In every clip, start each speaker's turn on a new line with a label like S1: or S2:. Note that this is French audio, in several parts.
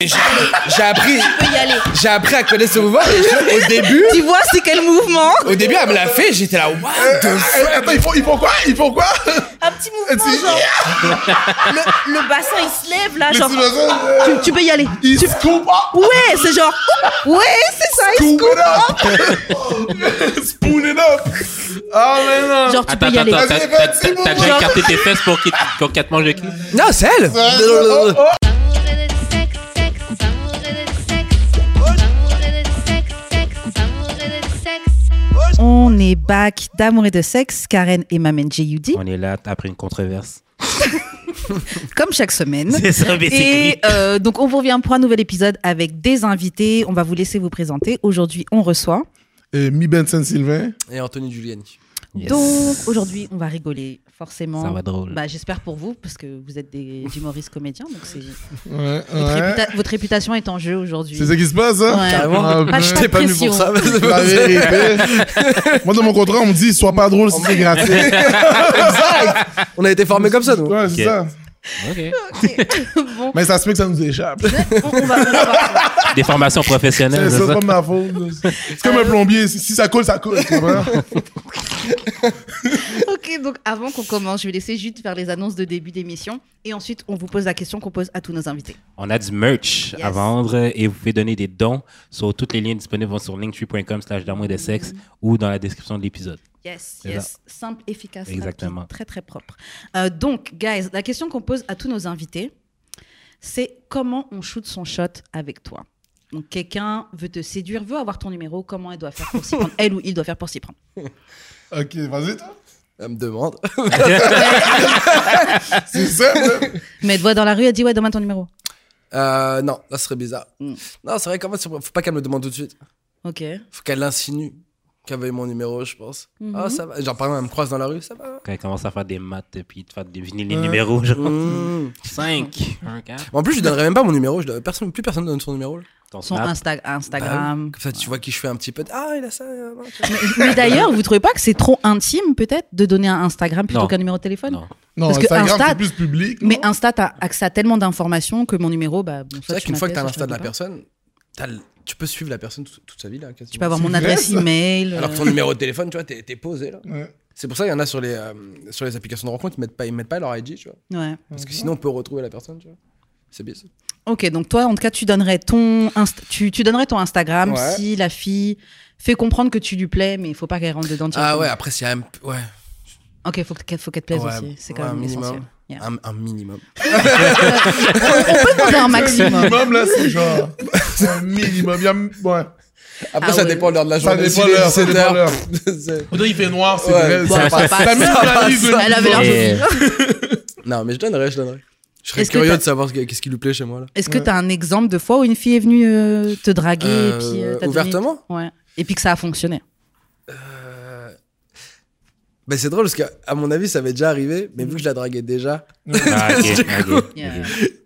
S1: J'ai j'ai appris,
S2: Tu peux y aller.
S1: j'ai appris à connaître ce mouvement. et je- au début,
S2: Tu vois, c'est quel mouvement
S1: au début, elle me l'a fait. J'étais là, what the
S3: Eh, Attends, ils font, ils font quoi Ils font quoi
S2: Un petit mouvement,
S3: C'est-
S2: genre. Le, le bassin, il se lève, là,
S3: Mais
S2: genre.
S3: c'est pas ça, euh,
S2: Tu, tu peux y aller.
S3: Ils scoopent up
S2: Ouais, c'est genre. Ouais, c'est ça, il
S3: Scoop
S2: se
S3: it up Spoon it up Ah, mais non
S2: coupe. Genre, tu
S4: Attends,
S2: peux y
S4: attends,
S2: aller.
S4: attends,
S3: Vas-y,
S4: t'as- t'as-
S3: vas-y,
S4: t'as t'as
S3: mon
S4: déjà
S2: gars.
S4: écarté tes fesses pour qu'il- pour qu'elle te mange le cul
S1: fuck? Non, c'est elle.
S3: Oh, oh,
S2: On est back d'amour et de sexe, Karen et Mamen J.U.D.
S4: On est là après une controverse.
S2: comme chaque semaine.
S4: C'est ça, mais c'est
S2: Et euh, donc, on vous revient pour un nouvel épisode avec des invités. On va vous laisser vous présenter. Aujourd'hui, on reçoit.
S3: Et Mi Benson Sylvain
S1: Et Anthony Giuliani.
S4: Yes.
S2: Donc, aujourd'hui, on va rigoler, forcément.
S4: Ça va drôle.
S2: Bah, J'espère pour vous, parce que vous êtes des humoristes comédiens. Donc, c'est-
S3: Ouais,
S2: votre,
S3: ouais.
S2: réputa- votre réputation est en jeu aujourd'hui.
S3: C'est ça qui se passe, hein
S2: Ouais. Carrément. Pas de
S3: Ah, putain.
S2: chance.
S1: J'étais pas venu
S2: pression.
S1: pour ça. mais c'est
S3: La
S1: pas ça.
S3: vérité. Moi, dans mon contrat, on me dit sois pas drôle si
S4: Oh,
S3: c'est gratuit. exact.
S1: On a été formés comme ça, nous.
S3: Ouais, c'est
S4: Ok.
S3: ça.
S4: Ok.
S2: Bon,
S3: Mais ça se fait que ça nous échappe.
S2: on, on va, on va voir.
S4: Des formations professionnelles,
S3: C'est
S4: c'est
S3: ça,
S4: ça?
S3: pas ma faute. C'est comme un plombier. Si si ça coule, ça coule. tu comprends?
S2: Ok, donc avant qu'on commence, je vais laisser Jude faire les annonces de début d'émission. Et ensuite, on vous pose la question qu'on pose à tous nos invités.
S4: On a du merch
S2: Yes.
S4: à vendre et vous pouvez donner des dons sur toutes les liens disponibles vont sur linktree.com slash d'amour et de sexe ou dans la description de l'épisode.
S2: Yes,
S4: C'est
S2: yes. Simple, efficace,
S4: Exactement.
S2: rapide, très très propre. Euh, donc, guys, la question qu'on pose à tous nos invités, c'est comment on shoot son shot avec toi Donc, quelqu'un veut te séduire, veut avoir ton numéro, comment elle doit faire pour s'y prendre Elle ou il doit faire pour s'y prendre
S3: Ok, vas-y, toi.
S1: Elle me demande.
S3: C'est simple. hein.
S2: Mais elle te voit dans la rue, elle dit Ouais, donne-moi ton numéro.
S1: Euh, non, là, ce serait bizarre.
S2: Mm.
S1: Non, c'est vrai qu'en fait, c'est- faut pas qu'elle me le demande tout de suite.
S2: Ok.
S1: Faut qu'elle l'insinue. Qu'elle veuille mon numéro, je pense.
S2: Mhm.
S1: Ah, ça va. Genre, par exemple, elle me croise dans la rue, ça va.
S4: Quand ils commencent à faire des maths et puis ils te faire deviner les
S3: Ouais.
S4: numéros, genre
S1: Mm.
S4: 5, 1, 4.
S1: En plus, je lui donnerais même pas mon numéro. Je donnerais- personne, plus personne donne son numéro. là.
S4: Ton
S2: Son
S4: snap.
S2: Insta- Instagram.
S4: bah,
S1: Comme ça, tu vois qui je fais un petit peu. de- Ah, il a ça. euh, non, tu vois.
S2: Mais, mais d'ailleurs, vous trouvez pas que c'est trop intime, peut-être, de donner un Instagram plutôt
S4: Non.
S2: qu'un numéro de téléphone
S4: Non.
S3: Non,
S2: Parce que
S3: Instagram,
S2: Insta-
S3: c'est plus public. non
S2: Mais Insta, t'as accès à tellement d'informations que mon numéro, bah, bon, soit
S1: C'est vrai
S2: tu
S1: qu'une fois que t'as
S2: m'appelles,
S1: l'insta
S2: soit
S1: de la
S2: tu m'appelles
S1: personne, t'as le- tu peux suivre la personne toute, toute sa vie, là. quasiment.
S2: pas. Tu peux avoir
S3: C'est
S2: mon
S3: vrai,
S2: adresse
S3: ça.
S2: email.
S1: Alors que
S2: euh,
S1: ton numéro de téléphone, tu vois, t'es t'es posé, là.
S3: Ouais.
S1: C'est pour ça qu'il y en a sur les, euh, sur les applications de rencontre, ils mettent pas, ils mettent pas leur IG, tu vois.
S2: Ouais.
S1: Parce que sinon, on peut retrouver la personne, tu vois. C'est bizarre.
S2: Ok, donc toi, en tout cas, tu donnerais ton, Insta- tu, tu donnerais ton Instagram
S1: Ouais.
S2: si la fille fait comprendre que tu lui plais, mais il faut pas qu'elle rentre dedans.
S1: Ah
S2: directement.
S1: ouais, après, s'il y a un. Ouais.
S2: Ok, faut que- faut qu'elle te plaise
S1: Ouais,
S2: aussi. C'est
S1: ouais,
S2: quand
S1: un
S2: même
S1: minimum.
S2: essentiel. Yeah.
S1: Un, un minimum.
S2: On peut demander un maximum.
S3: minimum, là, c'est genre. C'est un minimum. Il y a- Ouais.
S1: Après,
S2: Ah
S1: ça
S2: ouais.
S1: dépend de l'heure de la
S3: Ça
S1: journée.
S3: dépend
S1: Si
S3: de
S1: il est 17
S3: l'heure, ça dépend de l'heure.
S1: heures.
S3: Faudrait qu'il fait noir, c'est
S1: Ouais.
S3: vrai.
S2: Bon,
S3: Ça-
S2: ça passe.
S3: T'as même
S1: Ça
S3: la
S1: passe.
S3: liste de
S2: Elle avait l'air
S4: Et-
S2: jolie.
S1: Non, mais je donnerais, je donnerais. Je serais
S2: Est-ce que
S1: curieux
S2: t'as-
S1: de savoir ce que- qu'est-ce qui lui plaît chez moi, là.
S2: Est-ce que t'as un exemple de fois où une fille est venue euh, te draguer et puis
S1: Euh,
S2: euh, t'as donné-
S1: ouvertement
S2: Ouais. Et puis que ça a fonctionné.
S1: Euh, Ben, c'est drôle parce que, à mon avis, ça m'est déjà arrivé, mais vu que je la draguais déjà,
S4: Ah, ok,
S1: Du
S4: ok,
S1: coup-
S4: ok.
S2: Yeah.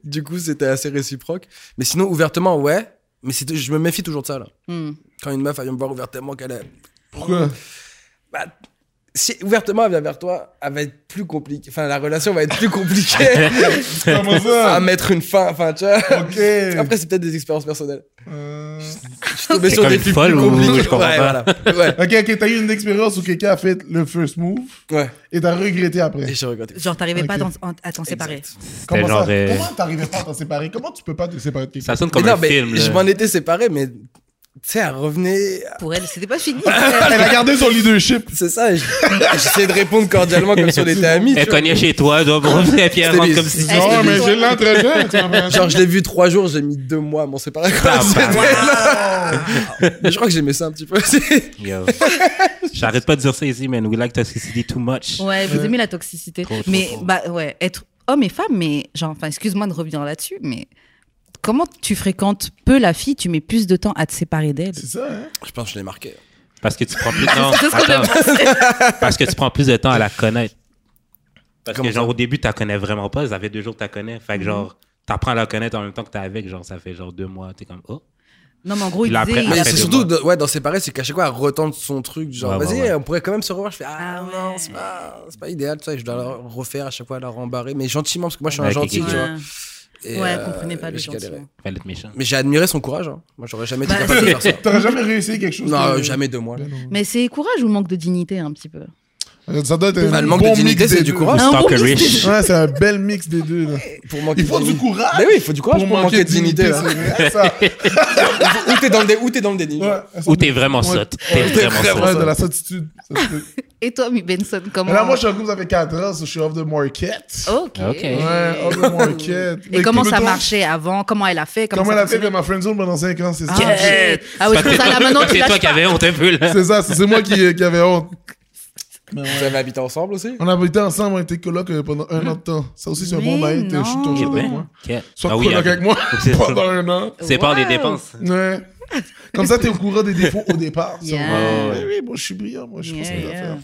S1: du coup, c'était assez réciproque. Mais sinon, ouvertement, ouais. Mais c'est- je me méfie toujours de ça, là.
S2: Hmm.
S1: Quand une meuf, elle vient me voir ouvertement qu'elle est.
S3: Pourquoi
S1: Bah, si ouvertement elle vient vers toi, elle va être plus compliquée. Enfin, la relation va être plus compliquée
S3: Comment
S1: à
S3: ça
S1: mettre une fin. Enfin, tu vois.
S3: Ok.
S1: Après, c'est peut-être des expériences personnelles.
S3: Euh,
S1: Je suis tombé
S4: C'est
S1: sur
S4: comme
S1: des
S4: une
S1: filles
S4: folle
S1: plus
S4: ou-
S1: compliquées.
S4: je comprends
S1: ouais,
S4: pas.
S1: voilà. Ouais,
S3: Ok, ok, t'as eu une expérience où quelqu'un a fait le first move
S1: ouais.
S3: et t'as regretté
S1: Et
S3: après.
S1: j'ai regretté.
S2: Genre, t'arrivais pas à
S3: Ok.
S2: t'en- à t'en séparer.
S1: Exact.
S4: C'était
S3: Comment
S4: genre.
S3: ça
S4: euh,
S3: Comment t'arrivais pas à t'en séparer Comment tu peux pas te séparer de quelqu'un
S4: Ça sonne comme
S1: mais
S4: un
S1: non, mais
S4: film.
S1: je
S4: là.
S1: m'en étais séparé, mais tu sais, elle revenait.
S2: Pour elle, c'était pas fini.
S3: Elle a gardé son leadership.
S1: C'est ça. et je- J'essayais de répondre cordialement comme si on était amis.
S4: Elle
S1: tu vois.
S4: cognait chez toi, donc on et puis elle
S1: C'était
S4: rentre
S1: des-
S4: comme si.
S2: Elle-
S3: Non,
S2: Est-ce que
S3: mais
S2: tu-
S3: j'ai l'entretien. tu comprends?
S1: Genre, je l'ai vu trois jours, j'ai mis deux mois à m'en séparer. quoi.
S4: Ah, bah,
S1: C'était
S4: ouais.
S1: là. Mais je crois que j'aimais ça un petit peu aussi.
S4: Yo. J'arrête pas de dire ça ici, man. We like toxicity too much.
S2: Ouais, vous aimez la toxicité.
S4: Trop, trop,
S2: mais
S4: trop.
S2: bah ouais, être homme et femme, mais genre, enfin, excuse-moi de revenir là-dessus, mais comment tu fréquentes peu la fille, tu mets plus de temps à te séparer d'elle
S3: C'est ça, hein
S1: Je pense que je l'ai marqué.
S4: Parce que tu prends plus de temps.
S2: C'est ce que
S4: Attends.
S2: je pensais.
S4: Parce que tu prends plus de temps à la connaître. Parce
S1: Comment
S4: que, genre,
S1: ça?
S4: au début, tu la connais vraiment pas. Ça fait deux jours que tu la connais. Fait que, genre, t'apprends à la connaître en même temps que t'es avec. Genre, ça fait genre deux mois. T'es comme, oh.
S2: Non, mais en gros, il
S4: Il a
S2: disait.
S4: appris-
S1: Mais
S4: Après
S1: c'est
S4: deux
S1: surtout
S4: mois.
S1: de- ouais, dans séparer, c'est qu'à chaque fois, elle retente son truc. Genre,
S4: Ouais, ouais,
S1: vas-y,
S4: ouais.
S1: on pourrait quand même se revoir. Je fais, ah,
S2: Ah ouais.
S1: non, c'est pas, c'est pas idéal, tu vois. Je dois la refaire à chaque fois, la rembarrer. Mais gentiment, parce que moi, je suis un
S4: Ouais,
S1: gentil,
S4: ok, ok.
S1: tu vois.
S2: Ouais.
S1: Et,
S2: ouais,
S1: euh,
S2: comprenez pas le
S1: je galérais.
S2: gentiment.
S4: Fallait être méchant.
S1: Mais j'ai admiré son courage. hein. Moi, j'aurais jamais été
S2: Bah,
S1: capable de faire ça.
S3: T'aurais jamais réussi quelque chose
S1: Non,
S3: de-
S1: euh, jamais de moi. là.
S2: Mais c'est courage ou manque de dignité un petit peu
S3: Euh, Ça doit être un
S1: Bah, le manque
S3: bon
S1: de dignité,
S3: mix
S1: c'est
S3: des
S1: du
S3: deux.
S1: courage.
S2: Un bon
S4: Stalker
S2: mix,
S4: Rich.
S3: Ouais, c'est un bel mix des deux. là.
S1: Pour manquer
S3: Il
S1: de
S3: faut du
S1: dignité.
S3: courage
S1: Mais oui, il faut du courage pour, manquer, de dignité. là.
S3: c'est vrai, ça.
S1: ou t'es dans le dé- ou t'es dans le déni.
S3: Ouais, ça
S4: Ou t'es vraiment
S3: Ouais.
S4: sotte. T'es
S3: C'est
S4: vraiment
S3: très vrai,
S4: sotte.
S3: de la certitude. Ça se peut.
S2: Et toi, Mi Benson, comment
S3: Mais là, moi, je suis en couple, ça fait 4 ans, so je suis off the market.
S2: Ok.
S4: Ok.
S3: Ouais, off the market.
S2: Oh. Et
S3: Mais
S2: comment ça
S3: mettons,
S2: marchait avant Comment elle a fait
S3: Comment elle a fait
S2: ça
S3: avec ma friendzone pendant 5 ans, c'est ça.
S2: fonctionnait
S4: Yeah.
S2: Ah, ok. Ah oui, je
S4: Fait que
S2: pense à la maintenant tu
S4: C'est toi
S2: lâches
S4: qui
S2: pas.
S4: avais honte un peu, là.
S3: C'est ça, c'est c'est moi qui, qui avait honte.
S1: Vous avez habité ensemble aussi
S3: On avait été ensemble, on était coloc euh, pendant un an de temps. Ça aussi, c'est un bon
S2: Mais
S3: bail. t'es- Je suis ton
S4: Eh
S3: jeu
S2: non.
S3: avec
S4: ben,
S3: moi.
S4: ok.
S3: Sois
S4: Ah oui,
S3: coloc avec moi
S4: C'est ça.
S3: pendant un an.
S4: C'est par les
S2: Wow.
S4: dépenses.
S3: Ouais. Comme ça, t'es au courant des défauts au départ. ça.
S2: Yeah.
S3: Ouais, oui, moi, je suis brillant, moi, je pense
S2: Yeah,
S3: que
S2: yeah.
S3: faire.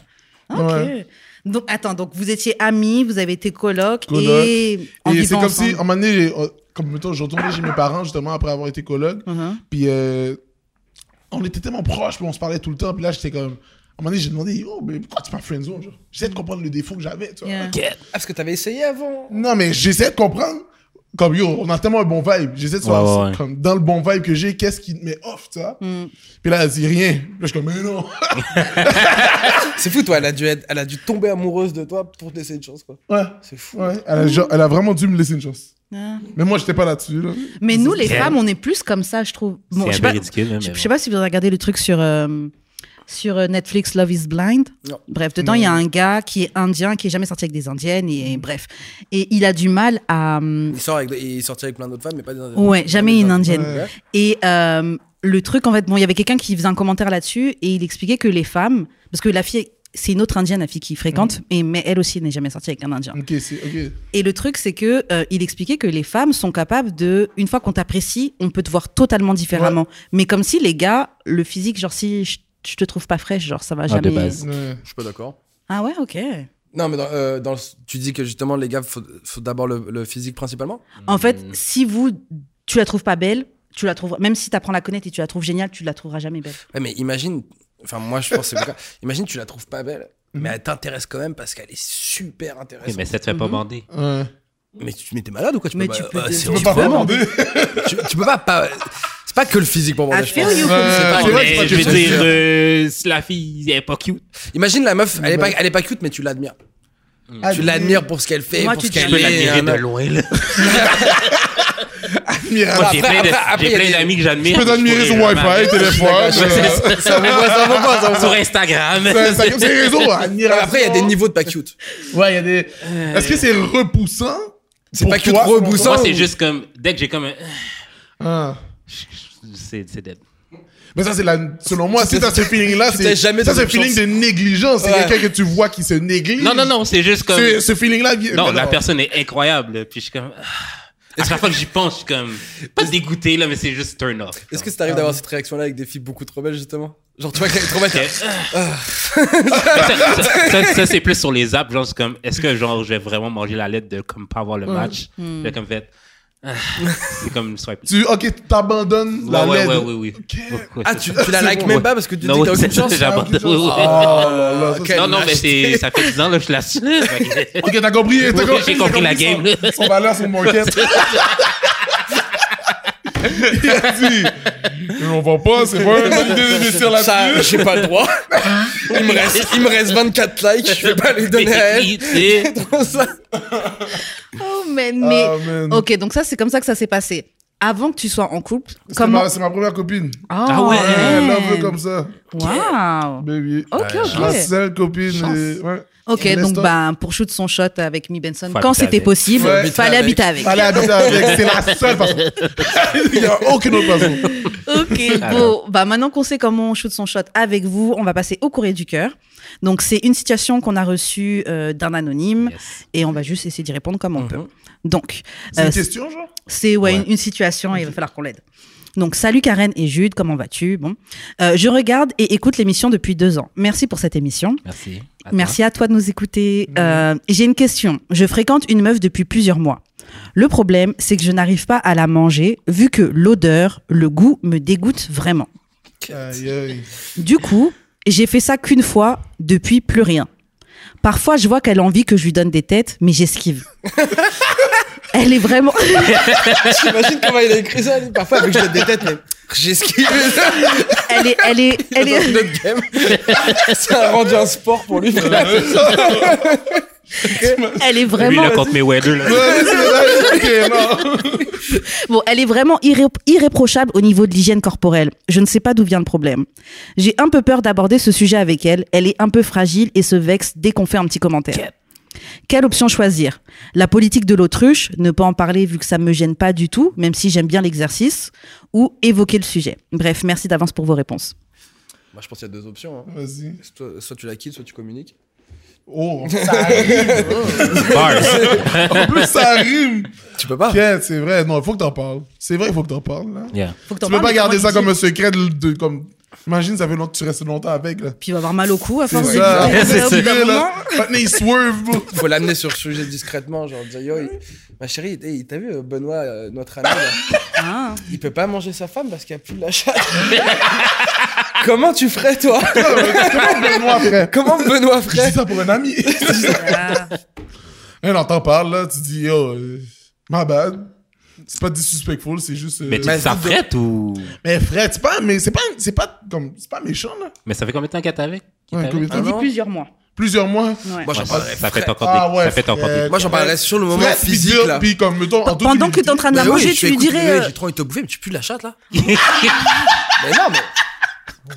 S2: Ok.
S3: Ouais.
S2: Donc, attends, donc vous étiez amis, vous avez été coloc,
S3: Coloc.
S2: et en
S3: Et c'est
S2: vivant
S3: comme
S2: ensemble.
S3: si, à un moment donné, j'ai- euh, comme mettons, je retournais chez mes parents, justement, après avoir été coloc.
S2: Mhm.
S3: Puis, euh, on était tellement proches, puis on se parlait tout le temps. Puis là, j'étais comme. À un moment donné, j'ai demandé, oh, mais pourquoi tu m'as friendzone? genre? J'essaie de comprendre le défaut que j'avais, tu vois.
S2: Yeah.
S1: Ah, parce que t'avais essayé avant.
S3: Non, mais j'essaie de comprendre. Comme yo, on a tellement un bon vibe. J'essaie de savoir,
S4: Ouais, ouais, ouais.
S3: comme, dans le bon vibe que j'ai, qu'est-ce qui te met off, tu vois.
S2: Mm.
S3: Puis là, elle dit rien. Puis là, je suis comme, mais non.
S1: C'est fou, toi. Elle a dû, être- elle a dû tomber amoureuse de toi pour te laisser une chance, quoi.
S3: ouais.
S1: C'est fou.
S3: Ouais. Elle a, genre- elle a vraiment dû me laisser une chance.
S2: Ah.
S3: Mais moi, j'étais pas là-dessus, là.
S2: Mais nous, les
S4: C'est-
S2: femmes, on est plus comme ça, je trouve. Bon, je
S4: C'est un
S2: sais
S4: peu
S2: pas,
S4: ridicule, hein,
S2: je,
S4: mais
S2: je sais pas si vous avez regardé le truc sur, euh, sur euh, Netflix, Love is Blind.
S1: Non.
S2: Bref, dedans, il y a un gars qui est indien, qui est jamais sorti avec des indiennes, et, et bref. Et il a du mal à. euh,
S1: Il, sort avec, il sortit avec plein d'autres femmes, mais pas des indiennes.
S2: Ouais, jamais une indienne.
S3: Ouais.
S2: Et euh, le truc, en fait, bon, il y avait quelqu'un qui faisait un commentaire là-dessus et il expliquait que les femmes, parce que la fille, c'est une autre indienne, la fille qui fréquente, et, mais elle aussi n'est jamais sortie avec un indien.
S3: Ok, c'est. Ok.
S2: Et le truc, c'est que euh, il expliquait que les femmes sont capables de, une fois qu'on t'apprécie, on peut te voir totalement différemment. Mais comme si les gars, le physique, genre si je, je te trouve pas fraîche, genre ça va
S4: Ah,
S2: jamais.
S4: de base.
S3: Ouais.
S1: Je suis pas d'accord.
S2: Ah ouais, ok.
S1: Non, mais dans, euh, dans le- tu dis que justement, les gars, faut, faut d'abord le, le physique principalement.
S2: En fait, si vous, tu la trouves pas belle, tu la trouves, même si t'apprends à la connaître et tu la trouves géniale, tu la trouveras jamais belle.
S1: Ouais, mais imagine, enfin, moi, je pense que c'est le cas. Imagine, tu la trouves pas belle, mais elle t'intéresse quand même parce qu'elle est super
S4: Oui,
S1: intéressante.
S4: mais ça te fait
S2: Mm-hmm.
S4: pas bander.
S3: Ouais.
S1: Mais tu mais t'es malade ou quoi tu
S2: Mais
S1: peux
S2: tu
S1: pas,
S2: peux
S1: euh,
S2: te-
S1: c'est
S2: tu peux
S1: horrible.
S3: Pas vraiment.
S1: tu, tu peux pas, pas- c'est pas que le physique pour moi
S2: I
S1: je
S2: feel
S1: pense.
S2: you.
S3: Ouais,
S1: C'est pas
S3: Ah, c'est vrai,
S1: que-
S3: c'est pas
S4: Mais je veux
S3: quelque chose.
S4: dire, euh, si la fille elle est pas cute.
S1: Imagine la meuf, elle est pas, elle est pas cute, mais tu l'admires.
S3: Ah,
S1: Tu l'admires pour ce qu'elle fait,
S2: Moi,
S1: pour
S2: tu
S1: ce
S2: te-
S1: qu'elle
S4: Je peux
S1: est.
S4: l'admirer
S1: hein,
S4: de
S1: non.
S4: loin, là.
S3: Admirable.
S4: Moi,
S1: Après,
S4: j'ai plein de-
S1: après, après,
S4: j'ai
S1: il y a
S4: plein
S1: des-
S4: d'amis que j'admire.
S3: Tu peux t'admirer sur Wi-Fi, téléphone. euh,
S1: Ça- ça vaut pas, ça vaut pas, ça vaut
S4: Sur
S1: pas.
S4: Instagram.
S3: ça- ça- C'est les réseaux. Admirable.
S1: Après, il y a des niveaux de pas cute.
S3: Ouais, il y a des. Est-ce que c'est repoussant
S1: C'est
S3: Pour
S1: pas cute
S3: toi, pour
S1: repoussant.
S4: Moi, c'est
S1: ou-
S4: juste comme. Dès que j'ai comme un.
S3: Ah.
S4: C'est c'est dead.
S3: Mais ça, c'est la. Selon moi, si t'as ce feeling-là,
S1: Tu
S3: c'est.
S1: t'es jamais
S3: Ça,
S1: donné
S3: c'est le
S1: de
S3: feeling
S1: chance.
S3: de négligence. C'est
S1: Ouais.
S3: quelqu'un que tu vois qui se néglige.
S4: Non, non, non, c'est juste comme.
S3: Ce, ce feeling-là vient.
S4: Non,
S3: mais
S4: la personne est incroyable. Puis je suis comme. ah. À chaque fois que j'y pense, je suis comme. Pas dégoûté, là, mais c'est juste turn off.
S1: Est-ce que ça t'arrive d'avoir cette réaction-là avec des filles beaucoup trop belles, justement Genre, tu vois qu'elle est trop belle.
S4: Ok.
S1: t'as-
S4: ça, ça- ça- ça, c'est plus sur les apps. Genre, c'est comme, est-ce que genre, je vais vraiment manger la lettre de comme pas avoir le match? Là, comme fait, ah, c'est comme swipe.
S3: Tu. Ok, t'abandonnes
S4: Ouais,
S3: la
S4: ouais,
S3: LED.
S4: ouais, oui, oui.
S3: Ok.
S4: Ouais, ouais,
S1: Ah,
S4: c'est
S1: tu,
S4: ça.
S1: tu la likes
S3: bon,
S1: même
S3: ouais.
S1: pas parce que tu dis
S4: Non,
S1: t'as aucune
S4: c'est-
S1: chance
S4: j'abandonne. oui, oui.
S1: Oh là
S3: Ah,
S1: là,
S3: Non,
S1: quelle
S4: non, non, mais c'est, ça fait 10 ans, là, je la suis. Fait que-
S3: Ok, t'as compris. t'as
S4: Oui,
S3: compris,
S4: j'ai
S3: t'as
S4: compris la
S3: son-
S4: game, là.
S3: Son valeur, son market. Il a dit, Mais on vend pas, c'est pas une bonne idée d'investir là-dessus.
S1: Ça, j'ai pas le droit. Il me reste, il me reste 24 likes, je vais pas les donner à elle.
S4: Tu sais,
S1: Pour ça.
S2: Oh, mais. mais...
S3: Ah, man.
S2: Ok, donc ça, c'est comme ça que ça s'est passé. Avant que tu sois en couple,
S3: C'est
S2: comment.
S3: ma- C'est ma première copine.
S2: Ah
S4: ouais.
S3: Ouais, love comme ça. Ah,
S2: Wow.
S3: Baby.
S2: Ok,
S3: La
S2: ok.
S3: seule copine.
S2: Chance.
S3: et- ouais.
S2: Ok,
S3: Laisse
S2: donc
S3: toi.
S2: bah, pour shoot son shot avec Mi Benson,
S4: Faut
S2: quand
S4: habiter
S2: c'était
S4: avec.
S2: possible,
S3: Ouais.
S2: il fallait
S1: Habiter
S2: habiter avec.
S3: Allez, habite avec. C'est la seule façon. Il n'y a aucune autre façon.
S2: Ok, bon, bah maintenant qu'on sait comment on shoot son shot avec vous, on va passer au courrier du cœur. Donc c'est une situation qu'on a reçue euh, d'un anonyme
S4: Yes.
S2: et on va juste essayer d'y répondre comme on peut. Donc,
S3: C'est
S2: euh,
S3: une question, genre
S2: C'est ouais, Une, une situation et il va falloir qu'on l'aide. Donc, salut Karen et Jude, comment vas-tu Bon, Euh, je regarde et écoute l'émission depuis deux ans. Merci pour cette émission.
S4: Merci. À toi.
S2: Merci à toi de nous écouter. Euh, J'ai une question. Je fréquente une meuf depuis plusieurs mois. Le problème, c'est que je n'arrive pas à la manger vu que l'odeur, le goût me dégoûte vraiment.
S3: Aïe, aïe.
S2: Du coup, j'ai fait ça qu'une fois, depuis plus rien. Parfois, je vois qu'elle a envie que je lui donne des têtes, mais j'esquive. elle est vraiment.
S1: J'imagine comment il a écrit ça, lui. Parfois, avec je le déteste, mais j'esquive
S2: elle est, elle est, elle
S1: dans
S2: est.
S1: une autre game. Ça a rendu un sport pour lui, frère.
S2: Elle est
S4: Lui,
S2: vraiment,
S4: là, contre Mayweather, là.
S2: bon, elle est vraiment irré- irréprochable au niveau de l'hygiène corporelle. Je ne sais pas d'où vient le problème. J'ai un peu peur d'aborder ce sujet avec elle. Elle est un peu fragile et se vexe dès qu'on fait un petit commentaire. Quelle option choisir La politique de l'autruche, ne pas en parler vu que ça me gêne pas du tout, même si j'aime bien l'exercice, ou évoquer le sujet. Bref, merci d'avance pour vos réponses.
S1: Moi, je pense qu'il y a deux options. hein.
S3: Vas-y.
S1: Soit, soit tu la quittes, soit tu communiques.
S3: Oh, en plus, ça arrive.
S4: Bars.
S3: En plus, ça arrive.
S1: Tu peux pas.
S3: Tiens, c'est vrai. Non, il faut que t'en parles. C'est vrai, il faut que t'en parles. Là.
S4: Yeah.
S2: Faut que
S3: Tu peux pas garder ça comme un secret. De, de- comme... Imagine, ça fait longtemps que tu restes longtemps avec. Là.
S2: Puis il va avoir mal au cou à
S3: C'est
S2: force de
S3: ça.
S2: dire.
S3: C'est
S2: Au bout d'un
S3: secret,
S2: moment,
S3: là. Maintenant, il swerve. bro.
S1: Faut l'amener sur le sujet discrètement, genre dire yo, il- ma chérie, hey, t'as vu euh, Benoît, euh, notre ami, là,
S2: hein.
S1: il peut pas manger sa femme parce qu'il a plus de la chatte. Comment tu ferais toi
S3: Comment Benoît, après?
S1: Comment Benoît
S3: Je dis
S1: ferait
S3: ça pour un ami.
S2: Ah.
S3: Hey, non, t'en parles, là. Tu dis, yo, euh, my bad. C'est pas disrespectful, c'est juste. euh,
S4: Mais tu
S1: Mais-
S4: t'affrètes ou.
S3: mais frère, c'est pas, mais c'est pas, c'est pas comme, c'est pas méchant, là.
S4: Mais ça fait combien de temps qu'elle est avec
S3: Ouais, combien de
S2: Il
S3: temps?
S2: dit
S1: non
S2: plusieurs mois.
S3: Plusieurs mois.
S2: Ouais.
S1: Moi j'en
S4: Ouais, ça,
S1: parlerais.
S4: ça fait
S1: frais.
S4: encore des.
S3: Ah ouais,
S4: ça fait encore des.
S3: frère.
S1: Moi j'en parlerais sur le moment
S3: Frère, puis
S1: physique
S3: dire-
S1: là.
S3: Puis comme, mettons, en toute
S2: Pendant que
S3: humilité,
S2: t'es en train de
S1: Mais
S2: la
S1: oui, je
S2: manger,
S1: fais,
S2: tu lui
S1: écoute,
S2: dirais.
S1: ouais,
S2: euh,
S1: J'ai trop envie de te bouffer, mais tu plus de la chatte là. mais non, mais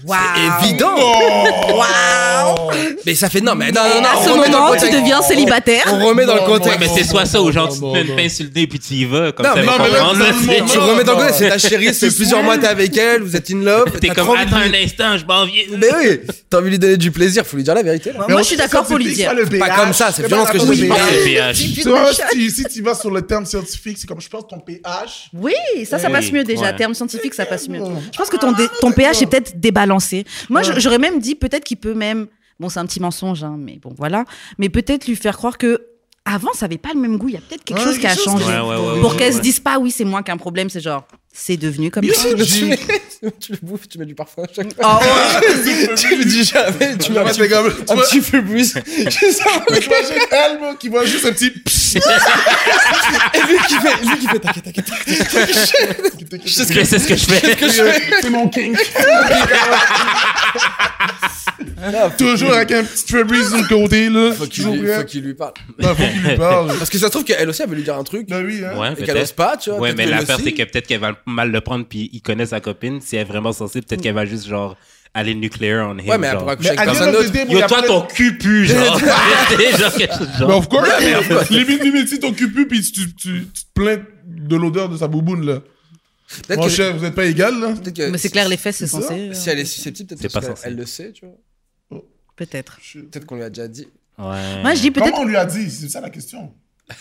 S2: Waouh.
S1: évident.
S3: Oh,
S2: Waouh.
S1: Ah, Mais ça fait non, mais non, non, non.
S2: À
S1: on
S2: ce
S1: remet dans le
S2: moment, tu
S1: contexte.
S2: deviens célibataire.
S1: On remet dans le
S3: Non,
S1: contexte.
S4: Ouais, Ah, mais c'est soit ça ou genre tu
S3: Non,
S4: te fais
S3: non,
S4: une pince sur le nez puis tu y vas, comme
S1: Non,
S4: ça,
S1: mais
S4: va
S1: non,
S3: mais là,
S4: comprendre,
S3: dans
S4: là,
S3: le
S4: c'est-
S3: monde,
S1: Tu
S3: Non,
S1: remets dans le
S3: non.
S1: contexte, c'est ta chérie, c'est plusieurs mois t'es avec elle, vous êtes in love.
S4: T'es
S1: t'as
S4: comme,
S1: trop envie de
S4: attends
S1: lui-
S4: un instant, je m'en viens.
S1: Mais oui, t'as envie de lui donner du plaisir, faut lui dire la vérité. Là.
S3: Mais
S2: Moi,
S3: on
S2: je suis
S3: sait
S2: d'accord
S3: ça,
S2: pour lui
S3: c'est
S2: dire.
S3: pas le
S1: Pas
S3: BH,
S1: comme ça, c'est
S3: pas
S1: violent ce que je
S3: n'importe
S1: dis.
S3: quoi.
S1: Ah,
S4: le pH.
S3: Tu vois, si, si tu vas sur le terme scientifique, c'est comme je pense ton pH.
S2: Oui, ça, ça
S4: Oui,
S2: passe mieux déjà.
S4: ouais.
S2: À Terme scientifique, ça passe mieux. Je pense que ton,
S3: Ah,
S2: dé- ton pH est peut-être débalancé. Moi, je- j'aurais même dit peut-être qu'il peut même. Bon, c'est un petit mensonge, hein, mais bon, voilà. Mais peut-être lui faire croire que avant, ça avait pas le même goût. Il y a peut-être quelque
S3: Ouais,
S2: chose qui a
S3: Hein, quelque chose
S2: changé.
S4: Ouais, ouais, ouais,
S2: Pour
S4: ouais,
S2: qu'elle
S4: ouais.
S2: se dise pas, oui, c'est moins qu'un problème. C'est genre, c'est devenu comme
S3: Mais
S2: ça.
S3: oui.
S1: Tu, mets- tu le bouffes, tu mets du parfum à chaque fois.
S2: Oh, ouais.
S1: tu le dis jamais, tu
S3: Tu
S1: mets
S3: vas
S1: un
S3: mettre
S1: petit,
S3: les gars, tu
S1: un
S3: vois-
S1: petit peu plus. Je sens-
S3: Imagine elle, moi, qui voit juste un petit psh.
S1: Et lui qui fait, lui qui fait, t'inquiète, t'inquiète, t'inquiète,
S4: Je sais ce que- c'est ce que je fais.
S3: euh, C'est mon kink. Toujours avec un petit Febreze sur le côté, là.
S1: Faut qu'il
S3: Toujours
S1: lui-
S3: rien.
S1: faut qu'il lui parle.
S3: Non, faut qu'il lui parle.
S1: Parce que ça se trouve qu'elle aussi, elle veut lui dire un truc.
S3: Ben oui, hein.
S4: Ouais,
S1: Et qu'elle ose
S4: peut-être.
S1: pas, tu vois.
S4: Ouais,
S1: peut-être
S4: mais
S1: qu'elle le
S4: l'affaire,
S1: sait.
S4: c'est que peut-être qu'elle va mal le prendre puis il connaît sa copine. Si elle est vraiment sensible, peut-être qu'elle va juste genre aller nucléaire on him.
S1: Ouais, mais elle
S4: genre.
S1: pourra coucher
S3: Mais
S1: avec
S3: à dire
S1: personne
S3: notre
S1: d'autre.
S3: idée, moi,
S4: Yo,
S3: il y a
S4: toi,
S3: pas-
S4: ton cul pue, genre. T'es genre quelque chose de genre.
S3: Mais Ben, of course, limite, limite, si ton cul pue, puis tu, tu, tu te plains de l'odeur de sa bouboune, là.
S1: Peut-être
S3: Mon
S1: que-
S3: chef, vous êtes pas égal, là.
S1: peut-être que
S2: Mais c'est clair, les fesses, c'est
S3: Euh, C'est ça.
S2: censé. euh,
S1: Si elle est susceptible,
S4: C'est
S1: peut-être
S4: pas
S1: parce qu'elle
S4: censé.
S1: elle le sait, tu vois.
S2: Peut-être.
S1: Peut-être qu'on lui a déjà dit.
S4: Ouais.
S2: Moi, je dis peut-être.
S3: Comment on lui a dit C'est ça la question.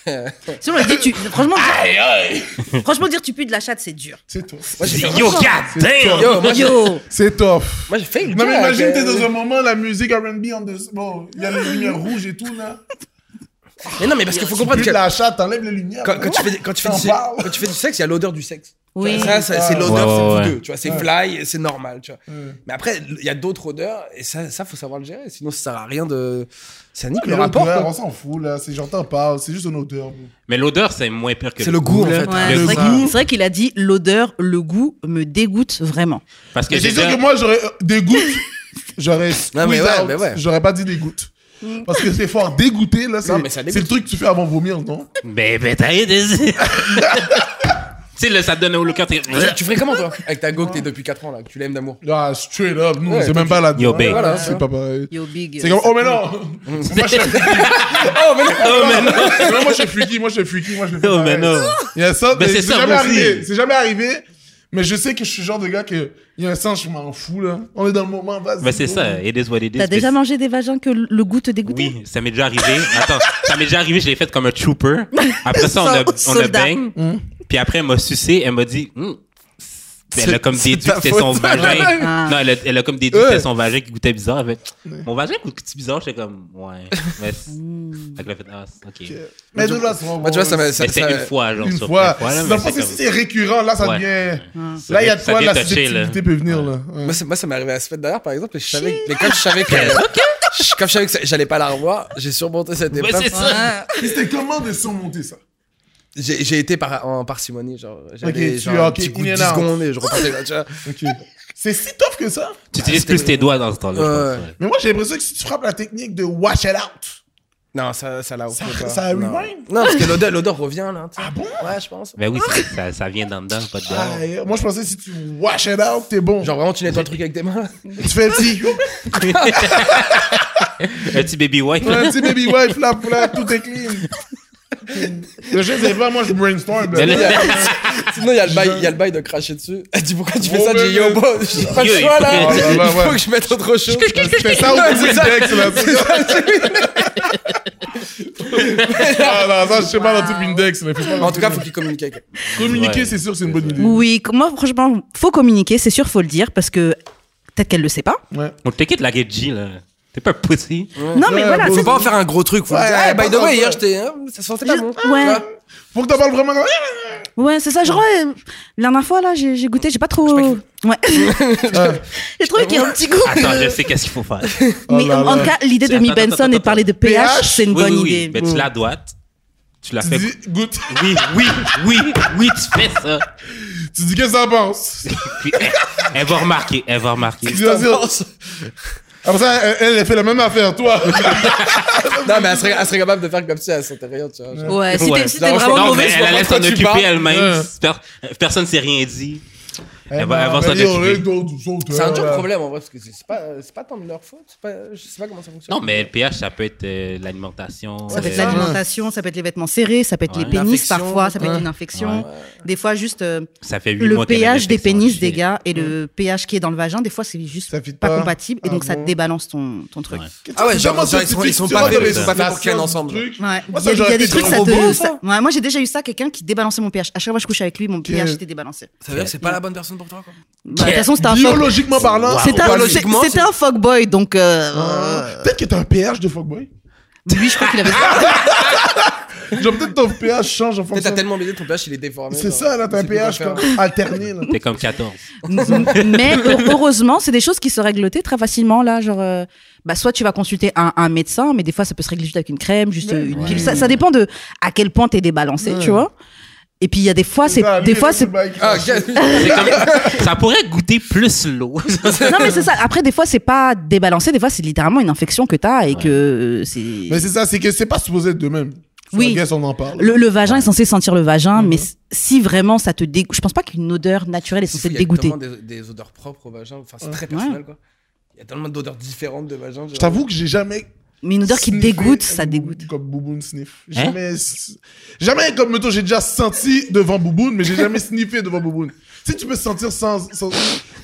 S3: Ah.
S2: Si on lui dit, tu... franchement,
S4: Ah.
S2: dire... franchement, dire tu pues de la chatte, c'est dur.
S3: C'est toi.
S1: Moi, j'ai fait-
S4: Yo, god damn!
S1: Yo, moi, j'ai-
S2: Yo,
S3: C'est tough.
S1: moi, j'ai fait une
S3: Non, mais
S1: blague,
S3: imagine,
S1: euh,
S3: t'es dans un moment, la musique RB en deux. Bon, il y a les lumières rouges et tout, là.
S1: Mais non, mais parce qu'il faut
S3: Tu
S1: comprendre
S3: plus
S1: que
S3: de la Oh, chatte, t'enlèves les lumières.
S1: quand, quand tu fais, quand, tu fais
S3: T'en
S1: du,
S3: parles.
S1: quand tu fais du sexe, il y a l'odeur du sexe.
S2: Oui.
S1: Ça, ça, c'est
S3: Ouais,
S1: l'odeur,
S4: ouais,
S1: c'est
S4: ouais.
S1: doux, tu vois, c'est
S3: Ouais.
S1: fly, c'est normal, tu vois.
S3: Ouais.
S1: Mais après, il y a d'autres odeurs, et ça, ça, faut savoir le gérer, sinon ça sert à rien de... Ça nique
S3: Mais
S1: le rapport,
S3: l'odeur,
S1: quoi.
S3: on s'en fout, là. C'est genre, t'en parles, c'est juste une odeur.
S4: Mais l'odeur, c'est moins pire que
S1: C'est le goût, en
S4: là.
S1: fait.
S2: Ouais,
S4: Le
S2: c'est vrai
S4: goût.
S2: qu'il- c'est vrai qu'il a dit l'odeur, le goût me dégoûte vraiment.
S4: Parce que
S3: Mais c'est
S4: j'ai
S3: sûr
S4: déjà-
S3: que moi, j'aurais euh, des gouttes. J'aurais.
S1: Non, mais
S3: squeeze
S1: ouais,
S3: out.
S1: mais ouais.
S3: J'aurais pas dit des gouttes. Parce que c'est fort. Dégoûté, là, c'est
S1: Non, mais ça dégoûte.
S3: c'est le truc que tu fais avant vomir, non
S4: Ben, ben, t'as rien dit. Tu sais, là, ça te donne au look t'es-
S1: Tu- Tu ferais comment, toi Avec ta go que t'es depuis 4 ans, là, que tu l'aimes d'amour.
S3: Là, straight up, nous,
S1: Ouais,
S3: c'est même pas là.
S4: Yo, babe.
S1: Voilà,
S3: c'est pas pareil.
S2: Yo, big. euh,
S3: C'est comme, oh, mais non Moi, je suis-
S1: Oh, mais non
S4: Oh, mais non!
S3: Non, moi, je suis freaky, moi, je suis freaky, moi, je le fais
S4: Oh, mais
S3: pareil.
S4: non!
S3: Il y a ça,
S4: Mais
S3: mais
S4: c'est
S3: c'est
S4: ça,
S3: jamais
S4: moi aussi.
S3: arrivé. C'est jamais arrivé. Mais je sais que je suis le genre de gars que, il y a un sens, je m'en fous, là. On est dans le moment, vas-y.
S4: Ben, c'est
S3: go.
S4: ça, it is what it is.
S2: T'as déjà
S4: Mais-
S2: mangé des vagins que le le goût te dégoûtait
S4: Oui, ça m'est déjà arrivé. Attends, ça m'est déjà arrivé, je l'ai faite comme un trooper. Après ça, on a, on a
S2: Soldat.
S4: bang.
S1: Mm.
S4: Puis après, elle m'a sucé, elle mha dit. Hmm. Puis Elle a
S1: C'est-
S4: comme
S1: c'est
S4: déduit
S1: ta
S4: que c'était son
S1: faute.
S4: vagin.
S2: Ah.
S4: Non, elle a, elle a comme déduit que c'était
S1: Ouais.
S4: son vagin qui goûtait bizarre. Elle fait, Mon vagin goûte bizarre, j'étais comme, ouais. Mais c'est-
S2: Mm.
S4: Fait que là, fait, ah, c'est- ok.
S3: Mais de toute façon,
S1: Moi, tu vois, ça m'a... ça-
S4: Mais c'est
S1: ça-
S4: une fois, genre,
S3: Une
S4: sur
S3: fois.
S4: plein de là,
S3: Dans
S4: mais
S3: le fond,
S4: c'est
S3: c'est- si c'est récurrent, là, ça
S4: Ouais.
S3: devient.
S4: comme-
S3: Là, il y a de
S4: ça
S3: quoi,
S4: vient
S3: la
S4: toucher, là.
S3: subjectivité peut venir, là. Ouais.
S1: Moi, c'est- moi, ça m'est arrivé à la semaine dernière, par exemple, et je savais... Mais quand je savais qu'elle... Je- Comme je savais que ça- j'allais pas la revoir, j'ai surmonté cette
S4: Ouais,
S1: épreuve.
S4: c'est ça.
S3: C'était comment de surmonter ça
S1: J'ai j'ai été par, en parcimonie, genre. J'avais
S3: tu-
S1: genre un
S3: ok,
S1: petit coup de
S3: in and
S1: 10
S3: out.
S1: secondes et je repartais là, tu vois.
S3: Ok. C'est si tough que ça
S4: Tu utilises plus tes doigts dans ce temps-là. je pense,
S1: Ouais.
S4: ouais.
S3: Mais moi, j'ai l'impression que si tu frappes la technique de wash it out.
S1: Non, ça, ça l'a occupé
S3: Ça-
S1: pas.
S3: ça
S1: non.
S3: rewind?
S1: Non, parce que l'odeur- l'odeur revient là. tu sais.
S3: Ah bon
S1: Ouais, je pense.
S4: Mais Ben oui, ça, ça, ça vient d'en dedans, pas de dehors.
S3: Ah, yeah. Moi, je pensais que si tu wash it out, t'es bon.
S1: Genre vraiment, tu nettoies le truc avec tes mains.
S3: tu fais un petit,
S4: Un petit baby wipe. là.
S3: un petit baby wipe là, pour là, tout est clean. Le jeu, c'est pas moi, je brainstorm.
S4: Mais
S3: là.
S4: là-
S1: Sinon, il y a le bail, il y a le bail de cracher dessus. Elle dit pourquoi tu fais
S3: Oh,
S1: ça? Je dis
S3: mais-
S1: yo, bon, j'ai pas le
S4: Yo, il
S1: choix là.
S4: faut-
S1: E Il
S3: Ouais, ouais,
S1: faut
S3: ouais.
S1: que je mette autre chose.
S3: Fais ça au bout index là. tu sais. Ah, non, ça, je sais pas dans tout index. là. Fais pas dans
S1: En tout cas,
S3: tout-
S1: faut qu'il communique avec elle.
S3: communiquer,
S4: Ouais.
S3: c'est sûr, c'est une bonne idée.
S2: Oui, com- moi, franchement, faut communiquer, c'est sûr, faut le dire, parce que peut-être qu'elle le sait pas.
S3: Ouais.
S4: On te quitte la G, là. T'es pas un pussy.
S2: Non, mais
S3: Ouais,
S2: voilà,
S3: bon,
S2: c'est
S1: Faut pas en faire un gros truc. Faut
S3: Ouais,
S1: dire, hey,
S3: pas
S1: by the
S3: dans
S1: way,
S3: le-
S1: hier, j'étais, hein, ça sentait pas bon.
S2: Ouais.
S1: Tu vois
S3: Faut que t'en parles vraiment.
S2: Ouais, c'est ça. Genre, euh, la dernière fois, là, j'ai j'ai goûté, j'ai pas trop. Ouais. j'ai trouvé qu'il y a un petit goût.
S4: Attends, je sais qu'est-ce qu'il faut faire.
S3: Oh
S2: Mais
S3: là
S2: en
S3: là.
S2: tout cas, l'idée de
S4: Attends,
S2: Mi
S4: attends,
S2: Benson
S4: attends,
S2: et de parler de pH,
S3: attends.
S2: c'est une
S4: Oui,
S2: bonne
S4: oui, oui.
S2: idée. Mm.
S4: Mais tu la doites. Tu la
S3: Tu
S4: fais.
S3: dis, goûte.
S4: Oui, oui, oui, oui, tu fais ça.
S3: Tu dis, qu'est-ce que t'en penses?
S4: Puis elle, elle va remarquer, elle va remarquer.
S3: Tu dis, vas-y. Après ça, elle, elle, elle fait la même affaire, toi.
S1: Non, mais elle serait, elle serait capable de faire comme si elle sentait rien, tu vois. genre.
S2: Ouais, si t'es- si t'es
S1: Non,
S2: vraiment
S1: non,
S4: Non,
S2: oh, mauvais.
S4: mais
S1: je
S4: elle
S1: vois pas
S4: allait
S1: de
S4: s'en
S1: quoi tu
S4: occuper
S1: parles.
S4: elle-même.
S3: Ouais.
S4: Per- Personne ne s'est rien dit. Elle va- elle va
S3: Eh
S4: s'en
S3: ben, yo,
S4: occuper.
S3: les d'autres, les autres,
S1: C'est un dur
S3: euh,
S1: problème en vrai, parce que c'est c'est pas, c'est pas tant de leur faute. c'est Pas, je sais pas comment ça fonctionne.
S4: Non, mais le pH, ça peut être euh, l'alimentation.
S2: Ça peut être
S4: euh,
S2: l'alimentation, ça peut être les vêtements serrés, ça peut être
S4: Ouais.
S2: les pénis
S1: L'infection,
S2: parfois, ça peut être
S1: ouais.
S2: une infection.
S4: Ouais.
S2: Des fois, juste euh,
S4: ça fait 8
S2: le
S4: mois qu'elle a
S2: pH des
S4: l'infection,
S2: pénis
S4: shit.
S2: des gars et le pH qui est dans le vagin, des fois, c'est juste
S3: Ça fit
S2: pas
S3: pas.
S2: compatible et
S3: Ah
S2: donc ça
S3: bon.
S2: te débalance ton, ton truc.
S4: Ouais.
S1: Ah ouais, genre,
S3: Tellement
S1: genre, ils sont- ils sont
S3: scientifique,
S1: pas
S3: tu vois,
S1: faits-
S3: dans
S1: ils sont
S3: les-
S1: pas faits
S3: la
S1: pour qu'un
S3: science
S1: ensemble.
S3: du truc.
S2: Ouais.
S3: Moi,
S2: il y a,
S3: ça,
S2: il y a
S3: j'aurais
S2: des
S3: fait
S2: trucs,
S3: un
S2: ça te.
S3: robot,
S2: ça- Ouais, moi, j'ai déjà eu ça, quelqu'un qui débalançait mon pH. À chaque fois que je couchais avec lui, mon pH était débalancé.
S1: Ça veut dire que c'est pas la bonne personne pour toi, quoi.
S2: Bah, De toute façon, c'était un fuck-
S3: Biologiquement parlant,
S4: Wow.
S2: c'était un-
S1: Biologiquement,
S2: c'est- C'était un fuckboy, donc. euh,
S3: Euh, Peut-être que t'as un pH de fuckboy.
S2: Lui, je crois qu'il avait.
S3: Genre, peut-être ton pH change en
S1: Peut-être t'as
S3: fonction.
S1: tellement baisé ton pH, il est déformé.
S3: C'est
S1: genre.
S3: ça, là, t'as un
S1: Tu sais plus quoi
S3: pH
S1: faire.
S3: comme alterné, là.
S4: T'es comme 14.
S2: Mais heu- heureusement, c'est des choses qui se règlent très facilement là, genre euh, bah soit tu vas consulter un, un médecin, mais des fois ça peut se régler juste avec une crème, juste euh, une
S4: Ouais.
S2: pilule. Ça, ça dépend de à quel point t'es débalancé, tu vois. Et puis il y a des fois, Ah, c'est
S3: Ça, lui,
S2: des
S3: il
S2: fois
S3: reste
S2: c'est
S3: le bail qui
S1: Ah,
S3: crache.
S1: ok.
S4: C'est comme- ça pourrait goûter plus l'eau.
S2: non mais c'est ça. Après des fois c'est pas débalancé, des fois c'est littéralement une infection que t'as et que euh, c'est
S3: Mais c'est ça, c'est que c'est pas supposé être de même. Sur
S2: Oui.
S3: la Guess, on en parle.
S2: le, le vagin est censé sentir le vagin, mais si vraiment ça te dégoûte, je pense pas qu'une odeur naturelle est
S1: Il
S2: censée
S1: y
S2: te
S1: a
S2: dégoûter.
S1: tellement Des, des odeurs propres au vagin, enfin c'est très personnel quoi. Il y a tellement d'odeurs différentes de vagin. genre.
S3: Je t'avoue que j'ai jamais.
S2: Mais une odeur qui te
S3: sniffé
S2: dégoûte,
S3: comme
S2: ça
S3: Bouboune-
S2: dégoûte.
S3: Comme Bouboune sniff.
S4: Hein?
S3: Jamais. s- Jamais, comme mettons, j'ai déjà senti devant Bouboune, mais j'ai jamais sniffé devant Bouboune. Si tu peux sentir sans. sans...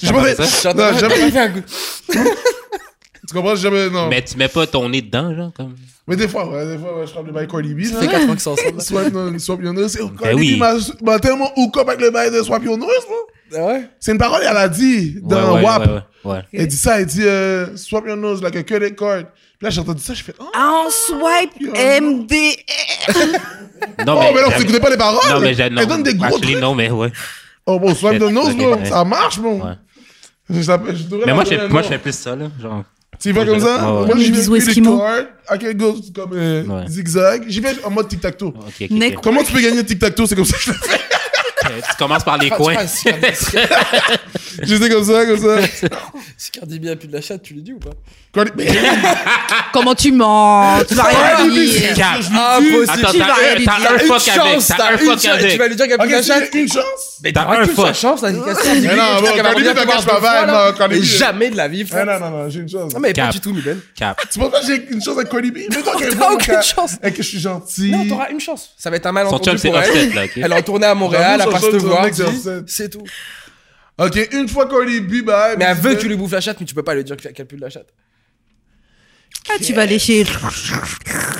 S3: J'ai jamais
S4: fait
S3: fait.
S1: J'entends-
S3: Non, jamais.
S1: fait un goût.
S3: Tu comprends? J'ai Jamais. Non. Mais...
S4: Mais tu mets pas ton nez dedans, genre, comme.
S3: des fois, ouais, des fois, ouais, je frappe le bail Cardi B. là.
S1: Fais quatre fois qu'ils sont ensemble.
S3: Swap, non, swap your nose. Oh, Cardi
S4: Ben oui.
S3: B m'a- m'a tellement hook up avec le bail de swap your nose, moi.
S1: Ah ouais
S3: C'est une parole, elle a dit dans
S4: ouais, ouais,
S3: WAP.
S4: Ouais, ouais.
S3: Elle dit ça, elle dit euh, swap your nose like a credit card. Puis là, j'ai entendu ça, je fais oh,
S2: Ah, on swipe MD.
S4: Non,
S3: oh, mais non,
S4: j'aime-
S3: tu écoutais pas les paroles.
S4: Non, mais j'ai. non,
S3: Elle donne des gros
S4: actually,
S3: trucs.
S4: non, mais ouais.
S3: Oh, bon, swap your nose,
S4: Ok,
S3: bon,
S4: ouais.
S3: ça marche, bon.
S4: Ouais.
S3: Je l'appelle- je devrais
S4: Mais moi,
S3: l'appeler
S4: je fais
S3: un
S4: moi,
S3: nom.
S4: je fais plus ça, là. Genre.
S3: Tu y vas
S4: moi,
S3: comme
S4: je-
S3: ça
S4: ouais, ouais.
S3: Moi, j'ai
S2: Bisous
S3: fait credit
S2: Eskimo.
S3: card. I can go comme euh,
S4: Ouais.
S3: zigzag. J'y vais en mode tic-tac-toe.
S4: Ok, ok, ok.
S2: Neck-
S3: Comment tu peux gagner tic-tac-toe C'est comme ça que je le fais.
S4: Euh, Tu commences par les
S1: Ah, tu
S4: coins.
S1: vois, si Cardi- si-
S3: Je fais comme ça, comme ça.
S1: Si Cardi B a plus de la chatte, tu lui dis ou pas
S3: Cardi B.
S2: Comment tu mens Tu vas rien
S3: Ah,
S1: Cardi B,
S2: dire.
S4: Calme.
S1: Impossible.
S4: Attends,
S2: Tu vas
S4: t'as
S2: aller
S4: un- t'as
S2: dire.
S4: un
S1: Une
S4: fuck avec.
S1: chance,
S4: T'as un
S1: t'as une
S4: fuck
S1: chance. Tu
S4: avec.
S1: vas lui dire qu'il a
S3: Ok,
S1: plus de la
S3: si j'ai
S1: chatte
S3: une chance.
S1: Mais
S4: T'as un
S1: qu'une
S4: fuck.
S1: seule chance, la dédicace.
S3: Mais non, bon, Cardi B, t'as qu'à travail, non, Cardi
S1: Mais
S3: B.
S1: jamais de la vie,
S3: Ah,
S1: frère.
S3: non, non, non, j'ai une chance.
S1: Non, mais pas
S4: Cap.
S1: du tout, Miden.
S4: Cap.
S3: Tu penses pas que j'ai une chance avec Cardi B Mais toi, qu'elle voit
S1: T'as
S3: mon
S1: aucune
S3: cas-
S1: chance.
S3: Et que je suis gentil.
S1: Non, t'auras une chance. Ça va être un
S4: Son chum,
S1: malentendu
S4: c'est
S1: pour elle.
S4: offset, là, ok.
S1: Elle est retournée à Montréal,
S3: J'avoue,
S1: elle
S3: son
S1: passe
S3: chum,
S1: te
S3: c'est un
S1: voir.
S3: mec, c'est
S1: dit,
S3: offset.
S1: C'est tout.
S3: Ok, une fois Cardi B, bah.
S1: Mais elle veut que tu
S3: le.
S1: lui bouffes la chatte, mais tu peux pas lui dire qu'elle pue de la chatte.
S2: Ah, tu vas lécher.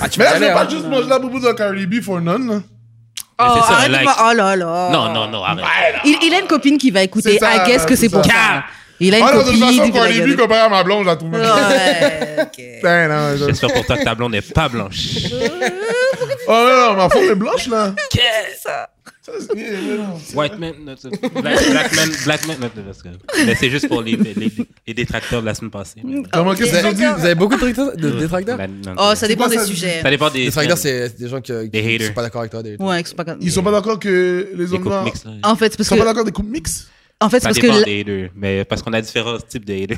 S1: Ah, tu
S3: Mais
S1: vas
S3: là,
S1: y
S3: je
S1: aller,
S3: vais pas
S1: hein.
S3: juste manger la boubou de Cardi B for none. là.
S2: Oh,
S4: Mais c'est ça,
S2: arrête de
S4: like-
S2: voir- oh là là.
S4: Non, non, non, arrête.
S2: Il, il a une copine qui va écouter.
S3: C'est ça,
S2: ah, qu'est-ce que
S3: c'est
S2: c'est pour
S3: ça.
S2: ça Il a une
S3: Ah non, de toute
S2: copine.
S3: façon,
S2: il va
S3: Cardi
S2: regarder.
S3: B, comparé à ma blonde, je la trouve.
S2: Ouais, ok.
S3: Putain, non, je-
S4: J'espère pour toi que ta blonde n'est pas blanche.
S3: Oh non, non, ma femme est blanche, là. Qu'est-ce Ça, c'est- mais non, c'est-
S4: White man, non, c'est- black, black man, black man, non, parce que- mais c'est juste pour les, les, les détracteurs de la semaine passée. mais-
S3: Comment qu'est-ce
S1: Vous
S3: qu'ils ont
S1: avez,
S3: dit
S1: vous avez beaucoup de, détracteurs- de détracteurs
S4: La- non,
S2: Oh,
S4: non.
S2: ça dépend
S3: quoi,
S2: des
S3: ça-
S2: sujets.
S4: Ça dépend des.
S1: Détracteurs, c'est c'est des gens que-
S4: Des
S1: qui
S4: haters.
S1: sont pas d'accord avec toi. Des...
S2: Ouais, c'est pas grave.
S3: Ils sont pas d'accord que les
S4: des
S3: hommes
S4: couples
S3: noirs.
S4: mixtes, là.
S2: En fait, c'est
S3: Ils
S2: parce
S3: sont pas
S2: que,
S3: d'accord des couples mixtes
S2: en fait, c'est
S4: Ça
S2: parce que,
S4: dépend
S2: la-
S4: des haters, mais parce qu'on a différents types de haters.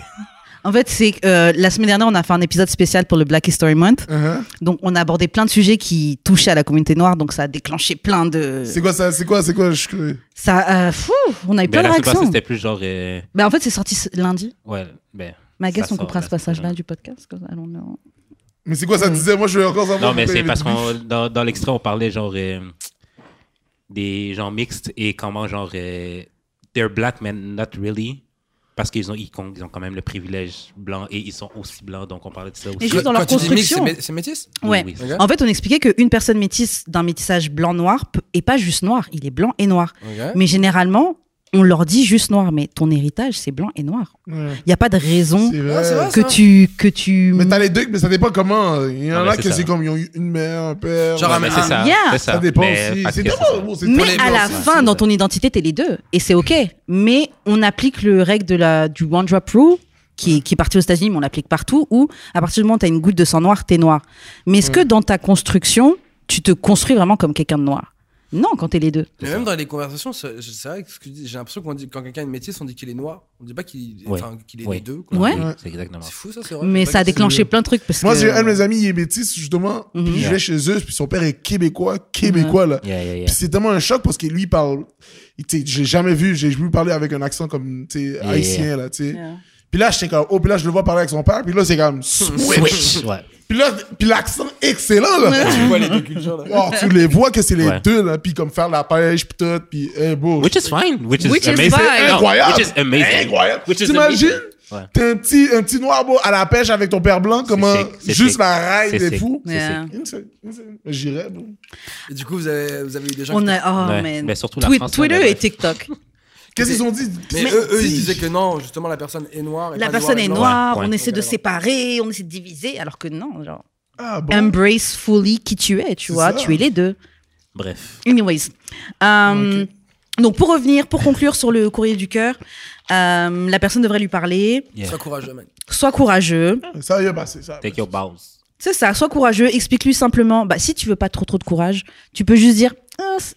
S2: en fait, c'est que, euh, la semaine dernière, on a fait un épisode spécial pour le Black History Month.
S3: Uh-huh.
S2: Donc, on a abordé plein de sujets qui touchaient à la communauté noire. Donc, ça a déclenché plein de.
S3: C'est quoi ça C'est quoi C'est quoi Je suis curieux.
S2: Ça, euh, fou, on a eu
S4: Mais
S2: plein de
S4: la semaine passée,
S2: réactions.
S4: c'était plus genre. euh,
S2: Bah, en fait, c'est sorti ce- lundi.
S4: Ouais, ben.
S2: Ma guess,
S4: Ça
S2: on coupera
S4: sort
S2: ce
S4: la semaine
S2: passage-là du podcast. comme ça, allons-nous.
S3: Mais c'est quoi ça disait Moi, je veux encore savoir.
S4: Non, mais
S3: pourquoi
S4: c'est
S3: il y
S4: parce
S3: avait
S4: qu'on dans, dans l'extrait, on parlait genre euh, des gens mixtes et comment genre euh, they're black men not really parce qu'ils ont ils, con- ils ont quand même le privilège blanc et ils sont aussi blancs donc on parlait de ça aussi.
S2: juste dans
S1: Quand
S2: leur
S1: tu dis mix, c'est mé-
S2: construction.
S1: C'est métis
S4: Oui,
S2: Ouais.
S4: oui.
S1: Ok.
S2: En fait, on expliquait qu'une personne métisse d'un métissage blanc-noir peut- est pas juste noir. Il est blanc et noir.
S1: Ok.
S2: Mais généralement, on leur dit juste noir. Mais ton héritage, c'est blanc et noir.
S3: Ouais.
S2: Il n'y a pas de raison
S3: C'est
S1: Ouais, c'est
S3: vrai.
S1: vrai.
S2: que
S1: ça.
S2: tu. Que tu...
S3: Mais t'as les deux, mais ça dépend comment. Il y en
S4: Non, mais
S3: a
S4: c'est
S3: que
S4: ça.
S3: c'est comme ils ont eu une mère, un père.
S1: Genre,
S4: Non,
S1: un-
S3: un-
S4: mais c'est ça,
S2: Yeah.
S4: c'est
S3: ça dépend aussi.
S4: parce
S3: C'est
S4: que
S3: tellement bon, c'est
S2: Mais
S3: tellement
S2: à
S3: bon,
S2: la
S3: ça.
S2: fin, dans ton identité, t'es les deux. Et c'est OK. Mais on applique le règle de la, du One Drop Rule, qui, est- qui est parti aux États-Unis, mais on l'applique partout, où à partir du moment où t'as une goutte de sang noir, t'es noir. Mais est-ce que dans ta construction, tu te construis vraiment comme quelqu'un de noir Non, quand t'es les deux.
S1: Mais même dans les conversations, c'est c'est vrai que ce que je dis, j'ai l'impression qu'on dit quand quelqu'un est métis, on dit qu'il est noir. On dit pas qu'il
S4: Ouais.
S1: enfin, qu'il est
S4: Ouais.
S1: les deux. quoi.
S4: c'est-
S2: Ouais.
S4: oui, C'est exactement.
S1: C'est fou ça, c'est vrai.
S2: Mais
S1: Je sais
S2: ça a
S1: pas qui-
S2: déclenché plein de trucs. Parce
S3: Moi,
S2: que...
S3: j'ai un de mes amis, il est métis, justement.
S2: Mhm.
S3: Puis je
S4: Yeah.
S3: vais chez eux, puis son père est québécois, québécois, là.
S4: Yeah, yeah, yeah.
S3: Puis c'est tellement un choc parce que lui, il parle. il- tu sais, J'ai jamais vu, j'ai vu parler avec un accent comme tu sais,
S4: Yeah.
S3: haïtien, là, tu sais.
S2: Yeah.
S3: Puis là, j'étais comme, oh, puis là, je le vois parler avec son père, puis là, c'est comme, switch.
S4: Switch, ouais.
S3: Puis là, puis l'accent excellent, là.
S1: Tu vois les deux cultures là.
S3: Oh, tu les vois que c'est les
S4: Ouais.
S3: deux, là, puis comme faire la pêche, puis tout, puis hey, bro.
S4: Which is fine, which is
S2: Which is
S4: amazing.
S2: fine.
S4: Non,
S3: incroyable.
S4: Which is amazing.
S3: Incroyable.
S4: Which is
S3: T'imagines?
S4: amazing. Ouais.
S3: T'es un petit, un petit noir, bro, à la pêche avec ton père blanc, comment
S4: sick, c'est
S3: juste
S4: sick.
S3: la raille
S4: C'est
S3: des
S4: sick.
S3: fous.
S4: C'est
S2: Yeah.
S3: Insane, insane. J'irais, bro.
S1: Et du coup, vous avez, vous avez eu des gens.
S2: On
S1: qui-
S2: a, oh,
S4: Ouais,
S2: man.
S4: mais surtout la
S2: Twi-
S4: France,
S2: Twitter
S4: là, ouais.
S2: et TikTok.
S3: Qu'est-ce qu'ils ont dit?
S1: Mais eux, eux, ils disaient que non, justement, la personne est noire. et
S2: La
S1: pas
S2: personne
S1: et
S2: est
S1: blanc.
S2: noire,
S4: Ouais,
S2: on
S4: ouais.
S2: essaie de
S1: Ok, alors.
S2: séparer, on essaie de diviser, alors que non, genre.
S3: Ah, bon.
S2: Embrace fully qui tu es, tu
S3: C'est
S2: vois,
S3: ça.
S2: tu es les deux.
S4: Bref.
S2: Anyways. Euh,
S3: Ok.
S2: Donc, pour revenir, pour conclure sur le courrier du cœur, euh, la personne devrait lui parler.
S4: Yeah.
S1: Sois courageux, man.
S2: Sois courageux.
S3: Ça y est passé, ça.
S4: Take your bounce.
S2: C'est ça, sois courageux. Explique-lui simplement. Bah, si tu veux pas trop trop de courage, tu peux juste dire. Ah, c'est-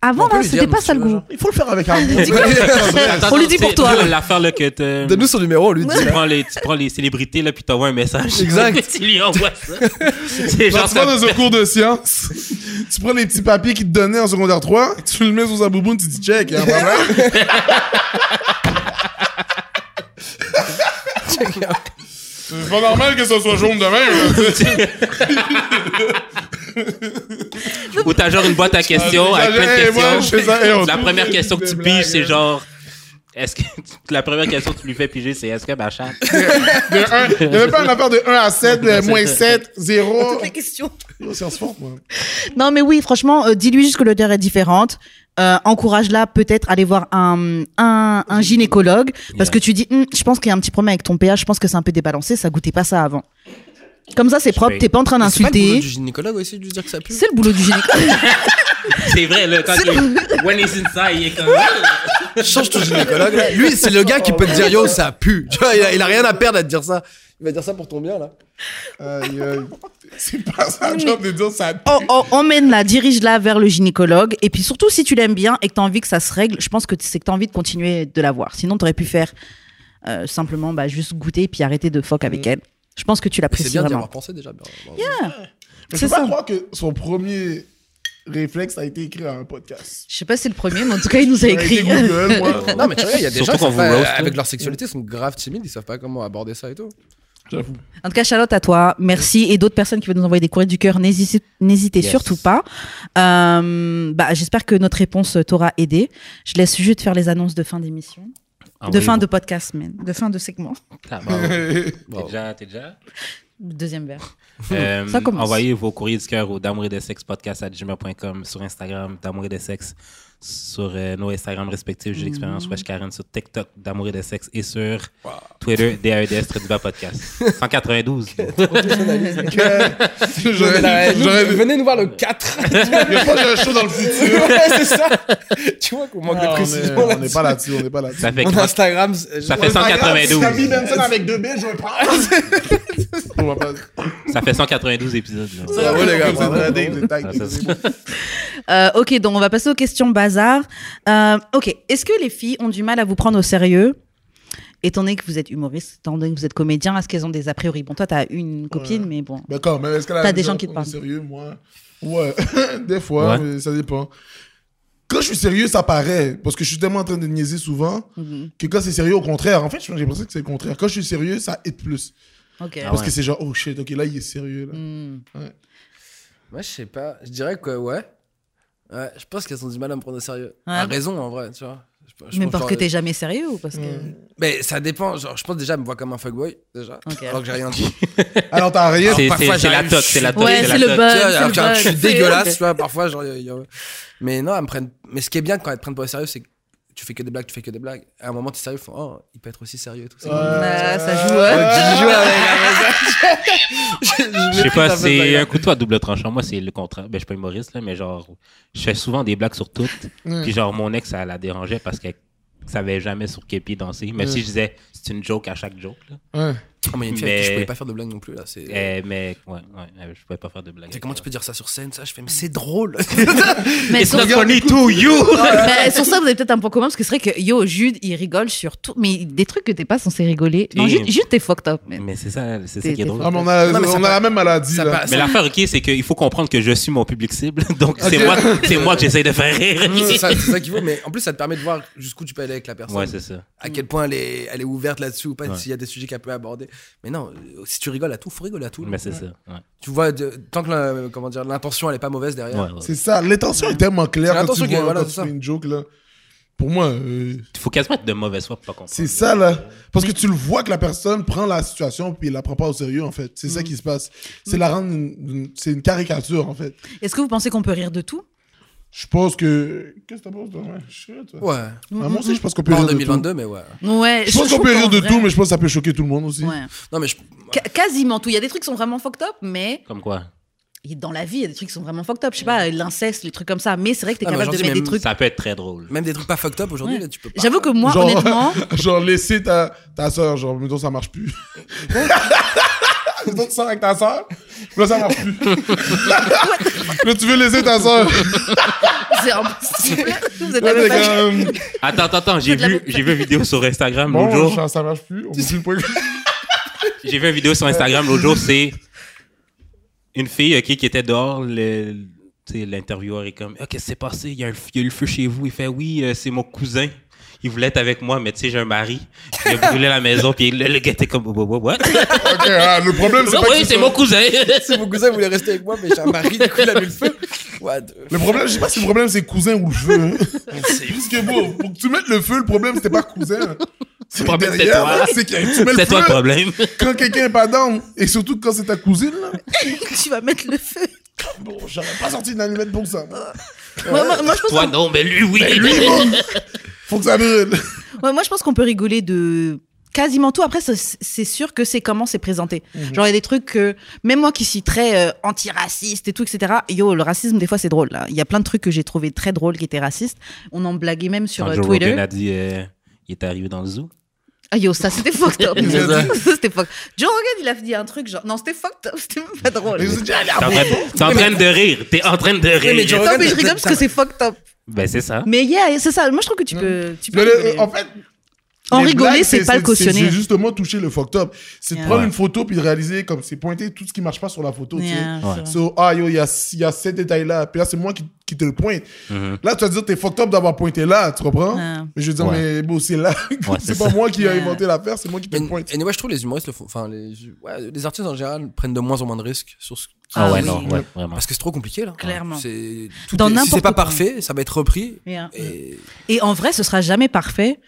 S1: On
S2: avant,
S1: peut
S2: là,
S1: lui dire,
S2: c'était pas
S1: monsieur
S2: ça le goût.
S1: Lagarde.
S3: Il faut le faire avec amour.
S2: On lui dit pour
S4: c'est-
S2: toi.
S4: le- L'affaire là que t'es-
S1: Donne-nous son numéro, on lui dit.
S4: tu
S1: là.
S4: prends les, tu prends les célébrités là puis t'envoies un message.
S1: Exact.
S4: tu lui envoies ça. C'est
S3: Genre, Bah,
S4: genre
S3: tu vas
S4: ça.
S3: dans un cours de sciences, tu prends les petits papiers qu'ils te donnaient en secondaire 3, tu le mets sous un bouboune, tu dis check, y'a un problème. C'est pas normal que ça soit jaune demain.
S4: Ou t'as genre une boîte à questions avec plein
S3: Hey, moi,
S4: de
S3: je fais ça, hey, on
S4: questions. La
S3: trouve
S4: première question que
S3: des
S4: tu
S3: blagues,
S4: piges, c'est
S3: hein.
S4: genre. Est-ce que la première question que tu lui fais piger, c'est est-ce que ma chatte
S3: De un, il y avait pas une affaire de 1 à 7, de moins 7, 0.
S2: Toutes les questions.
S3: Science forte, moi.
S2: Non, mais oui, franchement, euh, dis-lui juste que l'odeur est différente. Euh, Encourage-la peut-être à aller voir un, un, un gynécologue parce
S4: Yeah.
S2: que tu dis, Hum, je pense qu'il y a un petit problème avec ton pH, je pense que c'est un peu débalancé, ça goûtait pas ça avant. Comme ça, c'est propre,
S4: vais-
S2: t'es pas en train
S1: Mais C'est pas le boulot
S2: d'insulter.
S1: du gynécologue aussi de lui dire que ça pue.
S2: C'est le boulot du gynécologue.
S4: C'est vrai, là, quand il. When he's inside, il est comme.
S1: Change ton gynécologue. là. Lui, c'est le gars qui peut te dire yo, ça pue. Tu vois, il a, il a rien à perdre à te dire ça. Il va dire ça pour ton bien là.
S3: Aïe, aïe. C'est pas ça le job de dire ça.
S2: On- on- Emmène-la, dirige-la vers le gynécologue. Et puis surtout, si tu l'aimes bien et que t'as envie que ça se règle, je pense que c'est que t'as envie de continuer de la voir. Sinon, t'aurais pu faire euh, simplement bah, juste goûter et puis arrêter de fuck avec elle. Je pense que
S1: Mm.
S2: tu
S1: C'est
S2: l'apprécies
S1: bien d'y
S2: vraiment.
S1: avoir pensé déjà. bien- bien-
S3: Je
S2: C'est
S3: peux pas
S2: ça.
S3: croire que son premier réflexe a été écrit à un podcast.
S2: Je sais pas si c'est le premier, mais en tout cas, il nous a
S3: Ça a été
S2: écrit.
S3: Google, moi.
S1: Non, mais tu vois, il y a des
S4: Surtout
S1: gens qui
S4: quand
S1: savent
S4: vous
S1: pas-
S4: roast,
S1: avec
S4: là.
S1: leur sexualité sont grave timides, ils savent pas comment aborder ça et tout.
S3: J'avoue.
S2: En tout cas, Charlotte, à toi. Merci. Et d'autres personnes qui veulent nous envoyer des courriers du cœur, n'hésitez n'hésitez
S4: Yes.
S2: surtout pas. Euh, bah, J'espère que notre réponse t'aura aidé. Je laisse juste faire les annonces de fin d'émission.
S4: Ah
S2: de fin de podcast, mais de fin de segment.
S4: de. T'es
S1: Bravo.
S4: déjà, t'es déjà.
S2: Deuxième verre.
S4: Euh,
S2: Ça commence.
S4: Envoyez vos courriers du cœur au d'amour et de sexe podcast à gmail.com sur Instagram, d'amour et de sexe, sur euh, nos Instagram respectifs, j'ai
S2: Mm.
S4: l'expérience Wesh Karen, sur TikTok d'Amour et de sexe et sur Twitter E DAEDS Tréduba Podcast. 192.
S3: Que-
S1: J'aurais-
S3: J'aurais.
S1: j'aurais-
S3: J'aurais.
S1: Venez nous voir le 4.
S3: Je pense que j'ai un show dans le futur.
S1: Ouais, c'est ça. Tu vois qu'on manque
S3: Ah,
S1: de
S3: on est-
S1: précision
S3: On n'est
S1: là-dessus.
S3: pas là-dessus, on n'est pas là-dessus.
S4: Ça fait,
S1: Mon Instagram, c'est-
S4: ça fait
S3: Ah, grave, Si
S4: 192.
S3: t'as mis Benson avec deux billes, je vais prendre. On va pas-
S4: Ça fait 192 épisodes. là.
S1: Bravo, les gars,
S3: Vous êtes
S1: bravo.
S3: blindés, vous êtes tags,
S4: Ah,
S3: c'est
S4: ça, c'est-
S3: bon.
S2: Euh, ok, donc on va passer aux questions bazar. Euh, ok, est-ce que les filles ont du mal à vous prendre au sérieux Étant donné que vous êtes humoriste, étant donné que vous êtes comédien, est-ce qu'elles ont des a priori Bon, toi, t'as une copine,
S3: Ouais.
S2: mais bon.
S3: Ben quand même, est-ce qu'elle a
S2: T'as
S3: la
S2: des
S3: vision
S2: gens qui te
S3: qu'on est
S2: parlent.
S3: Sérieux, moi. Ouais, des fois,
S4: Ouais.
S3: mais ça dépend. Quand je suis sérieux, ça paraît. Parce que je suis tellement en train de niaiser souvent
S2: Mhm.
S3: que quand c'est sérieux, au contraire. En fait, j'ai l'impression que c'est le contraire. Quand je suis sérieux, ça aide plus.
S2: Ok.
S4: Ah
S3: Parce
S4: ouais.
S3: que c'est genre, oh shit, ok, là, il est sérieux. Là.
S2: Hmm.
S1: Moi, je sais pas. Je dirais que ouais. Ouais, je pense qu'elles ont du mal à me prendre au sérieux.
S2: Ouais.
S1: À raison, en vrai, tu vois. Je- je
S2: Mais
S1: pense
S2: parce
S1: pas-
S2: que t'es jamais sérieux ou parce que.
S1: Mais ça dépend. Genre, je pense déjà, elle me voit comme un fuckboy, déjà.
S2: Ok.
S1: Alors que j'ai rien dit.
S3: Alors, Ah t'as rien.
S4: C'est-
S1: Parfois,
S4: c'est- c'est la
S1: j'arrive,
S4: toque,
S1: je
S4: c'est la
S1: suis-
S4: toque.
S2: Ouais,
S4: c'est
S2: c'est
S4: la
S2: le
S4: toque.
S2: bug.
S1: Tu vois,
S2: c'est
S1: alors
S2: le
S1: que je suis
S2: bug, c'est-
S1: dégueulasse, tu vois, parfois, genre, il y a- il y a- Mais non, elles me prennent... Mais ce qui est bien quand elles te prennent pas au sérieux, c'est que tu fais que des blagues, tu fais que des blagues. À un moment, t'es sérieux, ils font, oh, il peut être aussi sérieux et tout. C'est cool.
S2: Ah, ça joue,
S1: Donc,
S2: ouais.
S1: j'y Bah, joue hein. avec, après ça, hein, je-
S4: Je sais
S1: maîtrise
S4: pas,
S1: un peu ça,
S4: c'est
S1: gars.
S4: un couteau à double tranchant. Moi, c'est le contraire. Ben, je suis pas humoriste, là, mais genre, je fais souvent des blagues sur toutes.
S2: Mm.
S4: Puis genre, mon ex, ça la dérangeait parce qu'elle savait jamais sur quel pied danser.
S2: Mm.
S4: Même si je disais, c'est une joke à chaque joke. là.
S3: Ouais.
S1: Oh, mais il y a une fille avec qui je
S4: Mais-
S1: pouvais pas faire de blague non plus, là. C'est...
S4: Eh, mais, ouais, ouais, euh, je pouvais pas faire de blagues.
S1: T'sais, Comment tu peux dire ça sur scène, ça Je fais, mais c'est drôle.
S2: Mais sur...
S4: funny to you!
S2: mais sur ça, vous avez peut-être un point commun parce que c'est vrai que yo, Jude, il rigole sur tout. Mais des trucs que t'es pas censé rigoler. Non,
S4: Et-
S2: Jude, Jude t'es fucked up. Mais...
S4: Mais c'est ça, c'est ça
S2: T'es-
S4: qui est
S2: t'es
S4: drôle.
S3: Ah, mais on a,
S1: Non, mais ça
S3: on a
S1: pa-
S3: la même maladie.
S1: ça
S3: là.
S1: passe.
S4: Mais l'affaire, ok, c'est qu'il faut comprendre que je suis mon public cible, donc
S3: Ok.
S4: c'est moi, c'est moi que j'essaye de faire rire.
S1: c'est, ça, c'est ça qu'il faut, mais en plus, ça te permet de voir jusqu'où tu peux aller avec la personne.
S4: Ouais, c'est ça.
S1: à quel point elle est, elle est ouverte là-dessus ou pas,
S4: Mm. Ouais.
S1: s'il y a des sujets qu'elle peut aborder. Mais non, euh, si tu rigoles à tout, faut rigoler à tout.
S4: Mais c'est ça. Ouais.
S1: Tu vois, de- tant que la- comment dire, l'intention elle est pas mauvaise derrière.
S4: Ouais, ouais.
S3: C'est ça, l'intention est tellement claire
S1: C'est
S3: quand tu
S1: l'intention qui-
S3: vois
S1: voilà,
S3: quand tu
S1: c'est ça.
S3: fais une joke là. Pour moi, euh,
S4: Faut quasiment être de mauvaise foi pour pas comprendre.
S3: c'est ça là. Parce que tu le vois que la personne prend la situation puis elle la prend pas au sérieux en fait. C'est ça qui se passe. C'est la rendre, une- une- c'est une caricature en fait.
S2: Est-ce que vous pensez qu'on peut rire de tout
S3: Je pense que. Qu'est-ce que t'en penses toi ouais, je sais, toi.
S1: Ouais. mm.
S3: Ah,
S2: Mm,
S3: moi aussi, je pense qu'on peut
S1: Pas en
S3: rire de tout.
S1: 2022, mais ouais.
S2: Ouais.
S3: Je pense qu'on peut rire de
S2: qu'en
S3: tout,
S2: vrai-
S3: mais je pense que ça peut choquer tout le monde aussi.
S2: Ouais.
S1: Non, mais je.
S2: Qu- quasiment tout. Il y a des trucs qui sont vraiment fucked up, mais
S4: Comme quoi?
S2: Et dans la vie, il y a des trucs qui sont vraiment fucked up. Je sais pas, l'inceste, les trucs comme ça. Mais c'est vrai que t'es
S1: Ah, mais
S2: capable de
S1: aujourd'hui,
S2: mettre des
S1: même
S2: trucs.
S4: Ça peut être très drôle.
S1: Même des trucs pas fucked up aujourd'hui,
S2: Ouais.
S1: là, tu peux pas.
S2: J'avoue que moi,
S3: Genre-
S2: honnêtement,
S3: Genre, laisser ta, ta soeur, genre, mettons, ça marche plus. mettons, tu sors avec ta soeur, là, ça marche plus. là, tu veux laisser ta soeur.
S2: c'est impossible. Vous êtes la
S3: Là,
S2: même
S3: t'es
S2: famille.
S3: comme.
S4: Attends, attends, attends, j'ai
S2: de la
S4: vu,
S2: bonne
S4: j'ai vu une vidéo sur Instagram
S3: Bon,
S4: l'autre jour.
S3: ça, ça marche plus. On me dit le point.
S4: J'ai vu une vidéo sur Instagram l'autre jour, c'est une fille ok, qui était dehors, le- tu sais, l'intervieweur est comme Ah, Qu'est-ce qui s'est passé il y, a un- il y a eu le feu chez vous. Il fait Oui, euh, c'est mon cousin. Il voulait être avec moi, mais tu sais, j'ai un mari. Il a brûlé la maison, puis le, le gars était comme What, what, what?
S3: Ok, ah, le problème, c'est pas que
S4: Oui,
S3: ce
S4: c'est
S3: soit-
S4: mon cousin.
S1: Si mon cousin voulait rester avec moi, mais j'ai un mari, du coup il a mis le feu. What the
S3: Le problème, je sais pas si le problème, c'est cousin ou le feu. hein. C'est juste que, bon, pour que tu mettes le feu, le problème, c'était pas cousin. C'est
S4: problème, c'est
S3: derrière,
S4: toi.
S3: là, C'est que tu mets le
S4: C'est toi le
S3: feu
S4: problème.
S3: quand quelqu'un est pas down. Et surtout quand c'est ta cousine, là.
S2: tu vas mettre le feu.
S3: Bon, j'aurais pas sorti une allumette pour ça. moi.
S2: Moi, moi- moi, je pense
S4: toi, non, mais lui, oui.
S3: Faut que ça brûle.
S2: Ouais, moi, je pense qu'on peut rigoler de quasiment tout. Après, ça, c'est c'est sûr que c'est comment c'est présenté.
S3: Mhm.
S2: Genre, il y a des trucs que, même moi qui suis très euh, antiraciste et tout, etc. Yo, le racisme, des fois, c'est drôle. là. Il y a plein de trucs que j'ai trouvé très drôles qui étaient racistes. On en blaguait même sur
S4: Quand
S2: euh,
S4: Joe
S2: Twitter.
S4: Rogan a dit euh, Il est arrivé dans le zoo.
S2: Ah yo, ça c'était fucked up.
S3: Il a dit-
S2: Ça, c'était fucked. Joe Rogan, il a dit un truc genre non, c'était fucked up, c'était même pas drôle.
S3: Mais c'est déjà allé
S4: T'es en,
S3: à-
S4: train- t'es en train de rire. T'es en train de
S1: Oui, mais Joe
S4: rire.
S1: Rogan-
S2: Non mais je
S1: t'as-
S2: rigole parce
S1: t'as-
S2: que c'est fucked up.
S4: Ben, c'est ça.
S2: Mais yeah, c'est ça. Moi je trouve que tu peux, tu peux
S3: Mais le-
S2: rigoler.
S3: en fait,
S2: en
S3: les
S2: rigoler,
S3: blagues,
S2: c'est pas le cautionner.
S3: C'est justement toucher le fucked up. C'est de
S2: Yeah.
S3: prendre
S4: Ouais.
S3: une photo puis de réaliser comme c'est pointer tout ce qui marche pas sur la photo. tu sais.
S2: Yeah, c'est
S4: Ouais.
S2: vrai.
S3: So, ah yo, il y a, il y a ces détails-là. Puis là, c'est moi qui, qui te le pointe.
S4: Mhm.
S3: Là, tu vas te dire, t'es fucked up d'avoir pointé là, tu comprends?
S2: Ouais.
S3: Mais je veux dire,
S4: Ouais.
S3: mais bon, c'est là. c'est
S4: c'est
S3: pas
S4: ça.
S3: moi qui ai
S2: Ouais.
S3: inventé l'affaire, c'est moi qui te le
S1: Et
S3: pointe.
S1: anyway, je trouve les humoristes le font. Enfin, les, ouais, les artistes en général prennent de moins en moins de risques sur ce.
S4: Ah,
S2: Ah
S4: ouais,
S2: oui.
S4: non, ouais, vraiment.
S1: Parce que c'est trop compliqué là.
S2: Clairement.
S1: C'est tout
S2: Dans
S1: est- si
S2: n'importe
S1: c'est pas
S2: quoi.
S1: parfait, ça va être repris.
S2: Yeah.
S1: Et
S2: Et en vrai, ce sera jamais parfait.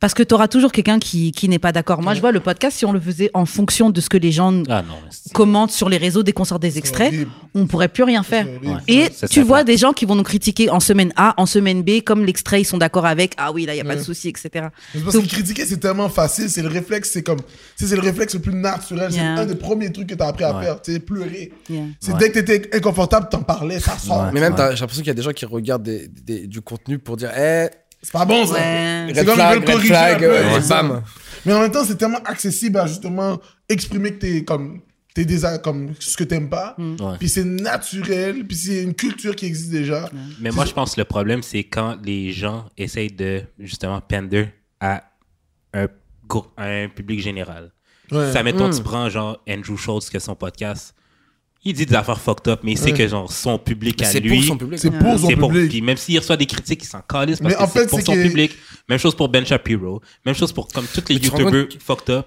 S2: Parce que tu auras toujours quelqu'un qui, qui n'est pas d'accord. Moi, je vois le podcast, si on le faisait en fonction de ce que les gens
S4: Ah non, mais c'est-
S2: commentent sur les réseaux dès qu'on sort des extraits,
S3: horrible.
S2: on pourrait plus rien faire.
S3: C'est horrible.
S4: Ouais.
S2: Et
S4: Ça, ça
S2: tu vois
S4: plate.
S2: des gens qui vont nous critiquer en semaine A, en semaine B, comme l'extrait, ils sont d'accord avec, ah oui, là, il n'y a pas de
S3: Ouais.
S2: souci, etc.
S3: Mais c'est Parce que critiquer, c'est tellement facile, c'est le réflexe, c'est comme. tu sais, c'est le réflexe le plus naturel,
S2: Yeah.
S3: c'est un des premiers trucs que t'as appris à
S4: Ouais.
S3: faire, tu sais, pleurer.
S2: Yeah.
S3: C'est
S4: Ouais.
S3: dès que t'étais inconfortable, t'en parlais, ça sort.
S4: Ouais.
S1: Mais même, t'as- j'ai l'impression qu'il y a des gens qui regardent des- des- du contenu pour dire, eh,
S3: C'est pas bon, ça.
S2: Ouais.
S1: red
S3: C'est comme ils
S1: flag,
S3: veulent
S1: red
S3: corriger un
S1: flag,
S3: peu.
S1: euh,
S3: Ouais.
S1: bam.
S3: Mais en même temps, c'est tellement accessible à justement exprimer que t'es comme. T'es désa- comme ce que t'aimes pas.
S1: Mm.
S4: Ouais.
S3: Puis c'est naturel, puis c'est une culture qui existe déjà.
S4: Mais moi, je pense que le problème, c'est quand les gens essayent de, justement, pender à un, grou- à un public général.
S3: Ouais. Hmm.
S4: Ça, mettons, tu prends, genre, Andrew Schultz, que son podcast, il dit des affaires fucked up, mais il sait que, genre, son public à
S1: C'est
S4: lui...
S1: pour son public. hein.
S3: C'est pour son
S4: c'est pour-
S3: public.
S4: Puis même s'il reçoit des critiques, il s'en calisse parce
S3: Mais
S4: que
S3: en
S4: c'est
S3: fait,
S4: pour
S3: c'est
S4: son
S3: que-
S4: public. Même chose pour Ben Shapiro. Même chose pour comme tous les
S1: Mais tu te rends
S4: YouTubers fucked up.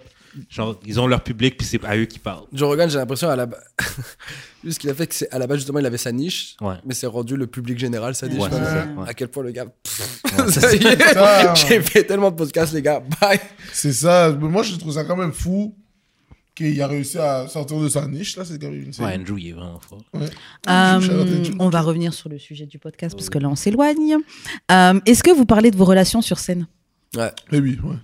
S4: Genre, ils ont leur public puis c'est à eux qui parlent.
S1: Joe Rogan, j'ai l'impression, à la ba- Lui, ce qu'il a fait, c'est à la base, justement, il avait sa niche,
S4: Ouais.
S1: mais c'est rendu le public général, sa niche.
S4: Ouais, c'est
S1: Voilà.
S4: ça, ouais.
S1: À quel point le gars. pff, ça y est,
S3: ça.
S1: J'ai fait tellement de podcasts, les gars. Bye.
S3: C'est ça. Mais moi, je trouve ça quand même fou qu'il a réussi à sortir de sa niche. Là, c'est quand même une
S4: Ouais,
S3: série.
S4: Andrew, il est vraiment fort.
S2: Euh,
S3: Shout out Andrew.
S2: on va revenir sur le sujet du podcast parce que là, on s'éloigne. Euh, Est-ce que vous parlez de vos relations sur scène
S1: Ouais.
S3: Mais oui, ouais.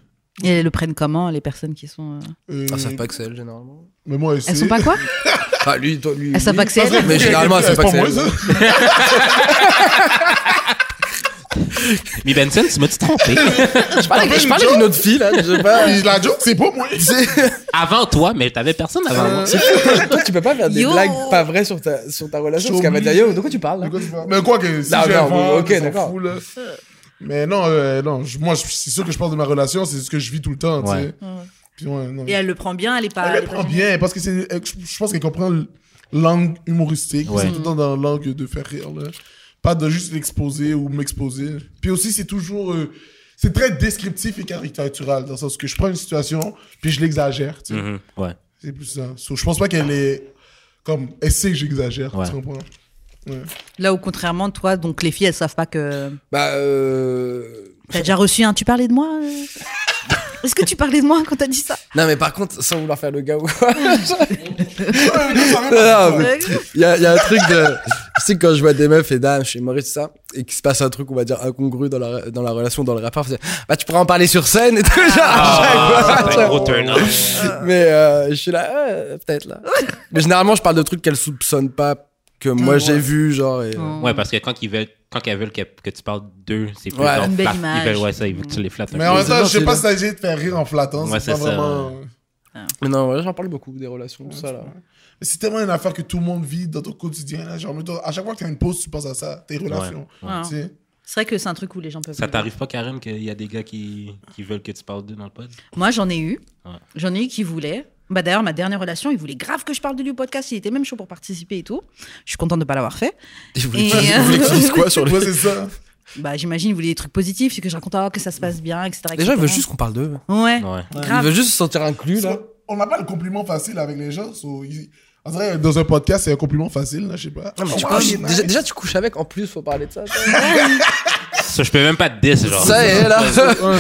S2: Et elles le prennent comment, les personnes qui sont. euh,
S3: Euh,
S1: Elles savent Ah, pas que c'est elle, généralement.
S3: Mais moi,
S2: Elles sont pas quoi
S1: Ah, lui, toi, lui.
S2: Elles savent
S1: lui.
S2: pas que c'est elle.
S1: Mais généralement, elles savent pas que c'est
S3: moi,
S1: elle.
S3: ça.
S4: Mais Benson, tu m'as-tu trompé?
S1: Je parlais, je parlais d'une autre fille, là. Je sais pas.
S3: Puis la joke, c'est pas moi.
S4: avant toi, mais t'avais personne avant moi.
S1: C'est fou. Toi, tu peux pas faire des
S2: Yo.
S1: blagues pas vraies sur ta, sur ta relation parce
S3: Show
S1: qu'elle va
S3: me.
S1: dire Yo, de quoi tu parles là
S3: De quoi tu parles? Mais quoi que si
S1: Hein? Non,
S3: j'ai
S1: non,
S3: un ventre,
S1: oui, ok,
S3: je m'en
S1: d'accord.
S3: fous, là. Mais non, euh, non je- moi, je- c'est sûr que je parle de ma relation, c'est ce que je vis tout le temps, tu
S4: Ouais.
S3: sais. Puis ouais, non.
S2: Et elle le prend bien, elle est pas.
S3: Elle le prend bien, parce que c'est, euh, je je pense qu'elle comprend l- langue humoristique,
S4: Ouais.
S3: c'est tout le temps dans la langue de faire rire, là. Pas de juste l'exposer ou m'exposer. Puis aussi, c'est toujours, euh, c'est très descriptif et caricatural, dans le sens que je prends une situation, puis je l'exagère, tu sais.
S4: Mhm, ouais.
S3: C'est plus ça. So, je pense pas qu'elle est, comme, elle sait que j'exagère,
S4: Ouais.
S3: tu comprends? Ouais.
S2: Là où, contrairement, toi, donc les filles, elles savent pas que.
S1: Bah, euh.
S2: T'as déjà reçu un. Tu parlais de moi euh Est-ce que tu parlais de moi quand t'as dit ça
S1: Non, mais par contre, sans vouloir faire le gars ou quoi.
S3: Non,
S1: Non, mais- Il y, a il y a un truc de. Tu sais, quand je vois des meufs et dames, je suis humoriste, tout ça, et qu'il se passe un truc, on va dire, incongru dans la, dans la relation, dans le rapport, c'est bah, tu pourras en parler sur scène et tout, genre, à
S4: Ah,
S1: chaque
S4: c'est un
S1: fois,
S4: gros turn hein. off.
S1: tu vois. Mais euh, je suis là, euh, peut-être là. Mais généralement, je parle de trucs qu'elles soupçonnent pas, que moi
S3: Ouais.
S1: j'ai vu, genre. et, euh,
S4: Ouais, parce que quand ils veulent, quand elles veulent que, que tu parles d'eux, c'est plus
S1: Ouais.
S4: genre
S2: Une belle
S4: flat-
S2: image.
S4: Ils veulent, ouais, ça, ils veulent que tu les flattes. un
S3: Mais
S4: peu.
S3: en même
S1: c'est
S3: temps, je
S1: gentil,
S3: sais pas
S1: là.
S3: si ça essaie de faire rire en flattant.
S4: Ouais,
S3: c'est pas
S4: c'est ça,
S3: vraiment.
S1: Mais euh, non, ouais, j'en parle beaucoup des relations, tout ça là.
S3: Mais C'est tellement une affaire que tout le monde vit dans ton quotidien. Là. Genre, mettons, à chaque fois que tu as une pause, tu penses à ça, tes relations.
S2: ouais.
S3: Tu sais.
S2: C'est vrai que c'est un truc où les gens peuvent.
S4: Ça t'arrive pas, Karen, qu'il y a des gars qui, qui veulent que tu parles d'eux dans le pod?
S2: Moi, j'en ai eu.
S4: Ouais.
S2: J'en ai eu qui voulaient. Bah, D'ailleurs, ma dernière relation, il voulait grave que je parle de lui au podcast. Il était même chaud pour participer et tout. Je suis contente de ne pas l'avoir fait.
S1: Vous
S2: Et,
S1: voulez qu'ils vous voulez qu'ils disent quoi sur le.
S3: euh, Ouais, c'est ça.
S2: Bah, J'imagine, il voulait des trucs positifs, c'est que je raconte ah, que ça se passe bien, etc.
S1: Les gens, ils
S2: etc.
S1: veulent juste qu'on parle d'eux.
S2: Ouais,
S4: Ouais.
S1: Ils
S2: grave.
S1: veulent juste se sentir inclus là.
S3: On n'a pas le compliment facile avec les gens. so, ils- On dirait, dans un podcast, c'est un compliment facile, là, je sais pas.
S1: Non, mais tu
S3: Oh,
S1: couches-
S3: il est
S1: déjà,
S3: nice.
S1: déjà, tu couches avec, en plus, faut parler de ça. ça.
S4: Ça, je peux même pas te dire, genre.
S1: Ça y est, là.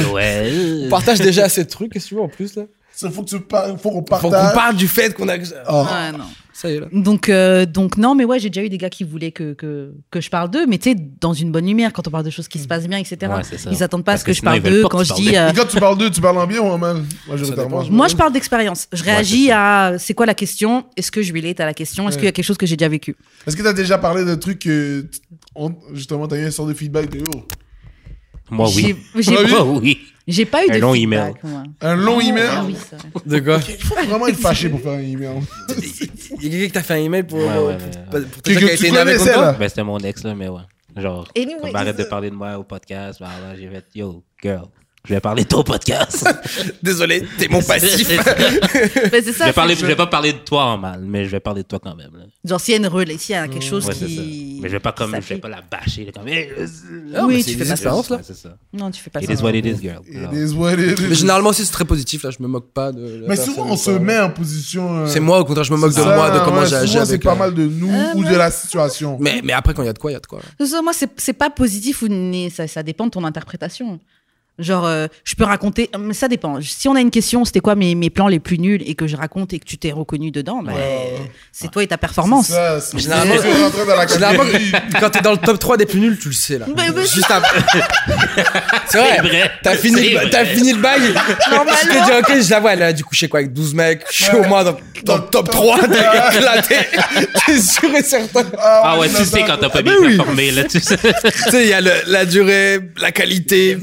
S4: Ouais.
S1: Partage déjà assez de trucs, qu'est-ce que tu veux en plus là
S3: So, faut que tu parles, faut qu'on
S1: Faut
S3: partage.
S1: qu'on parle du fait qu'on a.
S3: Oh.
S2: Ouais, non.
S1: Ça y est là.
S2: Donc, euh, donc non, mais ouais, j'ai déjà eu des gars qui voulaient que, que, que je parle d'eux, mais tu sais, dans une bonne lumière, quand on parle de choses qui se passent bien, etc.
S4: Mm. Ouais, c'est ça.
S2: ils attendent pas à
S4: Parce
S2: ce
S4: que
S2: que, je
S4: sinon,
S2: parle
S4: ils veulent
S2: d'eux
S4: pas que
S2: quand
S4: tu
S2: je
S4: parles
S2: dis.
S4: d'eux.
S2: euh,
S3: Et quand tu parles d'eux, tu parles en bien ou en mal Majoritairement.
S1: dépend.
S2: moi, je parle d'expérience. Je
S4: c'est
S2: réagis
S4: ça.
S2: à c'est quoi la question Est-ce que je relate à la question Est-ce
S3: Ouais.
S2: qu'il y a quelque chose que j'ai déjà vécu
S3: Est-ce que tu as déjà parlé de trucs que. tu- on- Justement, tu as eu un sort de feedback de oh,
S4: Moi, oui.
S2: J'ai- j'ai-
S3: Ah oui
S4: Moi, oui.
S2: J'ai pas eu
S4: Un
S2: de
S4: long
S2: feedback, moi.
S3: un long email.
S2: Ah oui, c'est vrai.
S1: De quoi
S3: Il faut vraiment être fâché pour faire un email.
S1: Il y a quelqu'un qui t'a fait un email pour. euh,
S4: Ouais, ouais,
S1: pour,
S4: ouais.
S1: pour te
S3: Que,
S1: dire
S3: que
S1: qu'elle
S3: tu
S1: était navée
S3: connaissais,
S1: contre toi
S3: là.
S4: Ben, c'était mon ex, là, mais ouais. Genre,
S2: Anyway,
S4: comme, arrête
S2: c'est-
S4: de parler de moi au podcast. Ben, là, j'ai fait, yo, girl, je vais parler de toi au podcast.
S1: Désolé, t'es mon passif.
S2: Mais c'est
S4: je,
S2: ça.
S4: vais parler,
S2: c'est-
S4: je vais pas parler de toi en mal, mais je vais parler de toi quand même. Là.
S2: Genre, s'il y a une relation, s'il y a quelque chose
S4: Mm. Ouais, c'est ça.
S2: qui.
S4: Mais je vais pas, comme,
S2: ça
S4: je vais
S2: fait-
S4: pas la bâcher. là, comme, hey,
S1: Ah,
S2: Oui,
S1: mais c'est
S2: tu
S1: des
S2: fais pas ça.
S1: expériences, là.
S4: Ouais, c'est ça.
S2: Non, tu fais pas
S4: It
S2: ça.
S4: is what it is, girl.
S3: It
S4: Genre.
S3: is what it is.
S1: Mais généralement aussi, c'est très positif. Là, je me moque pas de. la
S3: Mais
S1: personne,
S3: souvent, on se
S1: quoi.
S3: met en position. euh,
S1: C'est moi, au contraire, je me moque de
S3: ça,
S1: moi, de comment
S3: ouais,
S1: j'ai agi
S3: souvent, c'est
S1: avec.
S3: pas
S1: euh,
S3: mal de nous ou de la situation.
S1: Mais, hein. mais après, quand il y a de quoi, il y a de quoi. là.
S2: Ça, Moi, c'est c'est pas positif ou né- ça, ça dépend de ton interprétation. Genre, euh, je peux raconter, mais ça dépend. Si on a une question, c'était quoi mes, mes plans les plus nuls et que je raconte et que tu t'es reconnu dedans, bah,
S3: Ouais.
S2: c'est toi et ta performance.
S3: C'est ça, c'est-
S1: Généralement-
S3: c'est rentré dans la
S1: Généralement,
S3: catégorie.
S1: quand t'es dans le top 3 des plus nuls, tu le sais, là.
S2: Mais- mais-
S1: Juste un- C'est vrai.
S4: C'est vrai.
S1: T'as fini,
S4: C'est
S1: le-
S4: vrai.
S1: t'as fini le bail. Tu t'es dit, ok, je la vois, elle a dû coucher quoi avec 12 mecs. Je suis au moins dans, dans le top 3. T'as éclaté. T'es sûr et certain.
S4: Ah ouais, tu sais quand t'as pas bien performé, là, tu sais.
S1: Tu sais, il y a le- la durée, la qualité,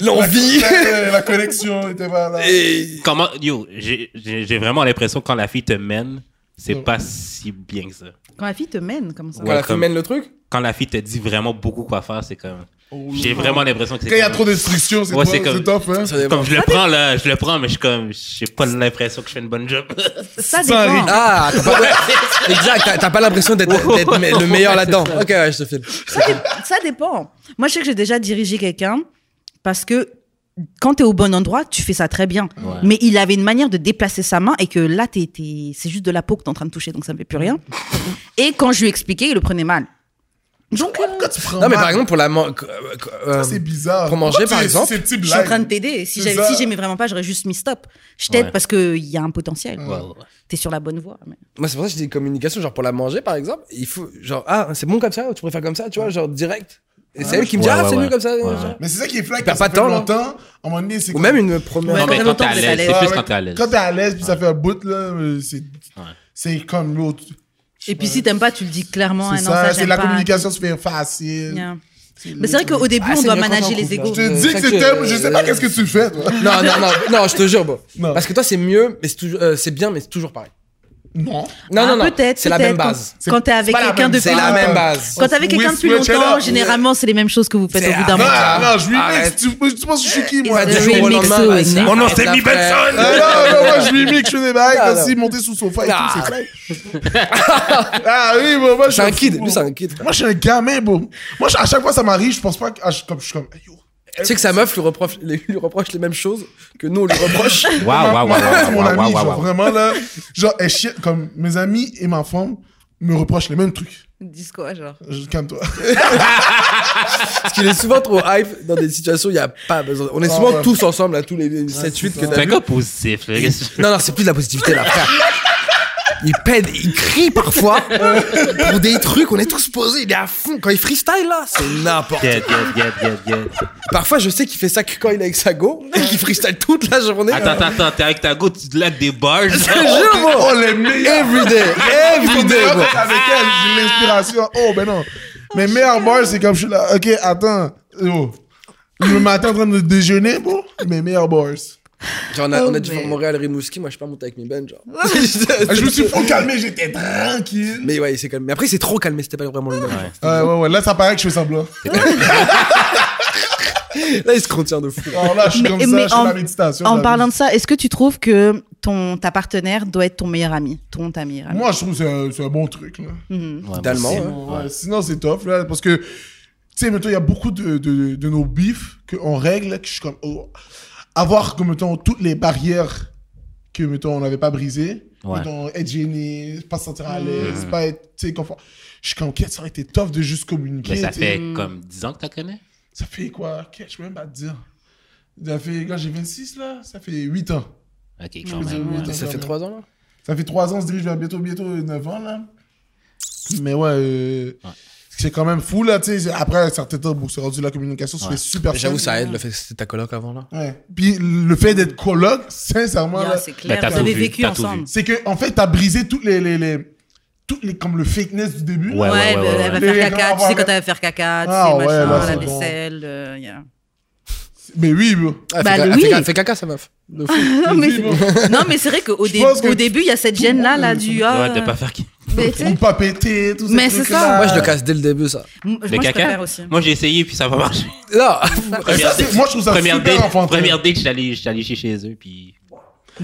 S1: l'envie.
S3: Ouais, La connexion était pas là.
S1: Et
S4: Comment, yo, j'ai- j'ai j'ai vraiment l'impression que quand la fille te mène, c'est pas si bien que ça.
S2: Quand la fille te mène comme ça.
S1: quand la fille
S4: comme-
S1: mène le truc,
S4: Quand la fille te dit vraiment beaucoup quoi faire, c'est comme.
S3: Oh,
S4: J'ai
S3: non.
S4: vraiment l'impression que c'est.
S3: Quand il y a
S4: comme-
S3: trop d'instructions, c'est
S4: Ouais,
S3: toi-
S4: c'est comme-
S3: c'est top, hein.
S1: ça dépend.
S4: Comme je le prends là, je le prends, mais je suis comme, j'ai pas l'impression que je fais une bonne job.
S2: Ça
S3: Ça
S2: dépend.
S3: arrive.
S1: Ah, t'as pas, exact, t'as- t'as pas l'impression d'être d'être me- le meilleur là-dedans. Ok, ouais, je te file.
S2: Ça,
S3: Ah.
S2: dé- ça dépend. Moi, je sais que j'ai déjà dirigé quelqu'un parce que quand tu es au bon endroit, tu fais ça très bien.
S4: Ouais.
S2: Mais il avait une manière de déplacer sa main et que là, t'es- t'es- c'est juste de la peau que tu en train de toucher, donc ça ne fait plus rien. Et quand je lui expliquais, il le prenait mal. Donc, euh,
S3: Pourquoi tu prends
S1: Non, mais
S3: mal?
S1: par exemple, pour la man- euh, euh,
S3: Ça, c'est bizarre.
S1: pour manger,
S3: Pourquoi
S1: par
S3: tu es
S1: exemple,
S3: susceptible,
S2: je suis en
S3: là?
S2: train de t'aider. Si
S3: C'est
S2: j'ai-
S3: ça.
S2: si j'aimais vraiment pas, j'aurais juste mis stop. Je t'aide
S4: Ouais.
S2: parce qu'il y a un potentiel.
S4: Ouais, ouais, ouais.
S2: T'es sur la bonne voie. mais-
S1: Moi, c'est pour ça que j'ai des communications, genre pour la manger, par exemple, il faut, genre, ah, c'est bon comme ça, ou tu préfères comme ça, tu vois, genre direct. Et c'est elle qui me dit,
S4: Ouais,
S1: ah,
S4: ouais,
S1: c'est
S4: ouais.
S1: mieux comme ça.
S4: Ouais.
S1: genre.
S3: Mais c'est ça qui est flag,
S1: perds
S3: parce
S1: pas
S3: que
S1: de
S3: ça fait
S1: temps, là.
S3: longtemps. À un moment donné, c'est
S1: Ou
S3: comme-
S1: même une première.
S2: Ouais,
S4: Non,
S2: Quand
S4: mais quand t'es
S2: longtemps
S4: à
S2: que
S4: l'aise,
S2: t'es
S4: c'est
S2: à
S4: plus
S3: ouais,
S4: quand t'es à l'aise.
S3: Quand t'es à l'aise, puis ça fait un bout, là, euh, c'est. C'est comme l'autre.
S2: Et puis, si t'aimes pas, tu le dis clairement. Ah
S3: C'est
S2: non, ça,
S3: ça, c'est
S2: j'aime
S3: la
S2: pas.
S3: communication se fait facile.
S2: Yeah. Mais c'est vrai qu'au début,
S1: Ah,
S2: on
S1: c'est
S2: doit
S1: mieux quand
S2: manager
S1: on coupe,
S2: les
S1: là.
S2: égaux.
S3: Je te dis que
S1: C'est vrai
S3: c'est
S1: que-
S3: thème, je sais pas qu'est-ce que tu fais, toi.
S1: Non, non, non, non, je te jure, bon.
S3: Non.
S1: Parce que toi, c'est mieux, mais c'est toujours, euh, c'est bien, mais c'est toujours pareil.
S3: Non.
S1: Non,
S2: Ah,
S1: non, non.
S2: Peut-être.
S1: C'est la
S2: peut-être
S1: même
S2: quand-
S1: base.
S2: Quand t'es avec
S3: pas la
S2: quelqu'un
S3: même-
S2: depuis
S1: C'est la
S3: Ah,
S1: même
S3: ouais.
S1: base.
S2: Quand t'es avec
S3: Oui,
S2: quelqu'un depuis
S3: switch it
S2: longtemps,
S3: up.
S2: généralement, c'est les mêmes choses que vous faites
S1: C'est
S2: au bout d'un
S1: la-
S2: moment.
S3: Ah, non, je lui
S1: Arrête.
S3: mixe. Tu, tu penses que je suis qui,
S1: Il va
S3: moi?
S1: du
S2: Ouais,
S1: jour au
S2: remix
S1: lendemain. bah,
S2: au
S1: vas-y,
S2: nez.
S1: on
S3: Oh
S4: Mon nom,
S1: arrête
S4: c'est
S1: la
S4: Mi
S1: fête.
S4: Benson.
S3: Ah, non, non, moi, je lui mixe, je fais des bails,
S1: Ah,
S3: comme
S1: non.
S3: s'il montait sous le sofa et
S1: Ah.
S3: tout, c'est flag. Ah oui, bon, moi, je
S1: C'est un
S3: fou,
S1: kid,
S3: bon.
S1: lui, c'est un kid.
S3: Moi, je suis un gamin, bon. Moi, je- à chaque fois, ça m'arrive, je pense pas que. ah, je- comme, je suis comme. Yo.
S1: Tu sais que sa meuf lui reproche, lui lui reproche les mêmes choses que nous, on lui reproche.
S4: Waouh, waouh, waouh,
S3: C'est
S4: waouh,
S3: mon
S4: waouh,
S3: ami,
S4: waouh,
S3: genre,
S4: waouh, waouh.
S3: vraiment, là. Genre, elle chie- Comme mes amis et ma femme me reprochent les mêmes trucs.
S2: Disco, genre.
S3: Je- Calme-toi.
S1: Parce qu'il est souvent trop hype dans des situations où il n'y a pas besoin. On est
S3: Ah,
S1: souvent
S3: ouais.
S1: tous ensemble, à tous les 7-8
S3: c'est
S1: que
S3: ça.
S1: t'as
S4: Fais
S1: vu.
S4: quoi positif, là, qu'est-ce que tu-
S1: Non, non, c'est plus de la positivité, là, frère. Il pède, il crie parfois pour des trucs, on est tous posés, il est à fond. Quand il freestyle, là, c'est n'importe
S4: Get, get, get, get, get.
S1: Parfois, je sais qu'il fait ça que quand il est avec sa go, et qu'il freestyle toute la journée.
S4: Attends, attends, attends, t'es avec ta go, tu te laques des bars.
S1: Je te jure, bro.
S3: Oh, les meilleurs.
S1: Every day, every day,
S3: Quand
S1: bro.
S3: t'es avec elle, j'ai de l'inspiration. Oh, ben non. Mes meilleurs bars, c'est comme je suis là. Ok, attends. Yo. Le matin, en train de déjeuner, bon. Mes meilleurs bars.
S1: Genre, on a, on a dû
S2: Oh,
S1: faire
S2: mais- Ah.
S1: Montréal Rimouski, moi, je suis pas monté avec mes bennes, genre. Ah,
S3: Ah, Je me suis trop calmé, j'étais tranquille.
S1: Mais ouais, c'est calme. Mais après, c'est trop calmé, c'était pas vraiment le même.
S3: Ouais, ouais, ouais. Là, ça paraît que je fais semblant.
S1: Là, il se contient de fou.
S3: Alors là, je suis
S2: Mais-
S3: comme
S2: mais
S3: ça, je fais
S2: en-
S3: la méditation.
S2: En
S3: la
S2: parlant de ça, est-ce que tu trouves que ton, ta partenaire doit être ton meilleur ami Ton, ta meilleure amie
S3: Moi, je trouve que c'est un- c'est un, bon truc. Là.
S1: Tellement,
S4: ouais.
S1: hein.
S4: moi
S3: Ouais, Sinon, c'est tough. Là, parce que, tu sais, mettons, il y a beaucoup de, de, de nos beefs qu'on règle, que je suis comme. oh. avoir, comme, mettons, toutes les barrières que, mettons, on n'avait pas brisées.
S4: Ouais.
S3: Mettons, être gêné, pas se sentir à l'aise, pas être, tu sais, confort. Je suis comme, qu'est-ce que ça aurait été tough de juste communiquer.
S4: Mais ça
S3: tu sais.
S4: fait comme 10 ans que t'as connais?
S3: Ça fait quoi Qu'est-ce que Je peux même pas te dire. Ça fait, quand j'ai 26, là, ça fait 8 ans.
S4: Ok, quand même.
S3: oui,
S4: ouais.
S3: oui.
S1: Ça fait 3 ans, là.
S3: Ça fait 3 ans, je dirige vers bientôt, bientôt 9 ans, là. Mais ouais, euh, c'est quand même fou, là, tu sais. Après, un certain temps, bon, c'est rendu la communication, ça
S4: Ouais.
S3: fait super
S1: J'avoue,
S3: fun.
S1: ça aide le fait que c'était ta coloc avant, là.
S3: Ouais. Puis le fait d'être coloc, sincèrement,
S2: Yeah,
S3: là,
S2: C'est clair,
S4: Mais t'as
S2: vous
S4: tout
S2: avez
S4: vu,
S2: vécu
S4: t'as tout
S2: ensemble.
S3: c'est que, en fait, t'as brisé toutes les, les, les- toutes les, comme le fakeness du début. là.
S2: Ouais,
S4: Ouais, ouais, ouais,
S2: bah,
S4: ouais,
S2: elle va
S4: ouais.
S3: Les-
S2: faire caca, tu
S3: les-
S2: sais quand elle va faire caca, tu
S3: Ah,
S2: sais,
S3: ouais,
S2: machin,
S4: là,
S2: la
S4: c'est
S3: bon.
S2: vaisselle. euh, yeah.
S3: Mais oui, bro.
S1: Ah,
S2: Bah,
S1: fait,
S2: le
S1: ah, fait
S2: oui.
S1: ca- fait caca, sa meuf. De fou.
S2: Non, mais c'est-
S3: bon.
S2: non, mais c'est vrai qu'au
S3: Je
S2: dé-
S3: pense que
S2: au début, il y a cette
S3: tout le
S2: gêne-là,
S3: monde
S2: là,
S3: le-
S2: du.
S4: Ouais,
S2: ah,
S4: de pas faire qui.
S2: mais tu sais,
S3: Ou pas péter, tout
S2: Mais c'est ça.
S1: Moi, je le casse dès le début, ça.
S2: m- Moi,
S4: Le
S2: je préfère
S4: caca?
S2: aussi.
S4: Moi, j'ai essayé, puis ça va marcher.
S1: Non,
S4: Première
S3: c'est-
S4: date-
S3: moi, je trouve ça
S4: première
S3: super
S4: date-
S3: enfantin.
S4: Première date, j'étais allé j'étais allé chez- chez eux, puis...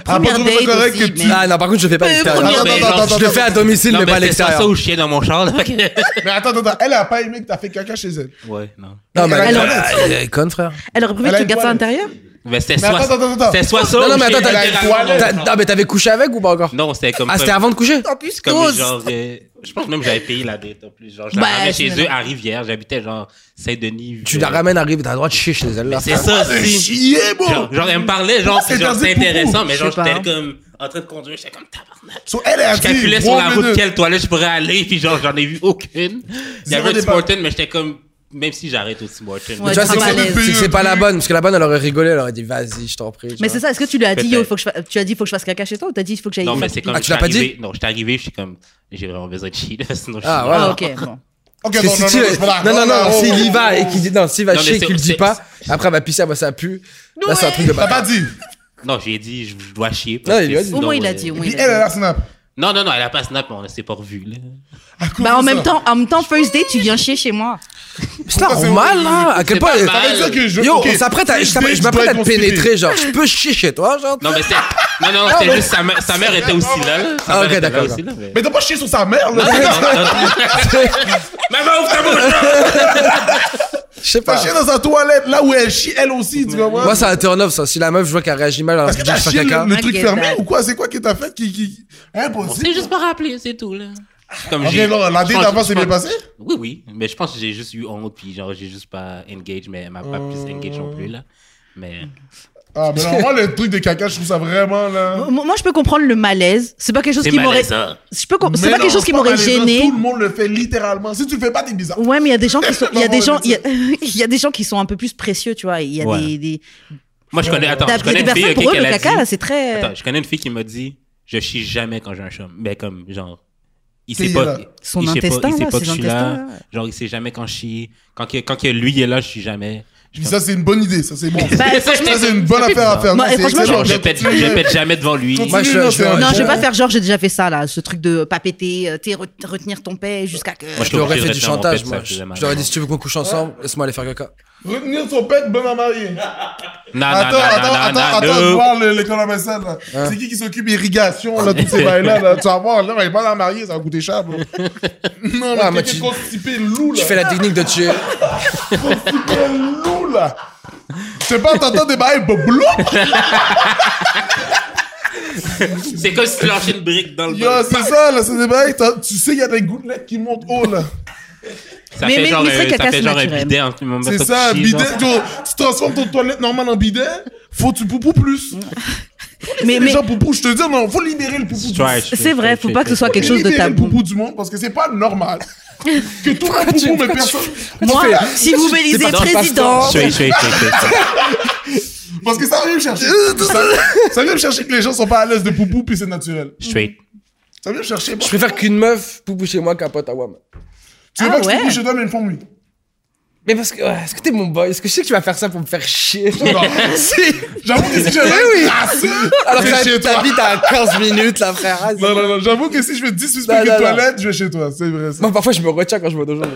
S2: Première
S3: Après, je trouve ça
S2: date
S3: correct
S2: aussi,
S3: que
S2: mais-
S3: tu-
S1: Ah non, par contre, je le fais pas à
S2: Euh,
S1: l'extérieur.
S2: première
S4: Non, mais
S3: date.
S4: genre,
S1: Je le fais à domicile,
S4: Non,
S1: mais
S4: mais
S1: pas à
S4: c'est pas ça
S1: l'extérieur.
S4: ou chien dans mon char, là.
S3: Mais attends, attends, attends, elle a pas aimé que t'as fait caca chez elle.
S4: Ouais, non.
S1: Non, mais
S2: Elle
S1: elle
S2: a-
S1: est conne, frère.
S2: Elle aurait préféré
S3: Elle
S2: que tu
S3: a une
S2: gardes ça à
S3: toile.
S2: l'intérieur
S4: Mais c'était
S3: Mais
S4: soit...
S3: attends, attends, attends.
S4: C'était soit ça
S1: Non, non,
S4: ou
S1: mais
S4: chez-
S1: attends, t'as-
S3: la
S1: t'as-
S3: toilette.
S1: t'as- non, mais t'avais couché avec ou pas encore
S4: Non, c'était comme...
S1: Ah, c'était avant de coucher
S4: comme genre... euh, Je pense même que j'avais payé la dette en plus. Genre, je
S2: Bah,
S4: la ramenais chez
S2: c'est
S4: eux à Rivière. J'habitais genre Saint-Denis.
S1: Tu
S4: euh,
S1: la ramènes, arrive, t'as le droit de chier chez elle. là.
S4: C'est ça, si.
S3: chier, bro!
S4: Genre, genre, elle me parlait, genre,
S3: c'est
S4: c'est genre,
S3: dans
S4: c'est
S3: des poupous.
S4: intéressant, mais
S2: Je
S4: genre,
S2: sais
S4: j'étais
S2: pas.
S4: comme en train de conduire, j'étais comme tabarnak.
S3: So, elle a
S4: Je calculais
S3: dit,
S4: sur la
S3: trois
S4: route
S3: minutes.
S4: quelle toilette je pourrais aller, puis genre, j'en ai vu aucune. Il y
S3: Zéro
S4: avait un Tim
S3: départ.
S4: Hortons, mais j'étais comme, même si j'arrête au Tim Hortons.
S1: Mais
S2: Ouais,
S1: tu vois,
S2: t'es
S1: c'est que
S2: pas à
S1: c'est-
S2: l'aise.
S1: c'est que c'est pas la bonne, parce que la bonne, elle aurait rigolé, elle aurait dit vas-y, je t'en prie. tu vois.
S2: Mais c'est ça, est-ce que tu lui as dit,
S4: Peut-être.
S2: yo, faut que je fa- tu as dit, faut que je fasse caca chez toi ou t'as dit, il faut que j'aille
S4: Non,
S2: faire
S4: mais c'est
S2: pipi
S4: comme.
S1: Ah, tu l'as pas
S4: j'étais arrivé- Non, j'étais arrivé, je suis comme, j'ai vraiment besoin de chier, là, sinon je suis
S1: Ah,
S4: mort.
S1: voilà.
S2: Ah, ok, bon.
S3: Ok,
S1: Parce que si tu- non, non, non, s'il y va et qu'il dit, non, s'il va
S4: Non, mais
S1: chier et
S4: c'est-
S1: qu'il le dit
S4: c'est-
S1: pas, après elle va pisser, elle va ça pue. Là, c'est un truc de
S3: T'as
S1: bâtard.
S3: pas dit.
S4: Non, j'ai dit, je je dois chier.
S1: Non, il lui a dit.
S2: Au moins, il a
S4: euh,
S2: dit, au moins,
S3: Puis
S2: il
S3: elle, elle
S2: a dit.
S3: a snap.
S4: Non, non, non, elle a pas snap, mais on ne s'est pas revu, là.
S3: À cause
S2: Bah, en
S3: de
S2: même
S3: ça.
S2: temps, en même temps, first date, tu viens chier chez moi.
S1: C'est normal, là. À quel
S4: C'est
S1: point.
S4: pas
S3: Ça
S4: mal.
S3: veut dire que je.
S1: Yo,
S3: ok,
S1: on s'apprête à,
S3: si
S1: je t'apprête- je
S3: date,
S1: m'apprête à
S3: dois
S1: te
S3: être considéré.
S1: pénétrer, genre, je peux chier chez toi, genre.
S4: Non, mais c'est. Non, non, c'était juste sa mère, sa mère était aussi là. Sa
S1: Ah,
S4: mère
S1: ok,
S4: était là
S1: d'accord,
S4: aussi, là. mais-
S3: Mais t'as pas chié sur sa mère, là.
S4: Maman, ouvre ta bouche!
S1: Je sais
S3: T'as
S1: pas.
S3: chié dans sa toilette, là où elle chie, elle aussi, tu comprends?
S1: Moi, c'est un turn off, ça. Si la meuf, je vois qu'elle réagit mal alors
S3: Parce
S1: que
S3: que
S1: je dis,
S3: t'as
S1: je fais
S3: chié
S1: caca.
S3: le, le
S2: I
S3: truc
S2: get
S3: fermé
S2: that.
S3: ou quoi? C'est quoi que t'as fait qui. qui... Impossible.
S4: C'est juste pas rappelé, c'est tout, là. Comme
S3: Ok, non, la
S4: je
S3: date
S4: pense-
S3: d'avant
S4: je
S3: s'est
S4: pense-
S3: bien passée?
S4: Oui, oui. Mais je pense que j'ai juste eu honte, puis genre, j'ai juste pas engage, mais elle m'a pas plus engage non plus, là. Mais.
S3: Ah, mais non, moi, le truc de caca, je trouve ça vraiment, là.
S2: Moi, moi, je peux comprendre le malaise. C'est pas quelque chose
S4: C'est
S2: qui m'aurait.
S4: malaisant.
S2: Je peux com- C'est
S3: Mais
S2: pas
S3: non,
S2: quelque chose qui
S3: c'est pas
S2: m'aurait
S3: malaisant,
S2: gêné.
S3: Tout le monde le fait littéralement. Si tu le fais pas, t'es bizarre.
S2: Ouais, mais il y a des gens qui sont, il y a des
S3: Maman,
S2: gens, il y, a-
S3: elle
S2: il y a des gens qui sont un peu plus précieux, tu vois. Il y a
S4: Ouais.
S2: des, des,
S4: Moi, je connais. Attends,
S2: t'as-
S4: je connais
S2: des
S4: une fille,
S2: personnes
S4: ok,
S2: pour eux,
S4: qu'elle
S2: le
S4: a
S2: caca,
S4: dit-
S2: là, c'est très.
S4: Attends, je connais une fille qui m'a dit Je chie jamais quand j'ai un chum. Mais comme, genre, il
S3: C'est
S4: sait pas.
S3: là.
S2: Son
S4: il sait pas-
S2: intestin,
S4: il sait
S2: là,
S4: pas que
S2: ses
S4: je suis
S2: intestins,
S4: là.
S2: là.
S4: Genre, il sait jamais quand je chie. Quand, que- quand que lui est là, je suis jamais.
S3: Puis ça, c'est une bonne idée. Ça, c'est bon.
S2: Bah, franchement,
S3: Ça, c'est une bonne affaire à faire.
S2: Moi,
S3: Non, c'est
S2: franchement,
S3: excellent.
S4: Genre, je
S3: Continue,
S4: pète, je pète jamais devant lui.
S3: continue,
S1: Moi, je-
S3: non,
S1: je-
S3: c'est un
S2: Non, je vais
S3: bon-
S2: pas faire genre, j'ai déjà fait ça, là, ce truc de pas péter, euh, t'es re- retenir ton paix jusqu'à que.
S4: Moi,
S1: Je leur aurais
S4: Obligé
S1: fait
S4: de
S1: du
S4: rester dans mon
S1: chantage,
S4: pet,
S1: moi.
S4: ça,
S1: Je
S4: c'est
S1: je leur ai dit, si tu veux qu'on couche ensemble, laisse-moi aller faire caca.
S3: Retenir son pet, bonne à marier.
S4: Non,
S3: Attends,
S4: non, Ah, non,
S3: attends,
S4: non,
S3: attends,
S4: non,
S3: attends,
S4: non,
S3: de
S4: non.
S3: voir le- l'école en médecine, là.
S1: Ah.
S3: C'est qui qui s'occupe irrigation, là, toutes ces bails-là, là. Tu vas voir, là, on est pas à marier, ça va coûter cher, bro. Non,
S1: Ah,
S3: là,
S1: mais
S3: quelqu'un
S1: tu-
S3: de constipé, loup, là.
S1: Tu fais la technique de tuer.
S3: Constipé, loup, là. Je sais pas, t'entends des bails, boblou.
S4: C'est comme si tu lâchais une brique dans le
S3: Yo,
S4: bol.
S3: c'est ça, là, c'est des bails, t'as- tu sais, il y a des gouttelettes qui montent haut, là.
S4: Ça
S2: Mais-
S4: fait
S2: mais-
S4: genre
S2: mais c'est
S4: un-
S2: caca,
S4: ça fait
S2: c'est
S4: genre un
S2: naturel.
S4: bidet en tout moment.
S3: C'est
S4: ça,
S3: ça,
S4: tu chies,
S3: bidet,
S4: genre.
S3: yo, tu transformes ton toilette normale en bidet, faut que tu poupou plus.
S2: Mais,
S3: Les
S2: mais
S3: gens poupou, je te dis, non, faut libérer le poupou. du-
S4: Trash,
S2: c'est vrai, faut pas que ce soit quelque chose de
S3: libérer le
S2: tabou.
S3: poupou du monde parce que c'est pas normal que tout le monde poupou, mais personne.
S2: Moi,
S1: Tu fais-
S2: si vous
S1: C'est
S2: bélisez
S1: pas-
S2: président,
S4: Je suis- je suis- je suis- je suis-
S3: Parce que ça vient me chercher.
S2: Euh,
S3: ça, ça vient me chercher que les gens sont pas à l'aise de poupou puis c'est naturel.
S4: Straight.
S3: Ça vient me chercher. moi.
S1: Je préfère qu'une meuf poupou chez moi qu'un pote à WAM.
S3: Tu veux
S2: Ah
S3: pas que je poupou
S2: ouais.
S3: chez toi, mais une femme, oui.
S1: Mais parce que, ouais, est-ce que t'es mon boy? Est-ce que je sais que tu vas faire ça pour me faire chier?
S3: Non.
S1: si!
S3: J'avoue que si j'avais
S1: Eh oui.
S3: assez,
S1: Alors
S3: je vais
S1: que
S3: chez
S1: t'as-
S3: toi.
S1: t'habites à 15 minutes, là, frère. Ah, c'est-
S3: Non, non, non, j'avoue que si je fais 10 suspects
S1: Non,
S3: de
S1: non, non.
S3: toilette, je vais chez toi. C'est vrai. ça.
S1: Moi, parfois, je me retiens quand je vois d'autres gens.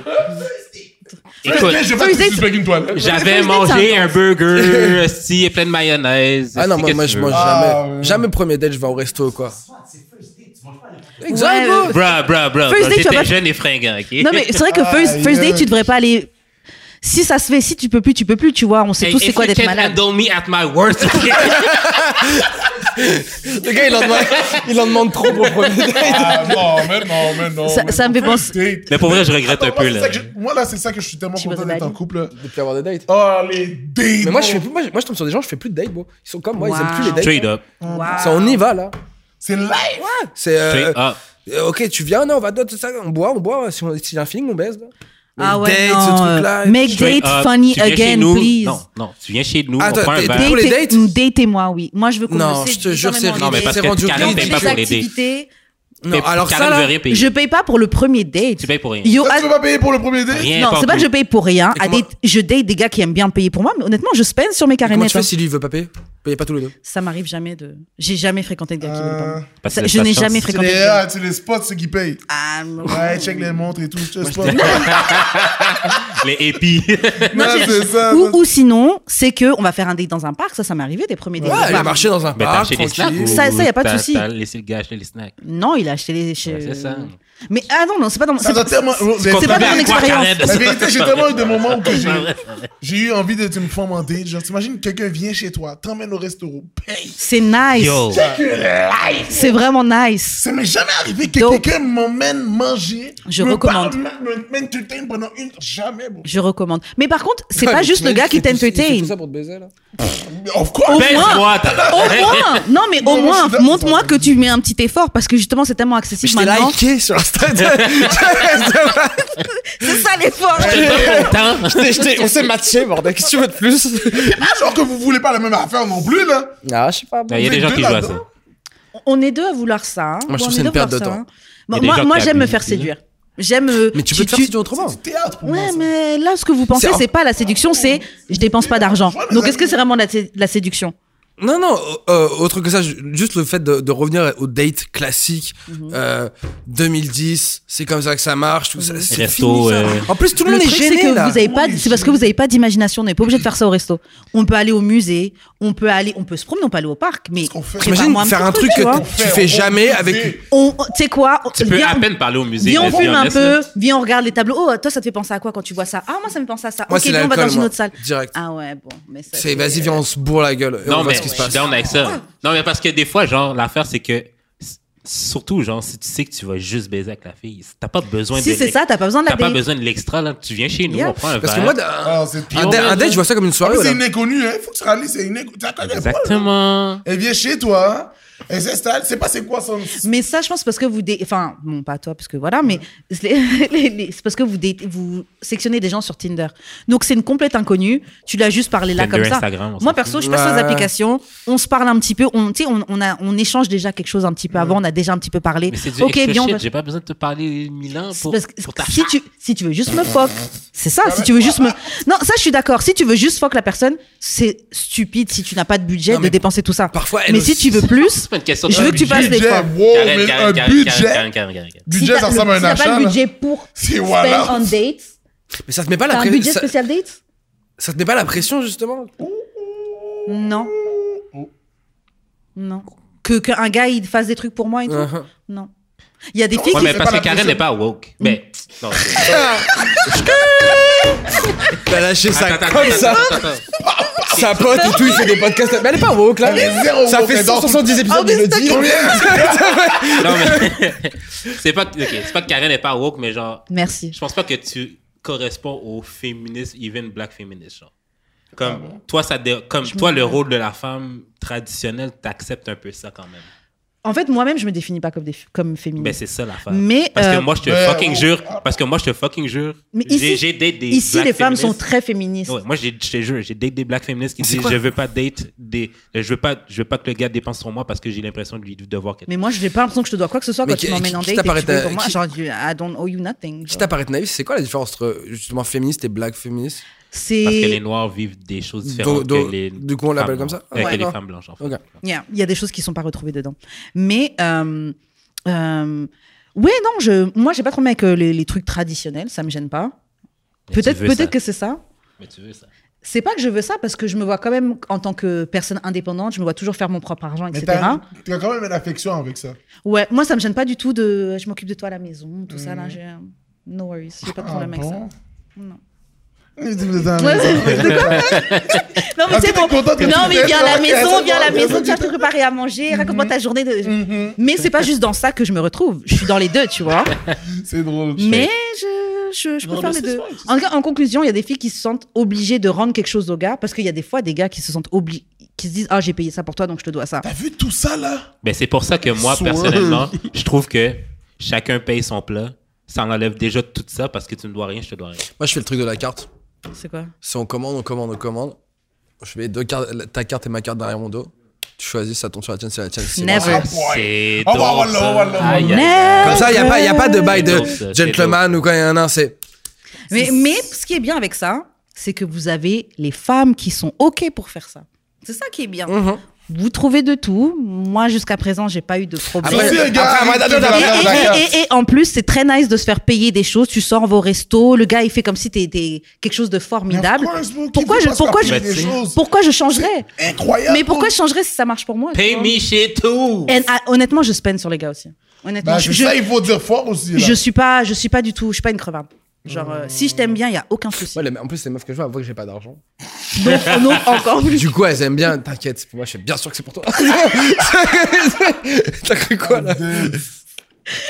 S4: Écoute,
S3: je vais pas
S2: First
S3: te
S2: date-
S3: suspecter une toilette.
S4: j'avais
S2: First date,
S4: mangé
S2: ça
S4: un burger, si, plein de mayonnaise.
S1: Ah non,
S4: si,
S1: moi,
S4: qu'est-ce
S1: moi
S4: que
S1: je
S4: tu
S1: mange
S4: veux.
S3: Ah,
S1: jamais.
S3: ouais.
S1: Jamais premier date, je vais au resto ou quoi.
S2: Ouais,
S1: Exact, bro.
S4: Bruh, bruh, bruh.
S2: First date,
S4: bruh,
S2: tu vas
S4: J'étais
S2: pas-
S4: jeune et fringant, ok?
S2: non mais c'est vrai que first,
S3: Aïe,
S2: first
S3: aïe.
S2: date, tu devrais pas aller. Si ça se fait, si tu peux plus, tu peux plus, tu vois. On sait tous c'est quoi d'être malade.
S4: Adore me at my worst.
S1: Le gars, il en demande, il en demande trop pour premier date.
S3: Ah, non, mais non, mais non.
S2: Ça-
S3: mais
S2: ça me
S3: non.
S2: fait penser-
S3: Date.
S4: Mais pour vrai, je regrette un
S3: Attends, moi,
S4: peu,
S3: c'est
S4: là.
S3: ça que je- Moi, là, c'est ça que je suis tellement
S2: She was
S3: content
S2: a
S3: d'être en
S2: baddie.
S3: couple. là.
S1: Depuis avoir des dates.
S3: Oh, les dates.
S1: Mais moi,
S3: bro.
S1: je fais plus, moi, je- moi, je tombe sur des gens, je fais plus de dates, bro. Ils sont comme moi, ils aiment
S2: Wow.
S1: plus les dates.
S4: Straight up. Ah.
S1: Ça, on y va, là.
S3: C'est live.
S1: C'est, euh,
S4: Straight up.
S1: euh, ok, tu viens, non, on va, d'autres, tout ça, on boit, on boit. Si on, s'il y a un feeling, on baise, là. Mais
S2: Ah ouais,
S1: date,
S2: non,
S1: ce
S2: euh,
S1: truc-là.
S2: Make
S4: Straight
S2: date
S4: up.
S2: funny
S4: Tu viens chez
S2: again,
S4: nous.
S2: please.
S4: Non, non. Tu viens chez nous, on
S1: Attends,
S4: prend un
S1: t'es-
S4: verre.
S1: Pour les
S2: Datez-
S1: dates
S2: Datez-moi, oui. Moi, je veux qu'on
S1: Non,
S2: le
S1: je
S2: sait
S1: te jure, c'est ridicule.
S2: énormément
S4: Non, mais parce
S1: c'est
S4: que
S1: rendu
S4: Karen,
S2: Donc,
S4: t'aimes
S1: ridicule.
S2: les
S4: pas pour les dates.
S2: activités.
S1: Non,
S4: Fais-
S1: alors ça,
S4: Karen veut
S1: là.
S4: rien payer.
S2: Je paye pas pour le premier date.
S4: Tu payes pour rien.
S2: Yo,
S3: Toi,
S2: à-
S3: tu veux pas payer pour le premier date?
S4: Rien.
S2: non, c'est pas que je paye pour rien.
S1: Et
S2: À
S1: comment-
S2: date- je date des gars qui aiment bien payer pour moi, mais honnêtement, je spend sur mes
S1: Comment tu
S2: carinettes.
S1: fais si lui il veut pas payer Payez pas tous les deux.
S2: Ça m'arrive jamais de. J'ai jamais fréquenté de gars qui veulent pas. me-
S4: Parce
S2: Ça-
S4: que
S2: je
S4: la
S2: n'ai
S4: patience,
S2: jamais
S4: c'est
S3: Euh, C'est
S2: fréquenté. de
S3: les,
S2: gars.
S3: ah, c'est les spots, ceux qui payent.
S2: Ah, non.
S3: Ouais, check les montres et tout. Je te spot.
S4: Les épis. Ben,
S3: Non, c'est ça.
S2: ou, ou sinon, c'est que on va faire un date dans un parc. Ça, ça m'est arrivé des premiers dates.
S1: Ouais,
S2: au
S1: il a
S2: parc.
S1: marché dans un
S4: bah,
S3: Ah,
S4: Mais t'as
S1: parc,
S4: acheté des snacks.
S1: tranquille.
S4: ou
S2: Ça- ça, y a pas de
S4: t'as-
S2: souci.
S4: T'as laissé le gars acheter les snacks.
S2: Non, il a acheté les. chez-
S4: Ouais, C'est ça.
S2: Mais ah non, non, c'est pas dans mon.
S3: Ça
S2: c'est-
S3: doit tellement.
S2: C'est pas dans mon
S4: Avec moi,
S2: expérience.
S4: Karen.
S3: La vérité, j'ai tellement eu des moments où que j'ai,
S4: C'est vrai.
S3: j'ai eu envie de tu me fomenter. Genre, t'imagines quelqu'un vient chez toi, t'emmène au restaurant, paye.
S2: C'est nice.
S4: Yo.
S2: C'est vraiment nice.
S3: Ça m'est jamais arrivé que
S2: Donc,
S3: quelqu'un m'emmène manger.
S2: je
S3: me
S2: recommande.
S3: parle, Me me- m'entertain pendant une. Jamais, bro.
S2: Je recommande. Mais par contre, c'est
S3: Ouais,
S2: pas
S3: mais
S2: juste le
S3: t'imagines,
S2: gars qui
S3: il fait tout-
S1: C'est
S3: il
S2: t'entertain.
S1: tout ça pour te baiser là
S3: Of
S2: Oh.
S3: course.
S4: Baisse-moi, t'as-
S2: Au moins, non mais
S3: Non,
S2: au
S3: mais
S2: moins,
S3: c'est-
S2: montre-moi que tu mets un petit effort parce que justement c'est tellement accessible maintenant.
S1: sur Insta.
S2: C'est ça l'effort.
S4: Pas content.
S1: on s'est matché, bordel. Qu'est-ce que tu veux de plus
S3: Ah, genre que vous voulez pas la même affaire non plus, là.
S1: Ah, je sais pas.
S4: Il y a
S3: Vous
S4: des
S3: êtes
S4: gens
S3: deux
S4: qui jouent à
S3: là-dedans
S4: ça.
S2: Euh, On est deux à vouloir ça. hein.
S1: Moi, je
S2: On
S1: trouve
S2: est
S1: c'est une
S2: deux à
S1: perte
S2: vouloir
S1: de
S2: ça,
S1: temps.
S2: hein.
S4: Il y
S2: Moi,
S4: a des gens
S2: moi, moi,
S4: qui
S2: j'aime me
S4: abusent,
S2: faire
S4: hein.
S2: séduire. J'aime. euh,
S1: Mais tu peux te faire séduire autrement.
S3: C'est du théâtre pour moi.
S2: Ouais,
S3: ça.
S2: mais là, ce que vous pensez,
S1: C'est- Ah,
S2: c'est pas la séduction, c'est je dépense pas d'argent.
S3: Ouais, mais
S2: Donc,
S3: ça-
S2: est-ce que c'est vraiment de la, sé- de la séduction
S1: Non, non, euh, autre que ça, ju- juste le fait de, de revenir au date classique,
S2: Mhm.
S1: euh, 2010, c'est comme ça que ça marche, tout ça. c'est fini,
S4: Resto,
S1: ça.
S4: euh,
S1: En plus, tout le, monde
S2: Mhm. truc,
S1: est
S2: c'est
S1: gêné
S2: que
S1: là. Oh,
S2: vous avez
S3: Tout le
S2: pas,
S3: monde est
S2: c'est parce que
S3: gêné.
S2: vous avez pas d'imagination. On n'est pas obligé de faire ça au resto. On peut aller au musée, on peut aller, on peut se promener, on peut aller au parc, mais
S3: Qu'est-ce qu'on fait
S1: T'imagines
S2: prépare-moi un
S1: faire
S2: petit
S1: un truc
S2: tu
S1: que
S2: vois.
S1: t- tu fais jamais avec.
S2: On, on- tu sais quoi on-
S4: Tu peux
S2: viens,
S4: à peine parler au musée.
S2: viens, on
S4: let's be
S2: fume un
S4: honest,
S2: peu,
S4: là.
S2: viens, on regarde les tableaux. Oh, toi, ça te fait penser à quoi quand tu vois ça Ah, moi, ça me fait penser à ça.
S1: Moi,
S2: ok,
S1: c'est
S2: viens, on va
S1: l'alcool,
S2: dans une
S1: moi.
S2: autre salle.
S1: Direct.
S2: Ah ouais, bon, mais ça.
S1: C'est vas-y, viens, on se bourre la gueule. Et on
S4: Non,
S1: voit
S4: mais
S1: ce qui se
S4: je suis
S1: passe.
S4: down avec ça. Non, mais parce que des fois, genre, l'affaire, c'est que. s- Surtout, genre, si tu sais que tu vas juste baiser avec la fille, t'as pas besoin de.
S2: Si c'est
S4: l'ex-
S2: ça, t'as pas besoin de la
S4: T'as pas
S2: date.
S4: besoin de l'extra, là. Tu viens chez nous,
S2: Yeah.
S4: on prend un
S1: Parce que
S4: verre.
S1: moi, un,
S3: Ah, c'est pire.
S1: un date- un date, je vois ça comme une
S3: Ah, mais
S1: soirée.
S3: C'est
S1: voilà.
S3: une inconnue, hein. Faut que tu rallies, c'est une inconnue. T'as quand même pas, là.
S4: Exactement.
S3: Elle vient chez toi, hein, elle s'installe, c'est pas c'est quoi son.
S2: Mais ça, je pense parce que vous, dé- enfin, bon, pas toi, parce que voilà, mais les- les- les- c'est parce que vous, dé- vous sectionnez des gens sur Tinder. Donc c'est une complète inconnue. Tu l'as juste parlé là
S4: Tinder,
S2: comme ça.
S4: Instagram, on s'en
S2: Moi perso, je passe aux
S1: Ouais.
S2: applications. On se parle un petit peu. On, tu sais, on, on a, on échange déjà quelque chose un petit peu avant. On a déjà un petit peu parlé.
S4: Mais c'est du
S2: Ok,
S4: extra
S2: bien. on
S4: shit,
S2: va-
S4: J'ai pas besoin de te parler mille ans pour,
S2: Parce que
S4: pour ta
S2: si tu, si tu veux juste me fuck, c'est ça, si tu veux juste me. Non, ça, je suis d'accord. Si tu veux juste fuck la personne, c'est stupide si tu n'as pas de budget
S1: Non,
S2: de
S1: mais
S2: dépenser tout ça.
S1: parfois, elle
S2: mais
S1: aussi-
S2: si tu veux plus,
S4: C'est pas une question de
S2: je veux que tu
S4: budget.
S2: passes des
S3: Budget,
S2: fois.
S3: wow,
S4: Karen,
S3: Oh, mais
S4: Karen,
S3: un
S4: Karen,
S3: budget.
S4: Karen, Karen, Karen, Karen.
S3: Budget,
S2: t'as
S3: ça
S2: le-
S3: ressemble à
S2: si
S3: un
S2: t'as pas
S3: achat.
S2: le
S3: là.
S2: budget pour
S3: C'est
S2: spend
S3: voilà.
S2: on dates,
S1: Mais ça te met pas la
S2: t'as un budget
S1: pression. Ça,
S2: spécial dates
S1: ça te met pas la pression, justement.
S2: Non.
S3: Oh.
S2: Non. Que qu'un gars il fasse des trucs pour moi et tout
S1: Uh-huh.
S2: Non. Il y a des filles
S4: Ouais,
S2: qui
S4: mais
S3: c'est
S4: parce
S3: pas
S4: que
S3: la
S4: Karen
S3: pression.
S4: n'est pas woke. Mais.
S2: Mm.
S4: Non, c'est-
S1: T'as lâché ça
S4: Attends,
S1: comme
S4: attends,
S1: ça.
S4: attends, attends, attends.
S1: Sa Ah, pote et tout, il fait des podcasts. Mais elle est pas woke là.
S3: Elle est zéro
S1: Ça
S3: woke,
S1: fait
S3: elle dort
S1: 170 épisodes de
S2: mais
S1: le Ah,
S2: c'est
S1: dire.
S4: Non, mais. C'est pas, que- ok, c'est pas que Karen n'est pas woke, mais genre.
S2: Merci.
S4: Je pense pas que tu corresponds aux féministes, even black féministes, genre.
S2: Ah
S4: Comme, toi, ça, dé- comme toi, le rôle de la femme traditionnelle, t'acceptes un peu ça quand même.
S2: En fait, moi-même, je me définis pas comme, des, comme féminine.
S4: Ben, c'est ça l'affaire.
S2: Mm. Mais,
S4: parce que
S2: euh,
S4: moi, je te
S3: ben,
S4: fucking
S3: oh.
S4: jure. Parce que moi, je te fucking jure.
S2: Mais
S4: j'ai-
S2: ici-
S4: j'ai date des
S2: Ici,
S4: black
S2: les femmes sont
S4: féministes.
S2: très féministes.
S4: Ouais, moi, j'ai- je te jure, j'ai date des black féministes qui
S1: C'est
S4: disent
S1: quoi?
S4: je veux pas date des, je veux pas, je veux pas que le gars dépense sur moi parce que j'ai l'impression de lui devoir quelque
S2: Mais moi, je n'ai pas l'impression que je te dois quoi que ce soit
S1: Mais
S2: quand
S1: qui-
S2: tu m'emmènes
S1: qui-
S2: en
S1: qui
S2: date. Et que
S1: t'apparaît
S2: tu veux
S1: ta-
S2: pour moi.
S1: qui-
S2: Genre, you- I don't owe you nothing.
S1: Qui
S2: genre.
S1: t'a paraît naïf, c'est quoi la différence entre euh, justement féministe et black féministe
S2: C'est.
S4: Parce que les noirs vivent des choses différentes
S1: Do- do-
S4: que les.
S1: du coup, on l'appelle comme
S4: femmes
S1: ça?
S4: blanches. Euh,
S1: Ouais,
S4: que les
S1: non.
S4: femmes blanches, en fait.
S1: Ok.
S2: Yeah, Il y a des choses qui sont pas retrouvées dedans. Mais euh, euh, ouais, non, je, moi, j'ai pas trop mal avec euh, les, les trucs traditionnels, ça me gêne pas.
S4: Mais tu
S2: Peut-être,
S4: veux ça.
S2: peut-être que c'est ça.
S4: Mais tu veux ça.
S2: C'est pas que je veux ça parce que je me vois quand même en tant que personne indépendante, je me vois toujours faire mon propre argent,
S3: Mais
S2: etc.
S3: t'as t'as quand même une affection avec ça.
S2: Ouais, moi ça me gêne pas du tout de, je m'occupe de toi à la maison, tout
S3: Mm.
S2: ça là, j'ai euh, no worries, j'ai
S3: Ah
S2: pas de problème avec ça. Non.
S3: Non.
S2: Non mais
S3: Ah,
S2: c'est
S3: t'es
S2: bon.
S3: contente que
S2: Non
S3: tu
S2: mais
S3: fais
S2: viens
S3: ça,
S2: à la
S3: ok,
S2: maison,
S3: ça
S2: viens à
S3: va,
S2: la
S3: bien
S2: maison,
S3: sûr,
S2: tu vas
S3: tu
S2: te préparer à
S3: Mm-hmm.
S2: manger, raconte-moi ta journée de.
S3: Mhm.
S2: Mais c'est pas juste dans ça que je me retrouve. Je suis dans les deux, tu vois.
S3: C'est drôle.
S2: Mais je, je, je
S3: Non,
S2: préfère
S3: mais
S2: les
S3: c'est
S2: deux.
S3: smart, c'est
S2: En, tout cas, en conclusion, il y a des filles qui se sentent obligées de rendre quelque chose au gars parce qu'il y a des fois des gars qui se sentent obligés, qui se disent Ah, j'ai payé ça pour toi donc je te dois ça.
S3: T'as vu tout ça là
S4: Ben, c'est pour ça que moi,
S3: Swerve.
S4: personnellement, je trouve que chacun paye son plat. Ça enlève déjà tout ça parce que tu ne dois rien, je te dois rien.
S1: Moi, je fais le truc de la carte.
S2: C'est quoi
S1: Si on commande, on commande, on commande. Je mets deux cartes, la- ta carte et ma carte derrière mon dos. Tu choisis, ça tombe sur la tienne, c'est la tienne. c'est
S2: Never.
S1: moi.
S3: Ah, boy.
S4: C'est.
S3: Oh,
S4: drôle,
S3: oh, oh,
S4: ça.
S3: oh, oh, oh,
S4: Aïe, aïe, aïe.
S1: Comme ça, il n'y a, pas- y a pas de bail
S4: C'est lourd, ça,
S1: de
S4: c'est
S1: gentleman ou quoi, y en a un, c'est.
S2: Mais,
S4: C'est-
S2: mais ce qui est bien avec ça, c'est que vous avez les femmes qui sont OK pour faire ça. C'est ça qui est
S3: Mm.
S2: bien.
S1: Mhm.
S2: Vous trouvez de tout. Moi, jusqu'à présent, j'ai pas eu
S3: Ah,
S2: de problème.
S1: Après-
S3: Si un gars
S1: après,
S3: arrive
S1: attends,
S3: qui
S1: attends,
S2: Et,
S3: veut la
S1: attends,
S3: carte.
S2: et- et- et- et en plus, c'est très nice de se faire payer des choses. Tu sors vos restos, le gars, il fait comme si t'étais quelque chose de formidable.
S3: Mais of course, bro, qui
S2: Pourquoi
S3: veut
S2: je,
S3: pas se
S2: pourquoi
S3: faire
S2: je,
S3: payer des choses
S2: pourquoi je changerais
S3: Incroyable.
S2: Mais pourquoi je changerais si ça marche pour moi tu
S4: Pay
S2: vois
S4: me shit too!
S2: And, ah, Honnêtement, je spend sur les gars aussi. Honnêtement,
S3: Ben,
S2: je,
S3: c'est
S2: je,
S3: ça, il faut dire fort aussi. là.
S2: je suis pas, je suis pas du tout, je suis pas une crevarde. Genre, euh, si je t'aime bien, il y a aucun souci.
S1: Ouais, les- en plus, les meufs que je vois, elles voient que j'ai pas d'argent.
S2: Donc, non, encore plus.
S1: Du coup, elles aiment bien. T'inquiète, pour moi, je suis bien sûr que c'est pour toi. T'as cru quoi, là
S3: De-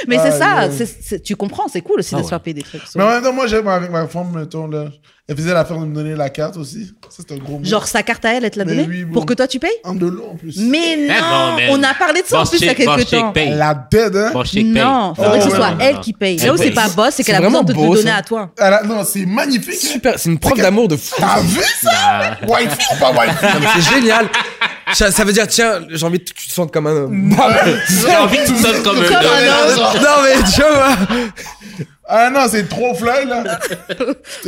S2: Mais
S3: Ah,
S2: c'est ça,
S3: non.
S2: c'est- c'est- tu comprends, c'est cool aussi
S4: Ah
S2: de
S4: ouais.
S2: se faire payer des trucs.
S3: Mais en même temps, moi, j'aime avec ma femme, mettons, là. Elle faisait l'affaire de me donner la carte aussi. Ça, c'est un gros mot.
S2: Genre, sa carte à elle, elle te l'a
S3: Mais
S2: donnée
S3: oui, bon.
S2: Pour que toi, tu payes
S3: En de l'eau, en plus.
S2: Mais non,
S4: Eh non, mais-
S2: On a parlé de ça en
S4: Boss
S2: plus il y a
S4: chick, boss
S2: quelques
S4: chick
S2: temps.
S4: paye.
S3: La dead, hein.
S4: Boss chick paye.
S2: Non, faudrait
S3: Non,
S2: que ce
S3: non,
S2: soit
S3: non,
S2: elle qui paye.
S4: Elle
S2: Là où c'est
S4: paye.
S2: pas boss, c'est qu'elle a
S1: C'est
S2: besoin de te
S1: vraiment
S2: le
S1: beau,
S2: donner
S1: ça.
S2: à toi.
S3: Elle a- Non, c'est magnifique.
S1: Super, c'est une preuve d'amour de fou.
S3: T'as vu ça?
S4: Ah.
S3: White fille ou pas white fille?
S1: Non, mais C'est génial. Ça, ça veut dire, tiens, j'ai envie que tu te sentes comme un homme.
S4: J'ai envie que tu sonnes comme
S2: Comme
S4: un homme.
S2: un homme.
S1: Non, mais tu vois.
S3: Ah non, c'est trop fly, là. Je